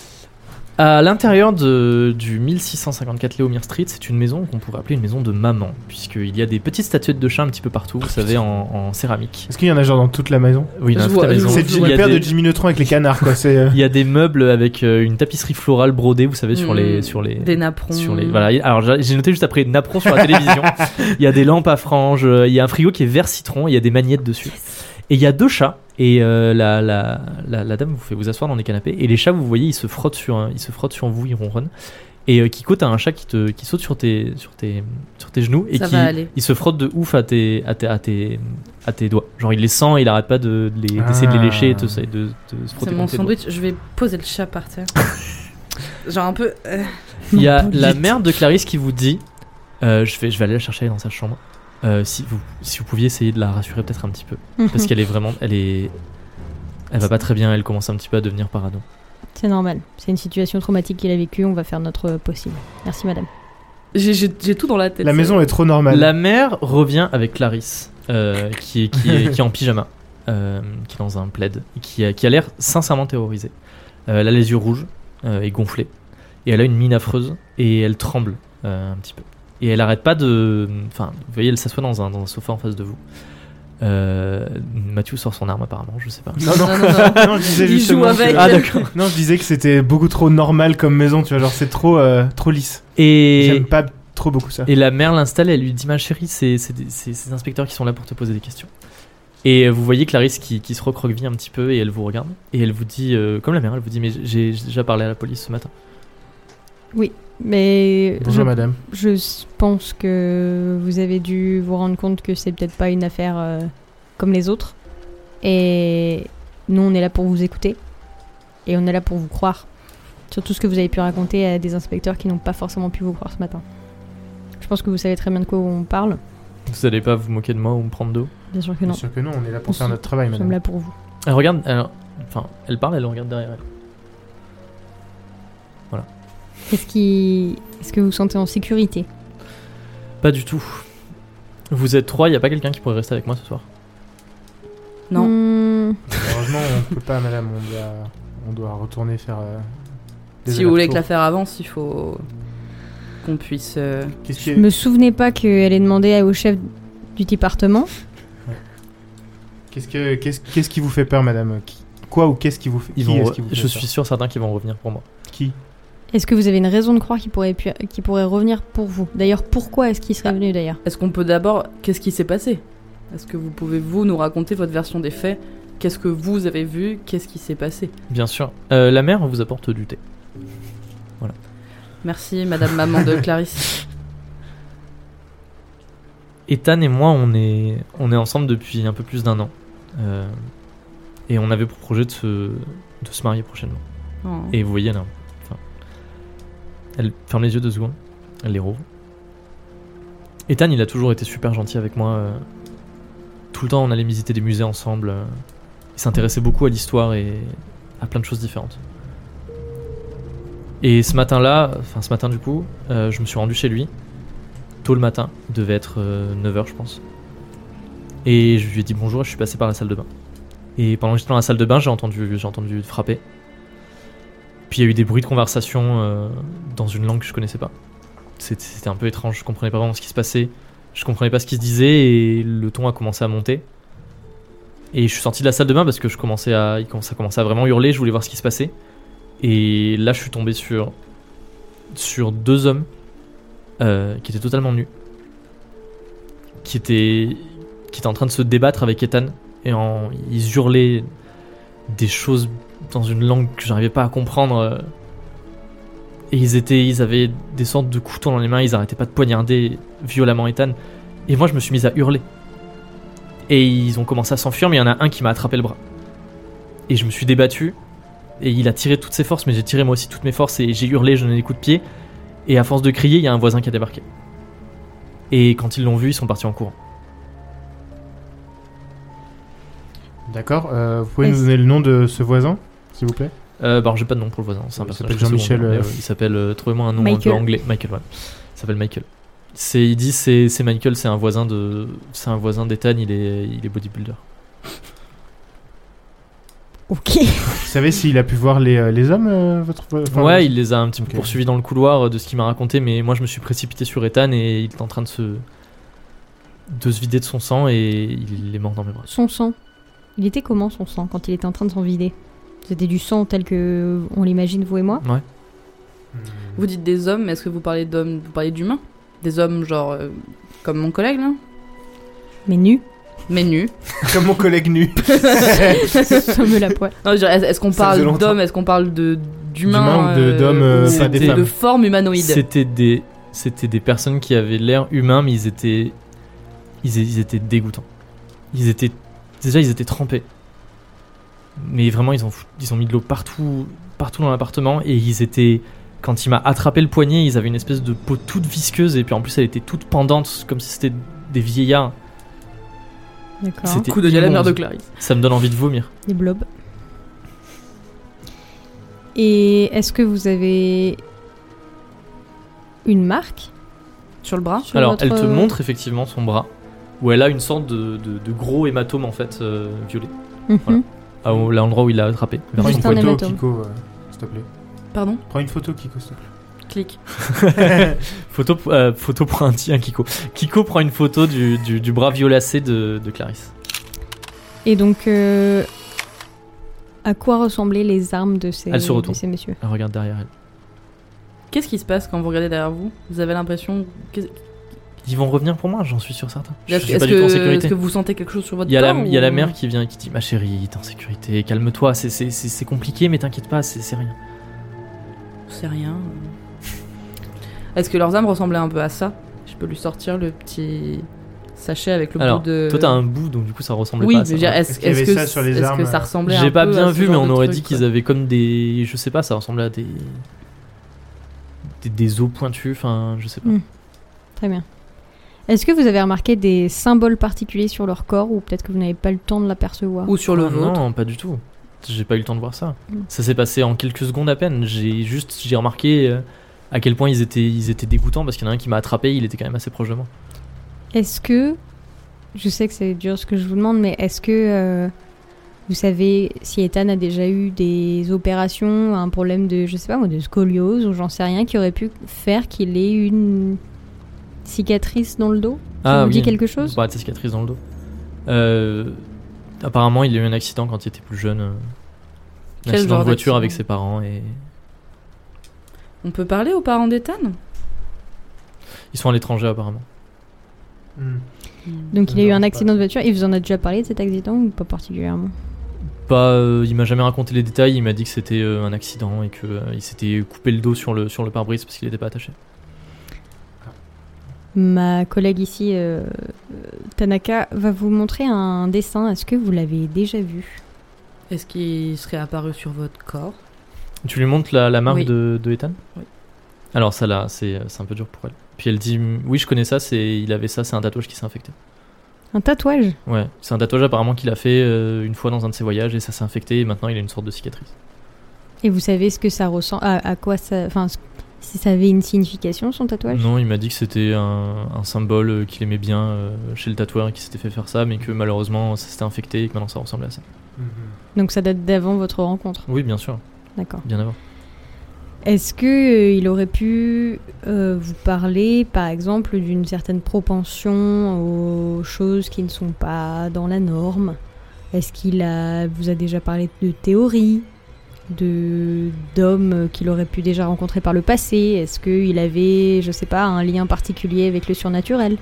Speaker 1: À l'intérieur de- du 1654 Léomir Street, c'est une maison qu'on pourrait appeler une maison de maman, puisqu'il y a des petites statuettes de chats un petit peu partout, vous savez, en, en céramique.
Speaker 2: Est-ce qu'il y en a genre dans toute la maison
Speaker 1: Oui, dans
Speaker 4: Je
Speaker 1: toute
Speaker 4: vois-
Speaker 1: la maison.
Speaker 4: je
Speaker 2: C'est
Speaker 4: vois-
Speaker 1: Il y
Speaker 2: le
Speaker 1: a
Speaker 2: père
Speaker 1: des-
Speaker 2: de Jimmy Neutron avec les canards, quoi. C'est. euh,
Speaker 1: Il y a des meubles avec euh, une tapisserie florale brodée, vous savez, sur
Speaker 4: Mm,
Speaker 1: les. Sur les
Speaker 4: Des napperons.
Speaker 1: sur les, voilà. Et- Alors j'ai j'ai noté juste après napperon sur la télévision. Il y a des lampes à franges, euh, il y a un frigo qui est vert citron, il y a des magnettes dessus. Et il y a deux chats. Et euh, la, la, la, la dame vous fait vous asseoir dans des canapés. Et les chats, vous voyez, ils se frottent sur, un- ils se frottent sur vous, ils ronronnent. Et euh, Kiko, t'as un chat qui, te, qui saute sur tes, sur tes, sur tes genoux et
Speaker 4: Ça
Speaker 1: qui
Speaker 4: va aller.
Speaker 1: il se frotte de ouf à tes, à tes, à tes, à tes doigts. Genre il les sent et il arrête pas d'essayer de, les- d'essayer de les
Speaker 2: Ah.
Speaker 1: lécher et de, se- de- de se frotter
Speaker 4: C'est mon
Speaker 1: contre tes doigts.
Speaker 4: sandwich, je vais poser le chat par terre. Genre un peu. euh,
Speaker 1: Il y a
Speaker 3: Mon pauvre
Speaker 1: la
Speaker 3: Jette.
Speaker 1: mère de Clarisse qui vous dit euh, je, vais, je vais aller la chercher dans sa chambre. Euh, si, vous, si vous pouviez essayer de la rassurer peut-être un petit peu.
Speaker 3: Hmm.
Speaker 1: Parce qu'elle est vraiment. Elle est. Elle va pas très bien, elle commence un petit peu à devenir parano.
Speaker 3: C'est normal. C'est une situation traumatique qu'il a vécue. On va faire notre possible. Merci madame.
Speaker 4: J'ai j'ai- j'ai tout dans la tête.
Speaker 2: La maison est trop normale.
Speaker 1: La mère revient avec Clarisse, euh, qui, est, qui, est, qui est en pyjama, euh, qui est dans un plaid, et qui a, qui a l'air sincèrement terrorisée. Euh, elle a les yeux rouges euh, et gonflés, et elle a une mine affreuse, et elle tremble euh, un petit peu. Et elle arrête pas de. Enfin, vous voyez, elle s'assoit dans un, dans un sofa en face de vous. Euh, Mathieu sort son arme apparemment, je sais pas.
Speaker 2: Non, non,
Speaker 4: Non, non, non.
Speaker 2: non, je disais
Speaker 4: Il joue
Speaker 2: justement.
Speaker 4: avec.
Speaker 2: que-
Speaker 1: Ah d'accord.
Speaker 2: Non, je disais que c'était beaucoup trop normal comme maison, tu vois, genre c'est trop, euh, trop lisse.
Speaker 1: Et,
Speaker 2: J'aime pas trop beaucoup ça.
Speaker 1: Et la mère l'installe, elle lui dit Ma chérie, c'est c'est des- c'est- ces inspecteurs qui sont là pour te poser des questions. Et vous voyez Clarisse qui, qui se recroqueville un petit peu et elle vous regarde. Et elle vous dit, euh, comme la mère, elle vous dit Mais j'ai j'ai déjà parlé à la police ce matin.
Speaker 3: Mais
Speaker 2: Bonjour madame.
Speaker 3: je, je pense que vous avez dû vous rendre compte que c'est peut-être pas une affaire euh, comme les autres. Et nous, on est là pour vous écouter. Et on est là pour vous croire. Sur tout ce que vous avez pu raconter à des inspecteurs qui n'ont pas forcément pu vous croire ce matin. Je pense que vous savez très bien de quoi on parle.
Speaker 1: Vous allez pas vous moquer de moi ou me prendre d'eau
Speaker 3: Bien sûr que
Speaker 2: Bien
Speaker 3: non.
Speaker 2: sûr que non, on est là pour
Speaker 3: Nous
Speaker 2: faire notre travail
Speaker 3: Nous sommes
Speaker 2: madame.
Speaker 3: là pour vous.
Speaker 1: Elle regarde, elle- enfin, elle parle, elle regarde derrière elle.
Speaker 3: Est-ce qui... Est-ce que vous vous sentez en sécurité
Speaker 1: Pas du tout. Vous êtes trois, y a pas quelqu'un qui pourrait rester avec moi ce soir
Speaker 4: Non.
Speaker 3: Hmm,
Speaker 2: Malheureusement, on peut pas madame, on doit, on doit retourner faire. euh, des
Speaker 4: Si vous voulez que
Speaker 2: allers-retours.
Speaker 4: l'affaire avance, il faut qu'on puisse. euh,
Speaker 2: Qu'est-ce qui
Speaker 3: Je
Speaker 2: est-
Speaker 3: me souvenais pas qu'elle ait demandé au chef du département.
Speaker 2: Qu'est-ce que qu'est-ce qu'est-ce qui vous fait peur, madame Qui- Quoi ou qu'est-ce qui vous fait
Speaker 1: Ils
Speaker 2: qui
Speaker 1: vont,
Speaker 2: est-ce qui vous fait
Speaker 1: je
Speaker 2: peur
Speaker 1: suis sûr certains qu'ils vont revenir pour moi.
Speaker 2: qui
Speaker 3: Est-ce que vous avez une raison de croire qu'il pourrait, pu- qu'il pourrait revenir pour vous D'ailleurs, pourquoi est-ce qu'il
Speaker 1: Ah.
Speaker 3: serait venu d'ailleurs
Speaker 4: Est-ce qu'on peut d'abord. Qu'est-ce qui s'est passé Est-ce que vous pouvez, vous, nous raconter votre version des faits Qu'est-ce que vous avez vu Qu'est-ce qui s'est passé
Speaker 1: Bien sûr. Euh, la mère vous apporte du thé.
Speaker 4: Merci, madame maman de Clarisse.
Speaker 1: Ethan et moi, on est, on est ensemble depuis un peu plus d'un an. Euh, et on avait pour projet de se, de se marier prochainement.
Speaker 4: Oh.
Speaker 1: Et vous voyez, là, enfin, elle ferme les yeux deux secondes, elle les rouvre. Ethan, il a toujours été super gentil avec moi. euh, Tout le temps, on allait visiter des musées ensemble. euh, Il s'intéressait beaucoup à l'histoire et à plein de choses différentes. Et ce matin-là, enfin ce matin du coup, euh, je me suis rendu chez lui, tôt le matin, il devait être 9h je pense. Et je lui ai dit bonjour, je suis passé par la salle de bain. Et pendant que j'étais dans la salle de bain, j'ai entendu, j'ai entendu frapper. Puis il y a eu des bruits de conversation euh, dans une langue que je connaissais pas. C'était- C'était un peu étrange, je comprenais pas vraiment ce qui se passait. Je comprenais pas ce qui se disait et le ton a commencé à monter. Et je suis sorti de la salle de bain parce que je commençais à, il commençait- ça commençait à vraiment hurler, je voulais voir ce qui se passait. Et là, je suis tombé sur, sur deux hommes euh, qui étaient totalement nus, qui étaient, qui étaient en train de se débattre avec Ethan. Et en, ils hurlaient des choses dans une langue que j'arrivais pas à comprendre. euh, Et ils étaient, ils avaient des sortes de couteaux dans les mains, ils arrêtaient pas de poignarder violemment Ethan. Et moi, je me suis mis à hurler. Et ils ont commencé à s'enfuir, mais il y en a un qui m'a attrapé le bras. Et je me suis débattu. Et il a tiré toutes ses forces, mais j'ai tiré moi aussi toutes mes forces et j'ai hurlé, je donnais des coups de pied. Et à force de crier, il y a un voisin qui a débarqué. Et quand ils l'ont vu, ils sont partis en courant.
Speaker 2: D'accord. euh, vous pouvez nous
Speaker 3: Est-ce-
Speaker 2: donner le nom de ce voisin, s'il vous plaît
Speaker 1: Euh, bah, alors, j'ai pas de nom pour le voisin, c'est un
Speaker 2: Il
Speaker 1: personnage
Speaker 2: s'appelle
Speaker 1: de
Speaker 2: Jean-Michel,
Speaker 1: seconde, mais,
Speaker 2: euh,
Speaker 1: il s'appelle. euh, Trouvez-moi un nom
Speaker 3: Michael.
Speaker 1: un peu anglais. Michael, ouais. Il s'appelle Michael. C'est, il dit c'est, c'est Michael, c'est un voisin de, c'est un voisin d'Ethan, il est, il est bodybuilder.
Speaker 3: Ok.
Speaker 2: Vous savez s'il a pu voir les, euh, les hommes, euh, votre enfin,
Speaker 1: ouais, il les a un petit peu
Speaker 2: Ok.
Speaker 1: poursuivis dans le couloir euh, de ce qu'il m'a raconté, mais moi je me suis précipité sur Ethan et il est en train de se, de se vider de son sang et il est mort dans mes bras.
Speaker 3: Son sang. Il était comment son sang quand il était en train de s'en vider C'était du sang tel que on l'imagine vous et moi
Speaker 4: Vous dites des hommes, mais est-ce que vous parlez d'hommes Vous parlez d'humains Des hommes, genre. euh, comme mon collègue, là
Speaker 3: Mais nu.
Speaker 4: Mais nus.
Speaker 2: Comme mon collègue nu.
Speaker 3: Somme la poêle.
Speaker 4: Non, je dirais, est-ce qu'on
Speaker 2: Ça faisait
Speaker 4: parle
Speaker 2: longtemps.
Speaker 4: d'hommes Est-ce qu'on parle de
Speaker 2: D'humains
Speaker 4: d'humains
Speaker 2: ou de- d'hommes, euh,
Speaker 1: pas des
Speaker 4: de-
Speaker 2: femmes.
Speaker 4: de forme humanoïde
Speaker 1: C'était des, c'était des personnes qui avaient l'air humains, mais ils étaient, ils, é- ils étaient dégoûtants. Ils étaient, déjà ils étaient trempés. Mais vraiment ils ont, fou- ils ont mis de l'eau partout, partout dans l'appartement et ils étaient, quand il m'a attrapé le poignet, ils avaient une espèce de peau toute visqueuse et puis en plus elle était toute pendante comme si c'était des vieillards.
Speaker 3: D'accord.
Speaker 1: C'était
Speaker 4: Hein Coup de gueule à la mère de
Speaker 1: immonde.
Speaker 4: Clarisse.
Speaker 1: Ça me donne envie de vomir.
Speaker 3: Des blobs. Et est-ce que vous avez une marque
Speaker 4: Sur le bras
Speaker 3: sur
Speaker 1: Alors
Speaker 3: votre- euh,
Speaker 1: elle
Speaker 4: euh,
Speaker 1: te montre effectivement son bras où elle a une sorte de, de- de gros hématome en fait euh, violet,
Speaker 3: Mhm.
Speaker 1: Voilà. à à l'endroit où il l'a attrapé. vers
Speaker 2: Prends
Speaker 1: son
Speaker 3: Juste
Speaker 2: une
Speaker 3: un
Speaker 1: poignet.
Speaker 2: photo,
Speaker 3: hématome.
Speaker 2: Kiko, euh, s'il te plaît.
Speaker 4: Pardon
Speaker 2: Prends une photo, Kiko, s'il te plaît.
Speaker 4: Clic.
Speaker 1: Photo, euh, photo pour un tien, Kiko. Kiko prend une photo du, du, du bras violacé de, de Clarisse.
Speaker 3: Et donc, euh, à quoi ressemblaient les armes de ces,
Speaker 1: Elle se
Speaker 3: de
Speaker 1: retourne.
Speaker 3: ces messieurs
Speaker 1: Elle regarde derrière elle.
Speaker 4: Qu'est-ce qui se passe quand vous regardez derrière vous Vous avez l'impression. qu'est-
Speaker 1: Ils vont revenir pour moi, j'en suis sûr certain. Je
Speaker 4: Est-ce
Speaker 1: suis
Speaker 4: est-ce
Speaker 1: pas
Speaker 4: que,
Speaker 1: du tout en
Speaker 4: est-ce
Speaker 1: sécurité.
Speaker 4: que vous sentez quelque chose sur votre
Speaker 1: Il y, a la,
Speaker 4: corps
Speaker 1: il y a la
Speaker 4: ou-
Speaker 1: mère qui vient et qui dit Ma chérie, t'es en sécurité, calme-toi, c'est- c'est c'est- c'est compliqué, mais t'inquiète pas, c'est c'est rien.
Speaker 4: C'est rien. Est-ce que leurs âmes ressemblaient un peu à ça Je peux lui sortir le petit sachet avec le
Speaker 1: Alors,
Speaker 4: bout de.
Speaker 1: Toi, t'as un bout, donc du coup, ça ressemble
Speaker 4: Euh, Oui,
Speaker 1: pas à
Speaker 4: mais je
Speaker 1: ça.
Speaker 4: veux dire, est-ce
Speaker 2: Est-ce qu'il y
Speaker 4: est-ce
Speaker 2: avait
Speaker 4: que,
Speaker 2: ça sur les
Speaker 4: est-ce que
Speaker 2: armes
Speaker 4: ça ressemblait
Speaker 1: J'ai
Speaker 4: un
Speaker 1: pas
Speaker 4: peu
Speaker 1: bien
Speaker 4: à ce
Speaker 1: vu, mais
Speaker 4: genre
Speaker 1: on
Speaker 4: de
Speaker 1: aurait
Speaker 4: truc,
Speaker 1: dit
Speaker 4: quoi.
Speaker 1: qu'ils avaient comme des. Je sais pas, ça ressemblait à des. Des, des os pointus, enfin, je sais pas.
Speaker 3: Mm. Très bien. Est-ce que vous avez remarqué des symboles particuliers sur leur corps ou peut-être que vous n'avez pas le temps de l'apercevoir
Speaker 4: Ou sur le
Speaker 1: Ah
Speaker 4: vôtre.
Speaker 1: Non, pas du tout. J'ai pas eu le temps de voir ça.
Speaker 3: Mm.
Speaker 1: Ça s'est passé en quelques secondes à peine. J'ai juste j'ai remarqué euh, à quel point ils étaient ils étaient dégoûtants parce qu'il y en a un qui m'a attrapé, il était quand même assez proche de moi.
Speaker 3: Est-ce que, je sais que c'est dur ce que je vous demande, mais est-ce que euh, vous savez si Ethan a déjà eu des opérations, un problème de, je sais pas moi, de scoliose ou j'en sais rien, qui aurait pu faire qu'il ait une cicatrice dans le dos Ça
Speaker 2: Ah
Speaker 3: vous dit quelque chose
Speaker 1: Bah, de sa cicatrice dans le dos. Euh, apparemment, il a eu un accident quand il était plus jeune. euh, Un
Speaker 4: Quel
Speaker 1: accident de
Speaker 4: genre
Speaker 1: voiture
Speaker 4: d'accident
Speaker 1: avec ses parents et
Speaker 4: On peut parler aux parents d'Ethan
Speaker 1: ils sont à l'étranger apparemment.
Speaker 2: Hmm.
Speaker 3: Donc il a eu
Speaker 2: Non,
Speaker 3: un
Speaker 2: pas.
Speaker 3: accident de voiture, il vous en a déjà parlé de cet accident ou pas particulièrement
Speaker 1: Pas, euh, il m'a jamais raconté les détails. Il m'a dit que c'était euh, un accident et que euh, il s'était coupé le dos sur le sur le pare-brise parce qu'il n'était pas attaché.
Speaker 3: Ma collègue ici, euh, euh, Tanaka, va vous montrer un dessin. Est-ce que vous l'avez déjà vu
Speaker 4: Est-ce qu'il serait apparu sur votre corps
Speaker 1: Tu lui montres la, la marque
Speaker 4: Oui.
Speaker 1: de, de Ethan
Speaker 4: Oui.
Speaker 1: Alors ça là, c'est euh, c'est un peu dur pour elle. Puis elle dit oui, je connais ça, c'est il avait ça, c'est un tatouage qui s'est infecté.
Speaker 3: Un tatouage
Speaker 1: Ouais, c'est un tatouage apparemment qu'il a fait euh, une fois dans un de ses voyages et ça s'est infecté et maintenant il a une sorte de cicatrice.
Speaker 3: Et vous savez ce que ça ressemble à, à quoi ça. Enfin, ce- si ça avait une signification son tatouage
Speaker 1: Non, il m'a dit que c'était un, un symbole euh, qu'il aimait bien euh, chez le tatoueur et qu'il s'était fait faire ça, mais que malheureusement ça s'était infecté et que maintenant ça ressemblait à ça.
Speaker 2: Mhm.
Speaker 1: hmm.
Speaker 3: Donc ça date d'avant votre rencontre.
Speaker 1: Oui, bien sûr,
Speaker 3: D'accord.
Speaker 1: bien avant.
Speaker 3: Est-ce que euh, il aurait pu euh, vous parler, par exemple, d'une certaine propension aux choses qui ne sont pas dans la norme Est-ce qu'il a, vous a déjà parlé de théories, de d'hommes qu'il aurait pu déjà rencontrer par le passé Est-ce qu'il avait, je sais pas, un lien particulier avec le surnaturel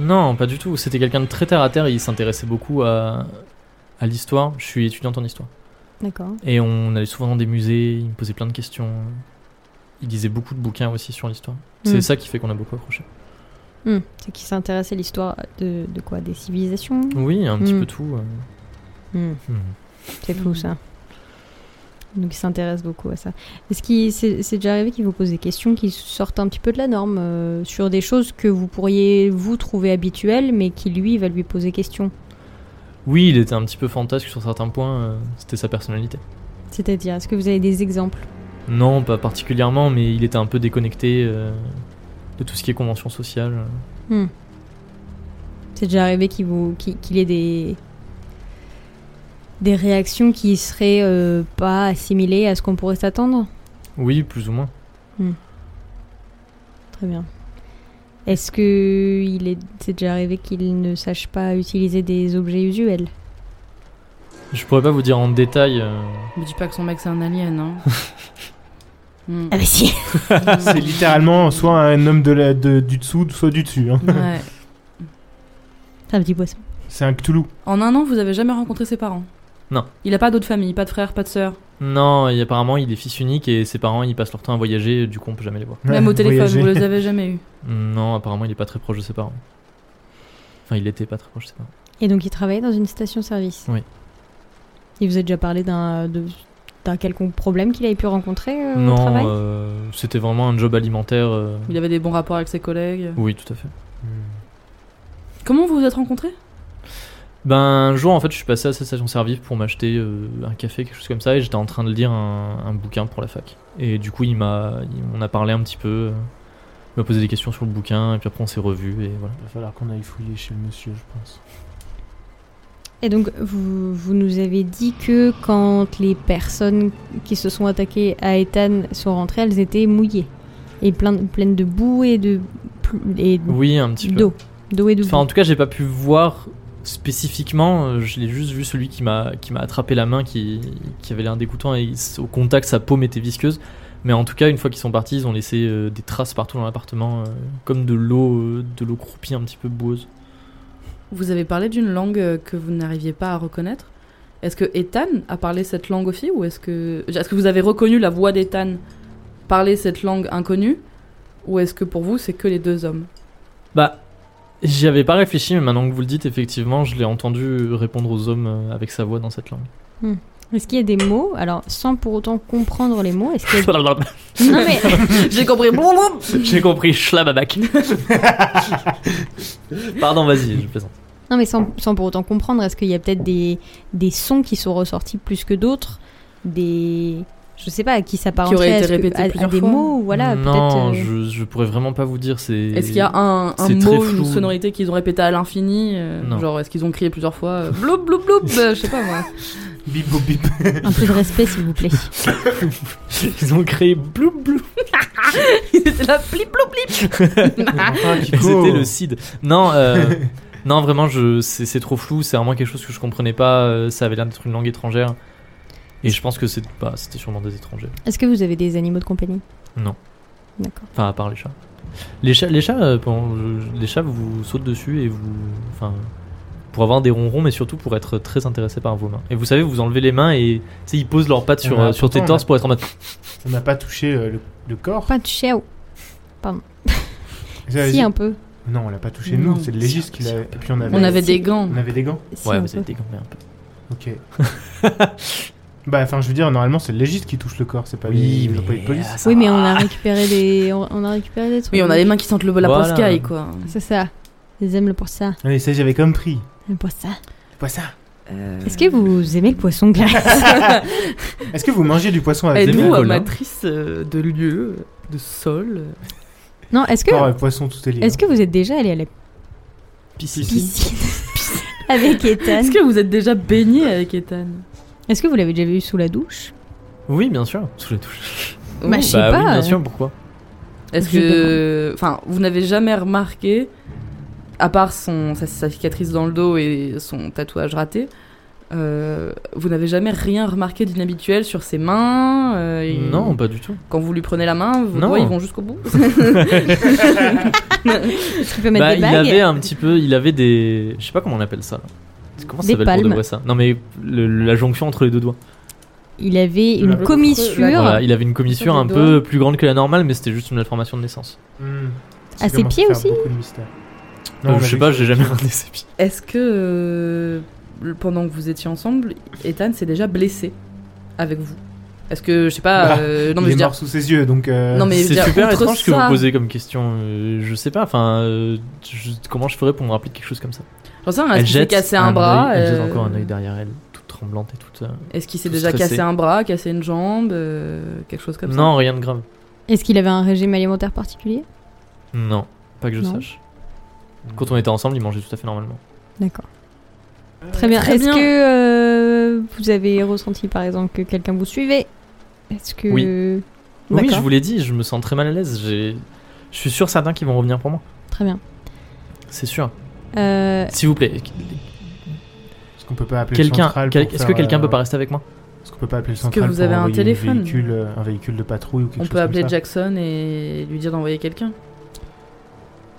Speaker 1: Non, pas du tout. C'était quelqu'un de très terre à terre. et Il s'intéressait beaucoup à, à l'histoire. Je suis étudiante en histoire.
Speaker 3: D'accord.
Speaker 1: Et on allait souvent dans des musées, il me posait plein de questions. Il lisait beaucoup de bouquins aussi sur l'histoire. C'est
Speaker 3: Mm.
Speaker 1: ça qui fait qu'on a beaucoup accroché.
Speaker 3: Hmm, C'est qu'il s'intéressait à l'histoire de, de quoi Des civilisations
Speaker 1: Oui, un petit
Speaker 3: Mm.
Speaker 1: peu tout. euh.
Speaker 3: Hmm.
Speaker 1: Mm.
Speaker 3: C'est fou
Speaker 4: Mhm.
Speaker 3: ça. Donc il s'intéresse beaucoup à ça. Est-ce qu'il c'est c'est déjà arrivé qu'il vous pose des questions qui sortent un petit peu de la norme euh, sur des choses que vous pourriez vous trouver habituelles, mais qui lui va lui poser question.
Speaker 1: Oui, il était un petit peu fantasque sur certains points. euh, C'était sa personnalité.
Speaker 3: C'est-à-dire, est-ce que vous avez des exemples
Speaker 1: Non, pas particulièrement, mais il était un peu déconnecté euh, de tout ce qui est convention sociale.
Speaker 3: C'est déjà arrivé qu'il vous qu'il qu'il ait des des réactions qui seraient euh, pas assimilées à ce qu'on pourrait s'attendre.
Speaker 1: Oui, plus ou moins.
Speaker 3: Très bien. Est-ce que il est c'est déjà arrivé qu'il ne sache pas utiliser des objets usuels
Speaker 1: Je pourrais pas vous dire en détail. euh,
Speaker 4: Me dis pas que son mec c'est un alien, hein. Hmm.
Speaker 3: Ah bah si.
Speaker 2: Ah, C'est littéralement soit un homme de la, de- du dessous, soit du dessus. hein.
Speaker 4: Ouais.
Speaker 3: Un petit poisson.
Speaker 2: C'est un Cthulhu.
Speaker 4: En un an, vous avez jamais rencontré ses parents
Speaker 1: Non.
Speaker 4: Il a pas d'autre famille, pas de frère, pas de sœur.
Speaker 1: Non, et apparemment, il est fils unique et ses parents, ils passent leur temps à voyager, du coup, on peut jamais les voir.
Speaker 4: Même au téléphone,
Speaker 2: Voyager.
Speaker 4: vous les avez jamais eu.
Speaker 1: Non, apparemment, il est pas très proche de ses parents. Enfin, il était pas très proche de ses parents.
Speaker 3: Et donc il travaillait dans une station-service.
Speaker 1: Oui.
Speaker 3: Il vous a déjà parlé d'un de- d'un quelconque problème qu'il avait pu rencontrer euh, au travail
Speaker 1: Non, euh, c'était vraiment un job alimentaire. euh,
Speaker 4: Il avait des bons rapports avec ses collègues.
Speaker 1: Oui, tout à fait.
Speaker 2: Hmm.
Speaker 4: Comment vous vous êtes rencontrés
Speaker 1: Ben, un jour, en fait, je suis passé à cette station service pour m'acheter euh, un café, quelque chose comme ça, et j'étais en train de lire un, un bouquin pour la fac. Et du coup, il m'a, il- on a parlé un petit peu, euh, il m'a posé des questions sur le bouquin, et puis après, on s'est revus, et voilà.
Speaker 2: Il va falloir qu'on aille fouiller chez le monsieur, je pense.
Speaker 3: Et donc vous, vous nous avez dit que quand les personnes qui se sont attaquées à Ethan sont rentrées, elles étaient mouillées. Et plein, de- pleines de boue et de... pl- Et
Speaker 1: Oui, un petit peu.
Speaker 3: d'eau. D'eau et de boue.
Speaker 1: Enfin, en tout cas, j'ai pas pu voir spécifiquement. euh, Je l'ai juste vu celui qui m'a qui m'a attrapé la main, qui, qui avait l'air dégoûtant et il- au contact, sa paume était visqueuse. Mais en tout cas, une fois qu'ils sont partis, ils ont laissé euh, des traces partout dans l'appartement, euh, comme de l'eau, euh, de l'eau croupie un petit peu boueuse.
Speaker 4: Vous avez parlé d'une langue euh, que vous n'arriviez pas à reconnaître. Est-ce que Ethan a parlé cette langue aussi ou est-ce que est-ce que vous avez reconnu la voix d'Ethan parler cette langue inconnue Ou est-ce que pour vous, c'est que les deux hommes
Speaker 1: Bah, j'y avais pas réfléchi, mais maintenant que vous le dites, effectivement, je l'ai entendu répondre aux hommes euh, avec sa voix dans cette langue.
Speaker 3: Est-ce qu'il y a des mots Alors, sans pour autant comprendre les mots, est-ce qu'il y a... Non, mais
Speaker 4: J'ai compris. Blum, blum.
Speaker 1: J'ai compris, schlababac. Pardon, vas-y, je plaisante.
Speaker 3: Non, mais sans, sans pour autant comprendre, est-ce qu'il y a peut-être des, des sons qui sont ressortis plus que d'autres Des. Je sais pas, à qui ça
Speaker 4: Qui auraient été
Speaker 3: à, ce que-
Speaker 4: répétés
Speaker 3: à- à
Speaker 4: plusieurs
Speaker 3: des
Speaker 4: fois.
Speaker 3: mots, voilà,
Speaker 1: non,
Speaker 3: peut-être. euh,
Speaker 1: je, je pourrais vraiment pas vous dire. C'est.
Speaker 4: Est-ce qu'il y a un, un
Speaker 1: C'est très
Speaker 4: mot, une
Speaker 1: flou.
Speaker 4: sonorité qu'ils ont répété à l'infini euh,
Speaker 1: Non.
Speaker 4: Genre, est-ce qu'ils ont crié plusieurs fois euh, Bloup, bloup, bloup euh, Je sais pas moi.
Speaker 2: Bip, bop, bip.
Speaker 3: Un peu de respect, s'il vous plaît.
Speaker 1: Ils ont créé blou blou.
Speaker 4: C'était là, blip, bloup, blip
Speaker 2: Enfin,
Speaker 1: Et
Speaker 2: Kiko.
Speaker 1: C'était le CID. Non, euh, non, vraiment, je, c'est, c'est trop flou. C'est vraiment quelque chose que je comprenais pas. euh, Ça avait l'air d'être une langue étrangère. Et je pense que c'est, bah, c'était sûrement des étrangers.
Speaker 3: Est-ce que vous avez des animaux de compagnie
Speaker 1: Non.
Speaker 3: D'accord.
Speaker 1: Enfin, à part les chats. Les chats, les chats, euh, pendant- je- les chats vous sautent dessus et vous, enfin, pour avoir des ronrons, mais surtout pour être très intéressé par vos mains. Et vous savez, vous enlevez les mains et tu sais, ils posent leurs pattes sur,
Speaker 2: Ouais,
Speaker 1: euh, sur tes
Speaker 2: pourtant,
Speaker 1: torses pour être en mode.
Speaker 2: On n'a pas touché euh, le, le corps.
Speaker 3: Pas de chiao.
Speaker 2: J'avais
Speaker 3: Si,
Speaker 2: dit-
Speaker 3: un peu.
Speaker 2: Non, on l'a pas touché,
Speaker 4: Non.
Speaker 2: nous. C'est le légiste qui l'a. Et puis on avait,
Speaker 4: On avait
Speaker 3: si.
Speaker 4: des gants.
Speaker 2: on avait des gants.
Speaker 3: Si,
Speaker 1: Ouais,
Speaker 3: un
Speaker 1: vous avez
Speaker 3: peu.
Speaker 1: été gambé un peu.
Speaker 2: Ok. bah, enfin, je veux dire, normalement, c'est le légiste qui touche le corps. C'est pas les- ils ont pas eu de police.
Speaker 1: ça
Speaker 3: Oui, mais on a
Speaker 1: va.
Speaker 3: récupéré des, on on a récupéré des trucs.
Speaker 4: Oui, on a les mains qui sentent le, la
Speaker 1: Voilà.
Speaker 4: poscaille, quoi.
Speaker 3: C'est ça. Ils aiment le pour ça.
Speaker 2: Allez, ça, j'avais compris.
Speaker 3: Le pour ça.
Speaker 2: Pas ça.
Speaker 4: Euh,
Speaker 3: Est-ce que vous aimez le poisson glace
Speaker 1: Ah,
Speaker 2: Est-ce que vous mangez du poisson avec
Speaker 1: Êtes-vous
Speaker 4: Êtes-vous
Speaker 1: Colin
Speaker 4: amatrice euh, de lieu, de sol
Speaker 3: Non, est-ce que,
Speaker 2: corps et poisson tout est lié
Speaker 3: est-ce que vous êtes déjà allé à la
Speaker 1: Piscine.
Speaker 3: piscine avec Ethan
Speaker 4: Est-ce que vous êtes déjà baigné avec Ethan
Speaker 3: Est-ce que vous l'avez déjà vu sous la douche
Speaker 1: Oui, bien sûr, sous la touche.
Speaker 4: Ah,
Speaker 3: Bah, Je sais
Speaker 1: bah oui,
Speaker 3: pas,
Speaker 1: bien
Speaker 3: euh.
Speaker 1: sûr, pourquoi
Speaker 4: Est-ce
Speaker 3: Je
Speaker 4: que. Enfin, vous n'avez jamais remarqué, à part son, sa, sa cicatrice dans le dos et son tatouage raté, euh, vous n'avez jamais rien remarqué d'inhabituel sur ses mains euh, et-
Speaker 1: Non, pas du tout.
Speaker 4: Quand vous lui prenez la main, vos
Speaker 1: Non.
Speaker 4: doigts ils vont jusqu'au bout
Speaker 3: Est-ce qu'il peut mettre
Speaker 1: Bah,
Speaker 3: des
Speaker 1: il
Speaker 3: bagues
Speaker 1: avait un petit peu, il avait des, je sais pas comment on appelle ça. là. Comment ça
Speaker 3: Des
Speaker 1: s'appelle pour de
Speaker 3: palmes.
Speaker 1: vrai ça Non mais le- la jonction entre les deux doigts.
Speaker 3: Il avait
Speaker 2: Le
Speaker 3: une
Speaker 2: creux,
Speaker 3: commissure
Speaker 1: Voilà, il avait une commissure
Speaker 4: Sur
Speaker 1: un
Speaker 4: les
Speaker 1: peu plus grande que la normale, mais c'était juste une malformation de naissance.
Speaker 2: Hmm.
Speaker 4: Ah,
Speaker 2: Ça
Speaker 3: à ses
Speaker 2: commence
Speaker 3: pieds
Speaker 2: faire
Speaker 3: aussi.
Speaker 2: beaucoup de mystères.
Speaker 1: Euh,
Speaker 2: Non, bah, on
Speaker 1: je sais
Speaker 2: avait-
Speaker 1: pas, j'ai jamais regardé ses pieds.
Speaker 4: Est-ce que euh, pendant que vous étiez ensemble, Ethan s'est déjà blessé avec vous Est-ce que je sais pas
Speaker 2: Bah,
Speaker 4: euh, Non
Speaker 2: il
Speaker 4: mais je
Speaker 2: est
Speaker 4: veux dire,
Speaker 2: mort sous ses yeux, donc. euh,
Speaker 4: Non, mais je veux
Speaker 1: C'est
Speaker 4: dire,
Speaker 1: super
Speaker 4: outre
Speaker 1: étrange ce que
Speaker 4: ça-
Speaker 1: vous posez comme question. euh, je sais pas, enfin, euh, je- comment je ferais pour me rappeler de quelque chose comme ça
Speaker 4: j'en sais rien, est-ce qu'il s'est cassé un, bras
Speaker 1: œil- elle jette
Speaker 4: euh,
Speaker 1: encore un œil derrière elle, toute tremblante et toute. euh,
Speaker 4: Est-ce qu'il s'est
Speaker 1: tout
Speaker 4: déjà
Speaker 1: stressé.
Speaker 4: cassé un bras, cassé une jambe, euh, quelque chose comme
Speaker 1: Non, rien de grave.
Speaker 3: Est-ce qu'il avait un régime alimentaire particulier
Speaker 1: Non, pas que je
Speaker 3: Non.
Speaker 1: sache. Quand on était ensemble, il mangeait tout à fait normalement.
Speaker 3: D'accord. Très bien.
Speaker 4: Très
Speaker 3: Est-ce
Speaker 4: bien.
Speaker 3: que euh, vous avez ressenti par exemple que quelqu'un vous suivait Est-ce que
Speaker 1: Oui,
Speaker 3: D'accord.
Speaker 1: je vous l'ai dit, je me sens très mal à l'aise. j'ai- Je suis sûr certain qu'ils vont revenir pour moi.
Speaker 3: Très bien.
Speaker 1: C'est sûr.
Speaker 3: Euh,
Speaker 1: S'il vous plaît,
Speaker 2: Est-ce qu'on peut pas appeler le
Speaker 1: quelqu'un,
Speaker 2: central
Speaker 1: quel-
Speaker 2: pour
Speaker 1: est-ce que
Speaker 2: faire,
Speaker 1: quelqu'un
Speaker 2: euh,
Speaker 1: peut pas rester avec moi
Speaker 2: Est-ce qu'on peut pas appeler le
Speaker 4: Est-ce que
Speaker 2: central
Speaker 4: vous
Speaker 2: pour
Speaker 4: avez un
Speaker 2: envoyer une
Speaker 4: téléphone
Speaker 2: véhicule, euh, Un véhicule de patrouille ou quelque
Speaker 4: ça On
Speaker 2: chose
Speaker 4: peut appeler
Speaker 2: comme ça
Speaker 4: Jackson et lui dire d'envoyer quelqu'un.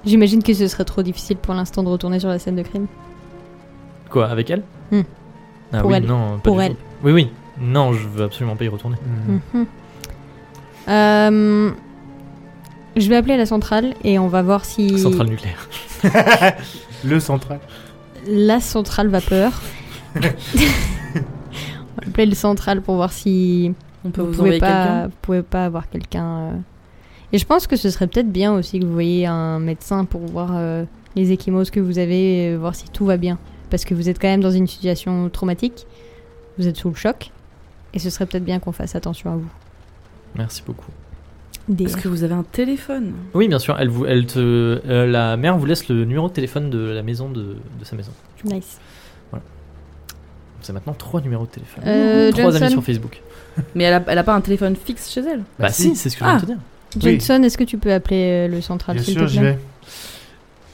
Speaker 3: J'imagine que ce serait trop difficile pour l'instant de retourner sur la scène de crime.
Speaker 1: Quoi, avec elle
Speaker 3: Hmm.
Speaker 1: Ah
Speaker 3: Pour
Speaker 1: oui,
Speaker 3: elle.
Speaker 1: non, pas
Speaker 3: Pour
Speaker 1: du
Speaker 3: elle.
Speaker 1: tout. Oui, oui. Non, je veux absolument pas y retourner.
Speaker 2: Hmm.
Speaker 3: Mhm. Euh, je vais appeler la centrale et on va voir si
Speaker 1: Centrale nucléaire.
Speaker 2: Le central.
Speaker 3: la centrale vapeur. on va appeler le central pour voir si
Speaker 4: On peut
Speaker 3: vous,
Speaker 4: vous,
Speaker 3: pouvez
Speaker 4: envoyer
Speaker 3: pas,
Speaker 4: quelqu'un.
Speaker 3: vous pouvez pas avoir quelqu'un. euh. Et je pense que ce serait peut-être bien aussi que vous voyiez un médecin pour voir euh, les échymoses que vous avez, euh, voir si tout va bien. Parce que vous êtes quand même dans une situation traumatique, vous êtes sous le choc, et ce serait peut-être bien qu'on fasse attention à vous.
Speaker 1: Merci beaucoup.
Speaker 3: Des-
Speaker 4: Est-ce que vous avez un téléphone
Speaker 1: Oui, bien sûr. Elle vous, elle te, euh, la mère vous laisse le numéro de téléphone de la maison de, de sa maison.
Speaker 3: Nice.
Speaker 1: C'est maintenant trois numéros de téléphone.
Speaker 3: Euh,
Speaker 1: trois amis
Speaker 3: Johnson,
Speaker 1: sur Facebook.
Speaker 4: Mais elle a, elle a pas un téléphone fixe chez elle.
Speaker 1: Bah,
Speaker 2: Bah,
Speaker 1: si,
Speaker 2: si.
Speaker 1: c'est ce que je viens de
Speaker 4: Ah.
Speaker 1: te dire.
Speaker 3: Johnson, est-ce que tu peux appeler euh, le central
Speaker 2: Bien
Speaker 3: s'il
Speaker 2: sûr,
Speaker 3: te
Speaker 2: j'y
Speaker 3: plaît
Speaker 2: vais.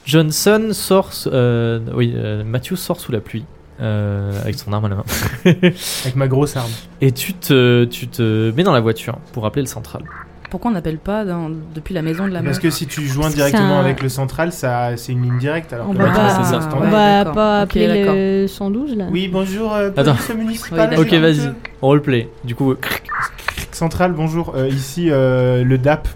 Speaker 1: Johnson sort, s- euh, oui, euh, Matthew sort sous la pluie euh, avec son arme à la main.
Speaker 2: Avec ma grosse arme.
Speaker 1: Et tu te, tu te mets dans la voiture pour appeler le central.
Speaker 4: Pourquoi on n'appelle pas dans- depuis la maison de la
Speaker 2: Parce
Speaker 4: mère
Speaker 2: que si tu joins
Speaker 3: Parce que
Speaker 2: directement
Speaker 3: ça-
Speaker 2: avec le central, ça, c'est une ligne directe. Alors
Speaker 3: On
Speaker 2: que
Speaker 3: va
Speaker 2: l'autre,
Speaker 3: pas-
Speaker 2: c'est un
Speaker 4: on
Speaker 3: On
Speaker 2: standard.
Speaker 4: Ouais,
Speaker 3: va
Speaker 4: d'accord.
Speaker 3: pas
Speaker 4: Ok,
Speaker 3: appeler le 112 là
Speaker 2: Oui, bonjour, euh,
Speaker 1: Attends.
Speaker 2: police municipale.
Speaker 4: Oui,
Speaker 1: Ok,
Speaker 4: d'accord.
Speaker 1: vas-y, on replay. Du coup, euh,
Speaker 2: Central, bonjour. euh, ici, euh, le DAP.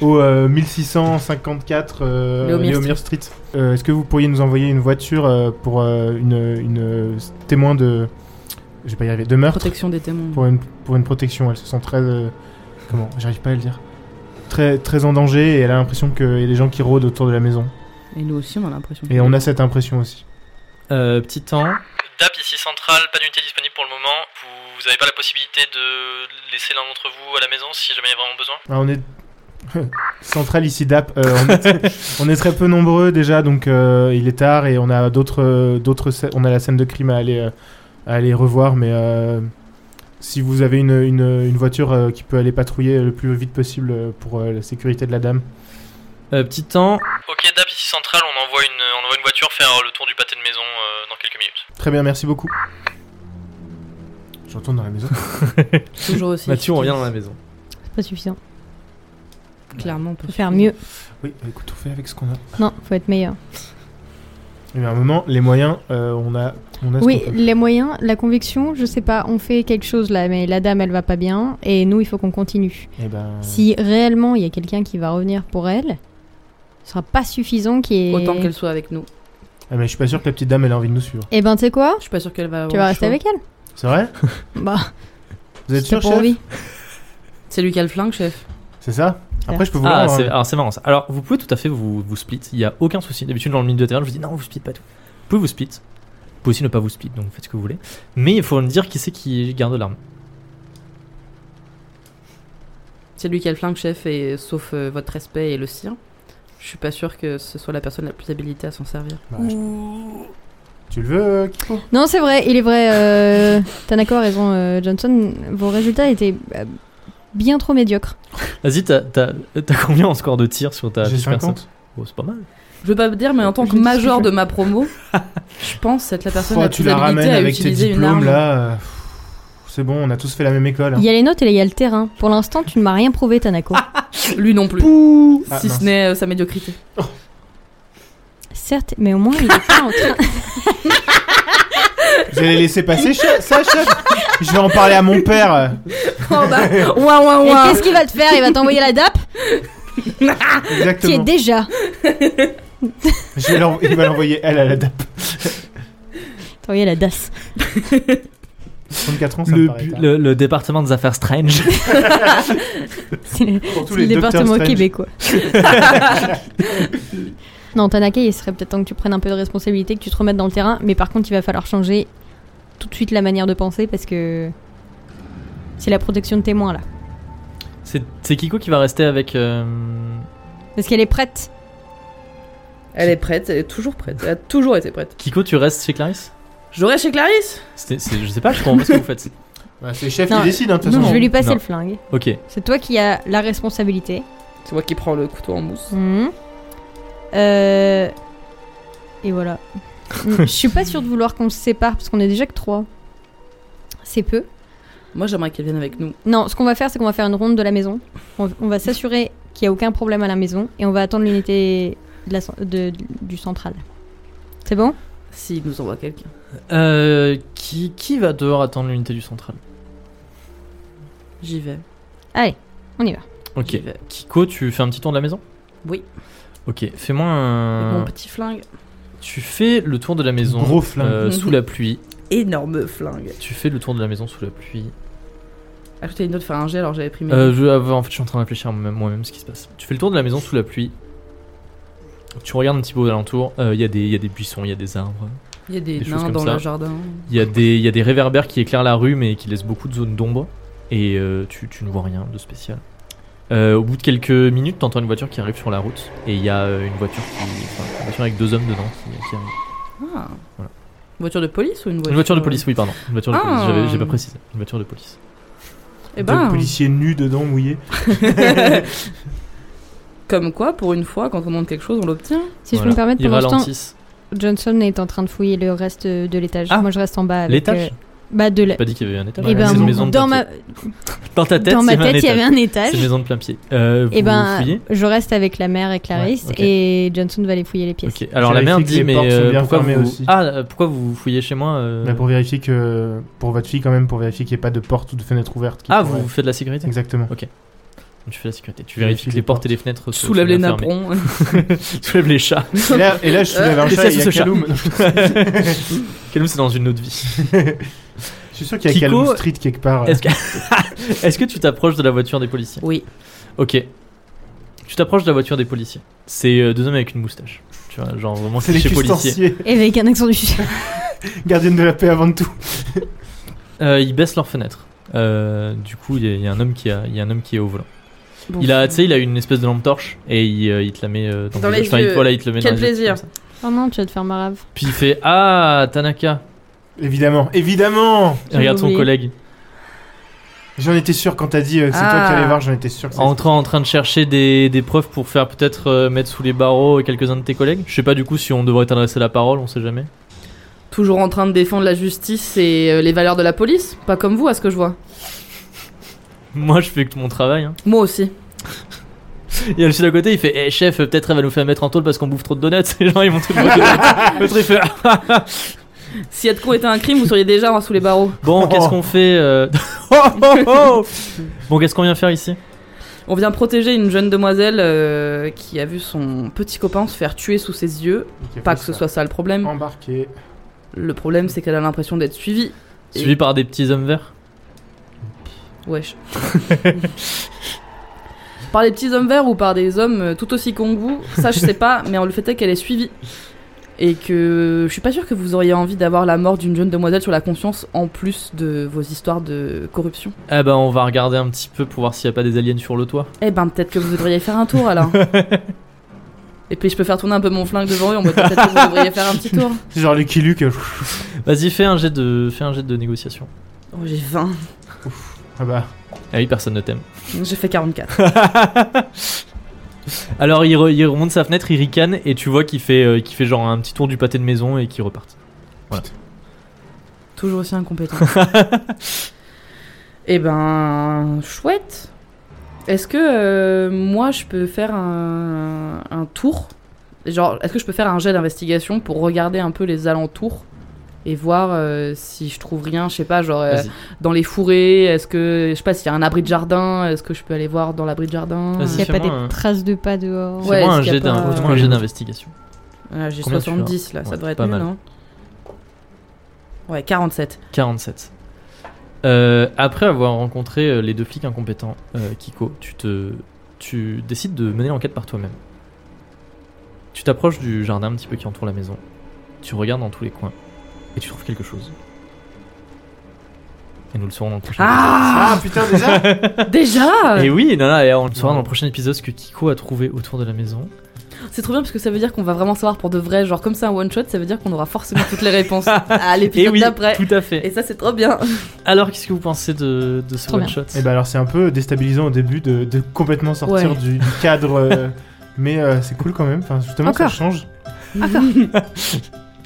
Speaker 2: au euh, 1654 euh,
Speaker 4: Léomir
Speaker 2: Léomir Street. Euh, Est-ce que vous pourriez nous envoyer une voiture euh, pour euh, une, une euh, témoin de. Je vais pas y arriver, de meurtre
Speaker 4: Protection des témoins.
Speaker 2: pour une, pour une protection. Elle se sent très. euh, comment J'arrive pas à le dire. Très, très en danger et elle a l'impression qu'il y a des gens qui rôdent autour de la maison.
Speaker 4: Et nous aussi, on a l'impression.
Speaker 2: Et on a cette impression aussi.
Speaker 1: Euh, petit temps.
Speaker 5: DAP ici centrale, pas d'unité disponible pour le moment. Vous n'avez pas la possibilité de laisser l'un d'entre vous à la maison si jamais il y a vraiment besoin.
Speaker 2: Ah, on est. Centrale ici DAP. euh, on, est, on est très peu nombreux déjà, donc euh, il est tard et on a d'autres. euh, d'autres scè- on a la scène de crime à aller, euh, à aller revoir, mais. euh, si vous avez une, une, une voiture euh, qui peut aller patrouiller le plus vite possible euh, pour euh, la sécurité de la dame.
Speaker 1: Euh, petit temps.
Speaker 5: Ok, DAP ici centrale, on envoie une, on envoie une voiture faire le tour du pâté de maison euh, dans quelques minutes.
Speaker 2: Très bien, merci beaucoup. Je retourne dans la maison.
Speaker 4: Toujours aussi.
Speaker 1: Mathieu, on revient dans la maison.
Speaker 3: C'est pas suffisant.
Speaker 4: Clairement, on peut
Speaker 3: Faut faire mieux.
Speaker 2: Oui, bah, écoute, on fait avec ce qu'on a.
Speaker 3: Non, faut être meilleur.
Speaker 2: Il y a un moment, les moyens, euh, on a, on a ce
Speaker 3: Oui,
Speaker 2: qu'on peut.
Speaker 3: les moyens, la conviction, je sais pas, on fait quelque chose là, mais la dame elle va pas bien et nous il faut qu'on continue.
Speaker 2: Eh ben,
Speaker 3: Si réellement il y a quelqu'un qui va revenir pour elle, ce sera pas suffisant qu'il y ait.
Speaker 4: Autant qu'elle soit avec nous.
Speaker 2: ah, mais je suis pas sûr que la petite dame elle a envie de nous suivre.
Speaker 3: Eh ben tu sais quoi
Speaker 4: Je suis pas sûre qu'elle va.
Speaker 3: Tu
Speaker 4: avoir
Speaker 3: vas
Speaker 4: le choix.
Speaker 3: rester avec elle
Speaker 2: C'est vrai
Speaker 3: Bah,
Speaker 2: Vous êtes
Speaker 3: si
Speaker 2: sûr,
Speaker 3: t'as pas
Speaker 2: chef
Speaker 3: envie.
Speaker 4: C'est lui qui a le flingue, chef.
Speaker 2: C'est ça Après, je peux vous
Speaker 1: Ah,
Speaker 2: le rendre,
Speaker 1: c'est,
Speaker 2: hein.
Speaker 1: alors c'est marrant ça. Alors vous pouvez tout à fait vous, vous split, il n'y a aucun souci. D'habitude dans le milieu de terrain, je vous dis non, vous split pas tout. Vous pouvez vous split, vous pouvez aussi ne pas vous split, donc vous faites ce que vous voulez. Mais il faut me dire qui c'est qui garde l'arme.
Speaker 4: C'est lui qui a le flingue, chef, et sauf euh, votre respect et le sien. Je suis pas sûr que ce soit la personne la plus habilitée à s'en servir.
Speaker 2: Bah, je- Tu le veux, euh, Kiko
Speaker 3: Non, c'est vrai, il est vrai. Euh, Tanako a raison, euh, Johnson. Vos résultats étaient euh, bien trop médiocres.
Speaker 1: Vas-y, t'as, t'as, t'as combien en score de tir sur ta
Speaker 2: J'ai
Speaker 1: fiche perso
Speaker 2: 50.
Speaker 1: Oh, C'est pas mal.
Speaker 4: Je veux pas me dire, mais en tant que
Speaker 3: Je-
Speaker 4: major de ma promo, je pense être la personne
Speaker 2: Oh,
Speaker 4: la
Speaker 2: tu
Speaker 4: plus
Speaker 2: la
Speaker 4: habilitée
Speaker 2: ramènes
Speaker 4: à
Speaker 2: avec tes
Speaker 4: utiliser une
Speaker 2: diplômes
Speaker 4: arme.
Speaker 2: là. euh, pff, C'est bon, on a tous fait la même école. hein.
Speaker 3: Il y a les notes et il y a le terrain. Pour l'instant, tu ne m'as rien prouvé, Tanako.
Speaker 4: Lui non plus.
Speaker 2: Ah,
Speaker 4: si
Speaker 2: mince.
Speaker 4: ce n'est euh, sa médiocrité.
Speaker 3: Certes, mais au moins il est pas en train.
Speaker 2: Vous allez laisser passer chef- ça, chef Je vais en parler à mon père. euh,
Speaker 4: Oh bah, ouin, ouin,
Speaker 3: Et
Speaker 4: ouin.
Speaker 3: qu'est-ce qu'il va te faire Il va t'envoyer la DAP qui est
Speaker 2: Exactement.
Speaker 3: déjà.
Speaker 2: Je vais l'en- Il va l'envoyer elle à la dame.
Speaker 3: T'envoyer la DAS.
Speaker 2: 34 ans, ça me
Speaker 1: Le,
Speaker 2: paraît
Speaker 1: bu-
Speaker 2: tard.
Speaker 1: le- le département des affaires strange.
Speaker 3: C'est le,
Speaker 2: Pour tous
Speaker 3: c'est le
Speaker 2: les Dr.
Speaker 3: département
Speaker 2: Strange.
Speaker 3: québécois. non, Tanaka, il serait peut-être temps que tu prennes un peu de responsabilité, que tu te remettes dans le terrain. Mais par contre, il va falloir changer tout de suite la manière de penser parce que c'est la protection de témoins là.
Speaker 1: c'est, c'est Kiko qui va rester avec. euh,
Speaker 3: Parce qu'elle est prête.
Speaker 4: Elle est prête, elle est toujours prête. Elle a toujours été prête.
Speaker 1: Kiko, tu restes chez Clarisse
Speaker 4: J'aurais chez Clarisse
Speaker 1: C'était- c'est- Je sais pas, je comprends pas ce que vous faites.
Speaker 2: Bah, c'est le chef
Speaker 3: Non,
Speaker 2: qui décide, hein, de toute
Speaker 3: je
Speaker 2: façon.
Speaker 3: vais lui passer
Speaker 1: Non.
Speaker 3: le flingue.
Speaker 1: Ok.
Speaker 3: C'est toi qui as la responsabilité.
Speaker 4: C'est moi qui prends le couteau en mousse.
Speaker 3: Mhm. Euh, Et voilà. Mm, Je suis pas sûre de vouloir qu'on se sépare parce qu'on est déjà que trois. C'est peu.
Speaker 4: Moi j'aimerais qu'elle vienne avec nous.
Speaker 3: Non, ce qu'on va faire, c'est qu'on va faire une ronde de la maison. On, on va s'assurer qu'il n'y a aucun problème à la maison et on va attendre l'unité de la cen- de- du central. C'est bon
Speaker 4: S'il nous envoie quelqu'un.
Speaker 1: Euh, qui, qui va dehors attendre l'unité du central
Speaker 4: J'y vais.
Speaker 3: Allez, on y va.
Speaker 1: Ok.
Speaker 4: J'y vais.
Speaker 1: Kiko, tu fais un petit tour de la maison
Speaker 4: Oui.
Speaker 1: Ok, fais-moi
Speaker 4: Avec
Speaker 1: un.
Speaker 2: Euh.
Speaker 4: Mon petit flingue.
Speaker 1: Tu fais le tour de la maison
Speaker 2: Gros flingue.
Speaker 1: euh, sous la pluie.
Speaker 4: Énorme flingue.
Speaker 1: Tu fais le tour de la maison sous la pluie.
Speaker 4: Ah, je t'ai une autre faire un jet alors j'avais pris mes.
Speaker 1: Euh, je, ah, en fait, je suis en train de réfléchir moi-même moi-même ce qui se passe. Tu fais le tour de la maison sous la pluie. Tu regardes un petit peu aux alentours. Euh, Il y, a des- il y a des buissons, il y a des arbres.
Speaker 4: Il y a des,
Speaker 1: des choses
Speaker 4: nains
Speaker 1: comme
Speaker 4: dans
Speaker 1: ça.
Speaker 4: le jardin.
Speaker 1: Il y, a des- il y a des réverbères qui éclairent la rue mais qui laissent beaucoup de zones d'ombre. Et euh, tu, tu ne vois rien de spécial. Euh, au bout de quelques minutes, t'entends une voiture qui arrive sur la route. Et il y a euh, une voiture qui. enfin, une voiture avec deux hommes dedans qui, qui arrive.
Speaker 4: Ah.
Speaker 1: Voilà.
Speaker 4: Une voiture de police ou une voiture
Speaker 1: Une voiture de police, oui, pardon. Une voiture de police,
Speaker 4: Ah.
Speaker 1: j'avais- j'ai pas précisé. Une voiture de police.
Speaker 4: Eh
Speaker 2: Deux
Speaker 4: ben.
Speaker 2: policiers nus dedans, mouillés.
Speaker 4: Comme quoi, pour une fois, quand on demande quelque chose, on l'obtient.
Speaker 3: Si je peux
Speaker 1: Voilà.
Speaker 3: me permettre,
Speaker 1: Ils
Speaker 3: pour l'instant,
Speaker 1: ralentissent.
Speaker 3: Johnson est en train de fouiller le reste de l'étage.
Speaker 1: Ah.
Speaker 3: Moi, je reste en bas. avec,
Speaker 1: L'étage
Speaker 3: euh, Bah, de la...
Speaker 1: J'ai pas dit qu'il y avait un étage.
Speaker 3: Eh ben,
Speaker 1: C'est une
Speaker 3: mon-
Speaker 1: maison de
Speaker 3: dans,
Speaker 1: plein
Speaker 3: ma...
Speaker 1: pied. Dans ta tête,
Speaker 3: dans ma
Speaker 1: c'est un
Speaker 3: tête, il y
Speaker 1: étage.
Speaker 3: avait un étage.
Speaker 1: C'est une maison de plein pied. Euh, vous
Speaker 3: Et ben,
Speaker 1: fouillez
Speaker 3: je reste avec la mère et Clarisse
Speaker 1: Ouais, ok.
Speaker 3: et Johnson va aller fouiller les pièces.
Speaker 1: Ok. Alors la
Speaker 2: Vérifier
Speaker 1: mère
Speaker 2: que
Speaker 1: dit
Speaker 2: les
Speaker 1: mais
Speaker 2: portes sont
Speaker 1: euh,
Speaker 2: bien
Speaker 1: pourquoi
Speaker 2: fermées
Speaker 1: vous
Speaker 2: aussi.
Speaker 1: ah euh, pourquoi vous fouillez chez moi euh,
Speaker 2: Bah, pour vérifier que. Pour votre fille, quand même, pour vérifier qu'il n'y ait pas de porte ou de fenêtre ouverte. qui
Speaker 1: Ah
Speaker 2: pourrait-
Speaker 1: vous faites de la sécurité.
Speaker 2: Exactement.
Speaker 1: Tu fais la sécurité. Tu vérifies que les portes et les fenêtres sont-
Speaker 4: Soulève
Speaker 1: sont
Speaker 4: les
Speaker 1: bien fermées.
Speaker 4: napperons.
Speaker 1: Soulève les chats.
Speaker 2: Et là, et là, je soulève un
Speaker 1: Qu'est-ce
Speaker 2: chat et
Speaker 1: qu'il y a
Speaker 2: il y a
Speaker 1: sous ce chat
Speaker 2: Kaloum.
Speaker 1: Calum, c'est dans une autre vie.
Speaker 2: Je suis sûr qu'il y a
Speaker 1: Kiko,
Speaker 2: Kaloum Street quelque part. euh,
Speaker 1: Est-ce que... Est-ce que tu t'approches de la voiture des policiers
Speaker 4: Oui.
Speaker 1: Ok. Tu t'approches de la voiture des policiers. C'est euh, deux hommes avec une moustache. Tu vois, genre vraiment
Speaker 2: C'est les
Speaker 1: cliché policier.
Speaker 2: custanciers,
Speaker 3: Et avec un accent du sud.
Speaker 2: gardiennes de la paix avant tout.
Speaker 1: Euh, ils baissent leurs fenêtres. Euh, du coup, il y, a- il y a un homme qui a, il y a un homme qui est au volant. Il a, tu sais, il a une espèce de lampe torche et il, euh, il te la met euh, dans,
Speaker 4: Dans
Speaker 1: le
Speaker 4: les
Speaker 1: visage. Enfin, il-
Speaker 4: yeux.
Speaker 1: voilà, il te le met
Speaker 4: Quel
Speaker 1: dans les yeux,
Speaker 4: plaisir.
Speaker 1: comme ça.
Speaker 3: Oh non, tu vas te faire ma rave.
Speaker 1: Puis il fait ah Tanaka.
Speaker 2: Évidemment, évidemment.
Speaker 1: Et regarde son
Speaker 4: oublié.
Speaker 1: collègue
Speaker 2: J'en étais sûr quand t'as dit euh, que c'est toi
Speaker 4: Ah.
Speaker 2: qui allais voir, j'en étais sûr. que c'est-
Speaker 1: en train en train de chercher des, des preuves pour faire peut-être euh, mettre sous les barreaux quelques-uns de tes collègues. Je sais pas du coup si on devrait t'adresser la parole, on sait jamais.
Speaker 4: Toujours en train de défendre la justice et euh, les valeurs de la police. Pas comme vous, à ce que je vois.
Speaker 1: Moi, je fais que mon travail. Hein.
Speaker 4: Moi aussi.
Speaker 1: Il y a le chef à côté, il fait Eh chef, peut-être elle va nous faire mettre en tôle parce qu'on bouffe trop de donuts. Les gens ils vont tout L'autre il fait ah,
Speaker 4: Si être con était un crime, vous seriez déjà hein, sous les barreaux.
Speaker 1: Bon,
Speaker 2: Oh.
Speaker 1: qu'est-ce qu'on fait euh, Bon, qu'est-ce qu'on vient faire ici
Speaker 4: On vient protéger une jeune demoiselle euh, qui a vu son petit copain se faire tuer sous ses yeux.
Speaker 2: Ok,
Speaker 4: Pas
Speaker 2: faut
Speaker 4: que ce
Speaker 2: se
Speaker 4: soit ça le problème.
Speaker 2: Embarqué.
Speaker 4: Le problème, c'est qu'elle a l'impression d'être suivie. Et-
Speaker 1: Suivi par des petits hommes verts
Speaker 4: Wesh. par les petits hommes verts ou par des hommes euh, tout aussi cons que vous, ça je sais pas, mais on le fait est qu'elle est suivie. Et que je suis pas sûre que vous auriez envie d'avoir la mort d'une jeune demoiselle sur la conscience en plus de vos histoires de corruption.
Speaker 1: Eh ben, on va regarder un petit peu pour voir s'il n'y a pas des aliens sur le toit.
Speaker 4: Eh ben peut-être que vous devriez faire un tour alors. Et puis je peux faire tourner un peu mon flingue devant eux, on mode peut-être que vous devriez faire un petit tour.
Speaker 2: C'est genre Lucky Luke. euh,
Speaker 1: Vas-y, fais un jet de, fais un jet de négociation.
Speaker 4: Oh j'ai 20,
Speaker 2: Ah bah.
Speaker 1: Ah oui, personne ne t'aime.
Speaker 4: j'ai fait 44.
Speaker 1: Alors, il, re- il remonte sa fenêtre, il ricane et tu vois qu'il fait, euh, qu'il fait genre un petit tour du pâté de maison et qu'il repart.
Speaker 4: Toujours aussi incompétent. eh ben, chouette. Est-ce que euh, moi je peux faire un, un tour Genre, est-ce que je peux faire un jet d'investigation pour regarder un peu les alentours et voir euh, si je trouve rien, je sais pas, genre euh,
Speaker 1: Vas-y.
Speaker 4: dans les fourrés, est-ce que je sais pas s'il y a un abri de jardin, est-ce que je peux aller voir dans l'abri de jardin
Speaker 1: Vas-y.
Speaker 3: Il n'y a
Speaker 1: Fais-moi
Speaker 3: pas des
Speaker 1: un-
Speaker 3: traces de pas dehors.
Speaker 1: C'est
Speaker 4: Ouais,
Speaker 1: moi un
Speaker 4: est-ce qu'il y a
Speaker 1: jet d'in-
Speaker 4: pas-
Speaker 1: fais-moi un jet d'investigation.
Speaker 4: Voilà, Ah, J'ai
Speaker 1: Combien tu as
Speaker 4: 70 là,
Speaker 1: Ouais,
Speaker 4: ça devrait être
Speaker 1: pas
Speaker 4: nul,
Speaker 1: mal.
Speaker 4: non Ouais, 47.
Speaker 1: 47. Euh, après avoir rencontré euh, les deux flics incompétents, euh, Kiko, tu te, tu décides de mener l'enquête par toi-même. Tu t'approches du jardin un petit peu qui entoure la maison. Tu regardes dans tous les coins et tu trouves quelque chose. Et nous le saurons dans le prochain.
Speaker 2: Ah putain déjà.
Speaker 4: Déjà
Speaker 1: épisode. Et oui, non, non, et on le saura dans le prochain épisode ce que Kiko a trouvé autour de la maison.
Speaker 4: C'est trop bien parce que ça veut dire qu'on va vraiment savoir pour de vrai. Genre comme ça, un one shot, ça veut dire qu'on aura forcément toutes les réponses à
Speaker 1: Et
Speaker 4: l'épisode
Speaker 1: oui,
Speaker 4: d'après.
Speaker 1: tout à fait.
Speaker 4: Et ça, c'est trop bien.
Speaker 1: Alors, qu'est-ce que vous pensez de, de ce
Speaker 3: Trop bien.
Speaker 1: one shot
Speaker 2: Et bah alors c'est un peu déstabilisant au début de, de complètement sortir
Speaker 4: Ouais.
Speaker 2: du, du cadre. euh, mais euh, c'est cool quand même. Enfin justement
Speaker 3: Encore.
Speaker 2: ça change.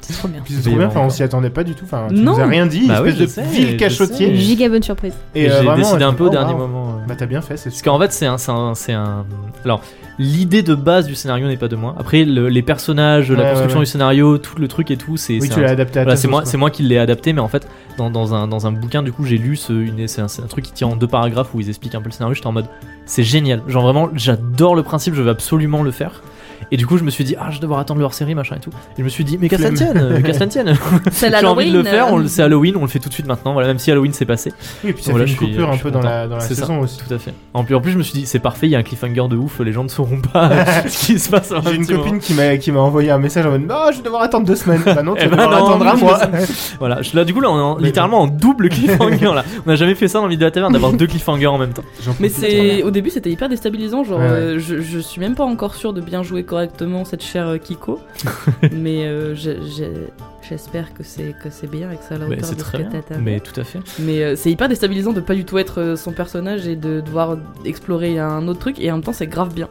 Speaker 3: C'est trop bien.
Speaker 2: Puis c'est trop
Speaker 1: Mais
Speaker 2: bien.
Speaker 1: bon,
Speaker 2: Enfin on
Speaker 1: encore.
Speaker 2: s'y attendait pas du tout. Enfin tu
Speaker 4: Non.
Speaker 2: nous as rien dit.
Speaker 1: Bah oui,
Speaker 2: espèce
Speaker 1: je sais,
Speaker 2: de
Speaker 1: je
Speaker 2: vil
Speaker 1: sais.
Speaker 2: cachotier.
Speaker 3: Giga bonne surprise.
Speaker 2: Et euh,
Speaker 1: J'ai
Speaker 2: vraiment,
Speaker 1: décidé
Speaker 2: on
Speaker 1: un
Speaker 2: était-
Speaker 1: peu
Speaker 2: oh,
Speaker 1: au dernier
Speaker 2: waouh.
Speaker 1: moment. euh.
Speaker 2: Bah t'as bien fait. C'est
Speaker 1: Parce qu'en fait, c'est un, c'est un, c'est un- Alors, l'idée de base du scénario n'est pas de moi. Après, le- les personnages,
Speaker 2: Ouais,
Speaker 1: la
Speaker 2: ouais,
Speaker 1: construction
Speaker 2: ouais.
Speaker 1: du scénario, tout le truc et tout, c'est.
Speaker 2: Oui
Speaker 1: c'est
Speaker 2: tu
Speaker 1: un-
Speaker 2: l'as adapté à
Speaker 1: Voilà,
Speaker 2: ta
Speaker 1: c'est
Speaker 2: sauce,
Speaker 1: moi,
Speaker 2: quoi.
Speaker 1: c'est moi qui l'ai adapté, mais en fait, dans, dans un, dans un bouquin, du coup, j'ai lu ce, une, c'est un, c'est un truc qui tient en deux paragraphes où ils expliquent un peu le scénario. J'étais en mode, c'est génial. Genre vraiment, j'adore le principe, je veux absolument le faire. Et du coup, je me suis dit, ah, je vais devoir attendre leur série, machin et tout. Et je me suis dit, mais qu'à ça
Speaker 2: Flemme.
Speaker 1: tienne, euh, qu'à ça tienne.
Speaker 4: C'est
Speaker 1: J'ai envie de
Speaker 4: l'Halloween.
Speaker 1: le faire, on le- c'est Halloween, on le fait tout de suite maintenant. Voilà, même si Halloween s'est passé.
Speaker 2: Oui puis ça
Speaker 1: Voilà,
Speaker 2: fait une
Speaker 1: je suis-
Speaker 2: coupure
Speaker 1: je
Speaker 2: un
Speaker 1: suis
Speaker 2: peu dans
Speaker 1: content.
Speaker 2: la dans la
Speaker 1: C'est ça.
Speaker 2: saison aussi.
Speaker 1: Tout à fait. En plus, en plus, je me suis dit, c'est parfait, il y a un cliffhanger de ouf, les gens ne sauront pas euh, ce qui se passe. en un
Speaker 2: J'ai une
Speaker 1: petit moment.
Speaker 2: copine qui m'a qui m'a envoyé un message en mode non je vais devoir attendre deux semaines. Bah non tu
Speaker 1: Eh
Speaker 2: vas
Speaker 1: ben
Speaker 2: devoir
Speaker 1: non,
Speaker 2: attendre un
Speaker 1: je
Speaker 2: mois. Bah,
Speaker 1: Voilà, je, là, du coup, là, on est en-
Speaker 2: Mais
Speaker 1: littéralement en double cliffhanger. là. On n'a jamais fait ça dans Vidéo de la Taverne, d'avoir deux cliffhangers en même temps.
Speaker 2: J'en peux
Speaker 4: Mais
Speaker 2: plus.
Speaker 4: c'est au début, c'était hyper déstabilisant. Genre,
Speaker 2: Ouais, ouais.
Speaker 4: euh, je, je suis même pas encore sûre de bien jouer correctement cette chère euh, Kiko. mais euh, j'ai- j'ai- j'espère que c'est que c'est bien et que ça a la
Speaker 1: Mais
Speaker 4: hauteur
Speaker 1: c'est
Speaker 4: de ce
Speaker 1: très
Speaker 4: que
Speaker 1: bien.
Speaker 4: t'as- t'as-
Speaker 1: Mais tout à fait.
Speaker 4: Mais euh, c'est hyper déstabilisant de pas du tout être euh, son personnage et de devoir explorer un autre truc. Et en même temps, c'est grave bien.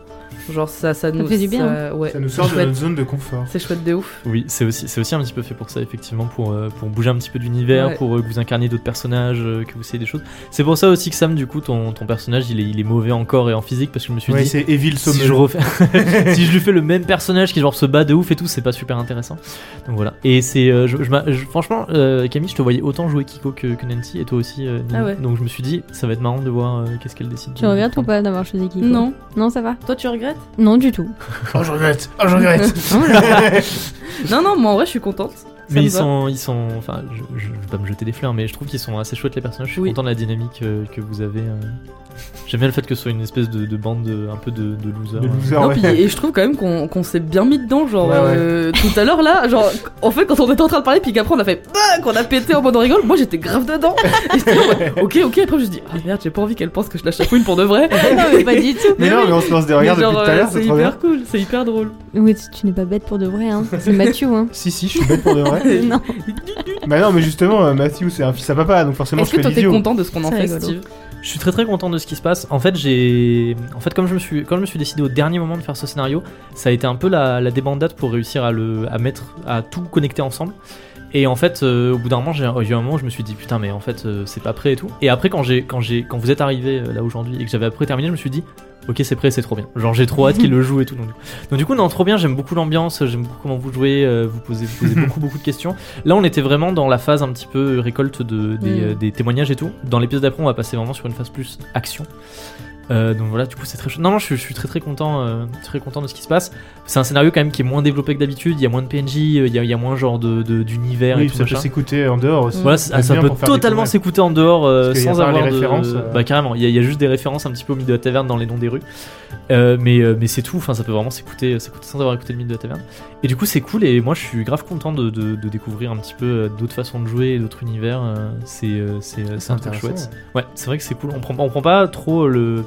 Speaker 4: Genre, ça, ça nous.
Speaker 3: fait du bien, hein.
Speaker 4: ouais,
Speaker 2: Ça nous
Speaker 4: c'est
Speaker 2: sort de
Speaker 4: chouette.
Speaker 2: notre zone de confort.
Speaker 4: C'est chouette de ouf.
Speaker 1: Oui, c'est aussi, c'est aussi un petit peu fait pour ça, effectivement, pour, euh, pour bouger un petit peu d'univers,
Speaker 4: Ouais.
Speaker 1: pour euh, que vous incarniez d'autres personnages, euh, que vous essayez des choses. C'est pour ça aussi que Sam, du coup, ton, ton personnage, il est, il est mauvais encore et en physique, parce que je me suis
Speaker 2: Ouais,
Speaker 1: dit,
Speaker 2: c'est Evil
Speaker 1: si je,
Speaker 2: Sommelot.
Speaker 1: refais- si je lui fais le même personnage qui genre se bat de ouf et tout, c'est pas super intéressant. Donc voilà. Et c'est, euh, je- je m'a- je- franchement, euh, Camille, je te voyais autant jouer Kiko que, que Nancy et toi aussi. euh, Nini.
Speaker 4: Ah ouais. Donc,
Speaker 1: Donc je me suis dit, ça va être marrant de voir euh, qu'est-ce qu'elle décide.
Speaker 3: Tu regrettes ou pas d'avoir choisi Kiko
Speaker 4: Non.
Speaker 3: Non, ça va
Speaker 4: Toi, tu regrettes
Speaker 3: Non, du tout.
Speaker 2: Oh, je regrette. Oh, je regrette.
Speaker 4: Non, non, moi en vrai, je suis contente. Ça
Speaker 1: Mais
Speaker 4: me
Speaker 1: ils
Speaker 4: va.
Speaker 1: sont, ils sont, enfin, je, je- je vais pas me jeter des fleurs, mais je trouve qu'ils sont assez chouettes les personnages. Je suis
Speaker 4: Oui.
Speaker 1: content de la dynamique euh, que vous avez. euh. J'aime bien le fait que ce soit une espèce de, de bande de- un peu de, de losers.
Speaker 2: De
Speaker 1: euh.
Speaker 2: loser,
Speaker 4: Non,
Speaker 2: Ah ouais.
Speaker 4: puis- et je trouve quand même qu'on qu'on s'est bien mis dedans, genre
Speaker 2: Ouais, ouais.
Speaker 4: euh, tout à l'heure là, genre en fait quand on était en train de parler, puis qu'après on a fait Bah qu'on a pété en mode on rigole, moi j'étais grave dedans. Et j'étais là, ouais, ok ok, après je me suis dit ah merde j'ai pas envie qu'elle pense que je la chapouille pour de vrai.
Speaker 3: non, mais pas du tout.
Speaker 2: Mais non, mais on se lance des
Speaker 4: Mais
Speaker 2: regards depuis
Speaker 4: genre,
Speaker 2: tout à
Speaker 4: euh,
Speaker 2: l'heure,
Speaker 4: c'est
Speaker 2: c'est trop bien.
Speaker 4: hyper cool, c'est hyper drôle.
Speaker 3: Oui, tu- tu n'es pas bête pour de vrai, hein. C'est Mathieu, hein.
Speaker 2: Si, si, je suis bête pour de vrai.
Speaker 3: non.
Speaker 2: Bah non, mais justement, euh, Matthew, c'est un fils à papa, donc forcément,
Speaker 4: Est-ce
Speaker 2: je fais
Speaker 4: que toi t'es
Speaker 2: l'idiot.
Speaker 4: content de ce qu'on en
Speaker 3: C'est
Speaker 4: fait,
Speaker 3: rigolo.
Speaker 4: Steve
Speaker 1: Je suis très très content de ce qui se passe. En fait, j'ai, en fait, comme je me suis, quand je me suis décidé au dernier moment de faire ce scénario, ça a été un peu la, la débandade pour réussir à le, à mettre, à tout connecter ensemble. Et en fait, euh, au bout d'un moment, j'ai il y a eu un moment où je me suis dit putain, mais en fait, euh, c'est pas prêt et tout. Et après, quand j'ai, quand j'ai, quand vous êtes arrivé euh, là aujourd'hui et que j'avais après terminé, je me suis dit ok, c'est prêt, c'est trop bien. Genre, j'ai trop hâte qu'il le joue et tout. Donc, donc du coup, non, trop bien. J'aime beaucoup l'ambiance, j'aime beaucoup comment vous jouez, euh, vous posez, vous posez beaucoup beaucoup de questions. Là, on était vraiment dans la phase un petit peu récolte de, des,
Speaker 4: Mm.
Speaker 1: euh, des témoignages et tout. Dans l'épisode d'après, on va passer vraiment sur une phase plus action. Euh, donc voilà, du coup, c'est très chou- Non, non, je, suis- je suis très très content, euh, très content de ce qui se passe. C'est un scénario quand même qui est moins développé que d'habitude. Il y a moins de PNJ, euh, il y a, il y a moins genre de de- d'univers et
Speaker 2: Oui,
Speaker 1: tout
Speaker 2: ça peut
Speaker 1: machin.
Speaker 2: s'écouter en dehors aussi.
Speaker 1: Voilà, ça,
Speaker 2: Bien
Speaker 1: ça peut
Speaker 2: pour faire
Speaker 1: totalement
Speaker 2: découvrir.
Speaker 1: s'écouter en dehors euh,
Speaker 2: Parce qu'il y a
Speaker 1: sans
Speaker 2: pas les
Speaker 1: avoir de.
Speaker 2: références, euh.
Speaker 1: Bah carrément, il y, a- il y a juste des références un petit peu au mythe de la taverne dans les noms des rues. Euh, mais euh, mais c'est tout, enfin ça peut vraiment s'écouter euh, s'écouter sans avoir écouté le mythe de la taverne. Et du coup c'est cool et moi je suis grave content de, de- de découvrir un petit peu euh, d'autres façons de jouer, et d'autres univers. euh, C'est euh, c'est euh, c'est un truc chouette. Ouais, c'est vrai que c'est cool. On prend, on prend pas trop le.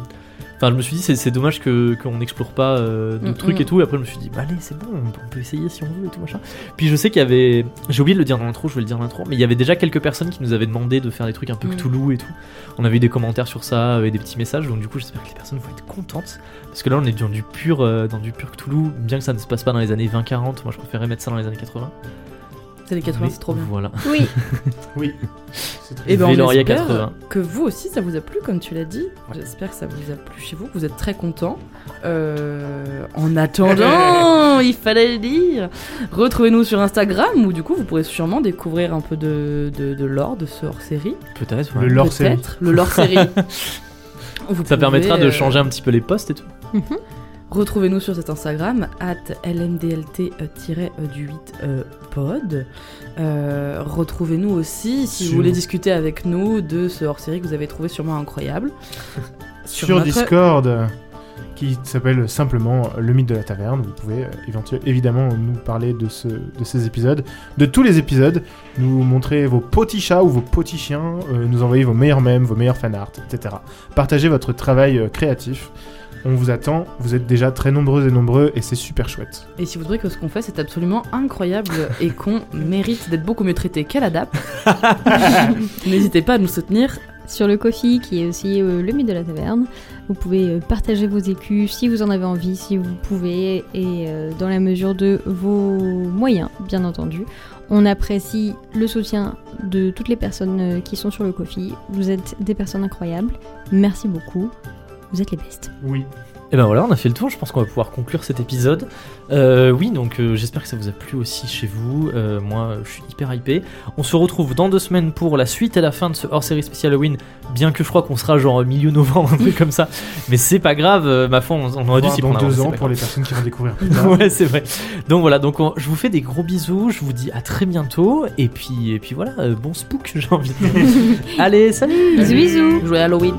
Speaker 1: Enfin, je me suis dit, c'est, c'est dommage que, qu'on n'explore pas euh, de
Speaker 4: Mm,
Speaker 1: trucs
Speaker 4: mm.
Speaker 1: et tout. Et après, je me suis dit, bah, allez, c'est bon, on peut- on peut essayer si on veut et tout machin. Puis je sais qu'il y avait. J'ai oublié de le dire dans l'intro, je vais le dire dans l'intro. Mais il y avait déjà quelques personnes qui nous avaient demandé de faire des trucs un peu
Speaker 4: Mm.
Speaker 1: Cthulhu et tout. On avait eu des commentaires sur ça euh, et des petits messages. Donc, du coup, j'espère que les personnes vont être contentes. Parce que là, on est dans du pur, euh, dans du pur Cthulhu. Bien que ça ne se passe pas dans les années 20-40, moi, je préférais mettre ça dans les années 80.
Speaker 4: C'est les 80,
Speaker 1: Mais
Speaker 4: c'est trop bien.
Speaker 1: Voilà.
Speaker 3: Oui.
Speaker 2: Oui. C'est très-
Speaker 4: Et ben on
Speaker 1: Véloria
Speaker 4: espère
Speaker 1: 80.
Speaker 4: que vous aussi ça vous a plu comme tu l'as dit. J'espère que ça vous a plu chez vous, que vous êtes très contents. Euh, en attendant, il fallait le dire. Retrouvez-nous sur Instagram où du coup vous pourrez sûrement découvrir un peu de, de, de lore de ce hors-série.
Speaker 1: Peut-être, ouais.
Speaker 2: Le lore, c'est.
Speaker 4: Peut-être le lore-série. Vous
Speaker 1: Ça
Speaker 4: pouvez,
Speaker 1: permettra de
Speaker 4: euh,
Speaker 1: changer un petit peu les postes et tout.
Speaker 3: Mhm.
Speaker 4: Retrouvez-nous sur cet Instagram, at lmdlt-du8pod. Euh, Retrouvez-nous aussi si vous
Speaker 1: Sur-
Speaker 4: voulez discuter avec nous de ce hors-série que vous avez trouvé sûrement incroyable.
Speaker 2: Sur,
Speaker 4: notre-
Speaker 2: Discord, euh, qui s'appelle simplement Le mythe de la taverne. Vous pouvez euh, éventuellement, évidemment nous parler de, ce, de ces épisodes, de tous les épisodes, nous montrer vos petits chats ou vos petits chiens, euh, nous envoyer vos meilleurs mèmes, vos meilleurs fanarts, etc. Partagez votre travail euh, créatif. On vous attend, vous êtes déjà très nombreux et nombreux et c'est super chouette.
Speaker 4: Et si vous trouvez que ce qu'on fait c'est absolument incroyable et qu'on mérite d'être beaucoup mieux traité qu'à la DAP, n'hésitez pas à nous soutenir.
Speaker 3: Sur le coffee, qui est aussi euh, le mythe de la taverne, vous pouvez euh, partager vos écus si vous en avez envie, si vous pouvez, et euh, dans la mesure de vos moyens, bien entendu. On apprécie le soutien de toutes les personnes euh, qui sont sur le coffee. Vous êtes des personnes incroyables. Merci beaucoup. Vous êtes les bestes.
Speaker 2: Oui.
Speaker 1: Et ben voilà, on a fait le tour, je pense qu'on va pouvoir conclure cet épisode. Euh, oui, donc euh, j'espère que ça vous a plu aussi chez vous. Euh, moi, euh, je suis hyper hypé. On se retrouve dans deux semaines pour la suite et la fin de ce hors-série spécial Halloween, bien que je crois qu'on sera genre milieu novembre, un truc comme ça. Mais c'est pas grave, euh, ma foi, on, on aurait dû
Speaker 2: Voir
Speaker 1: s'y
Speaker 2: dans
Speaker 1: prendre.
Speaker 2: deux
Speaker 1: avant,
Speaker 2: ans
Speaker 1: c'est pas
Speaker 2: pour les
Speaker 1: grave.
Speaker 2: personnes qui vont découvrir plus tard.
Speaker 1: Ouais, c'est vrai. Donc voilà, donc on- je vous fais des gros bisous, je vous dis à très bientôt, et puis, et puis voilà, euh, bon spook, j'ai envie de dire. Allez, salut
Speaker 3: Bisous, bisous.
Speaker 4: Jouez à Halloween.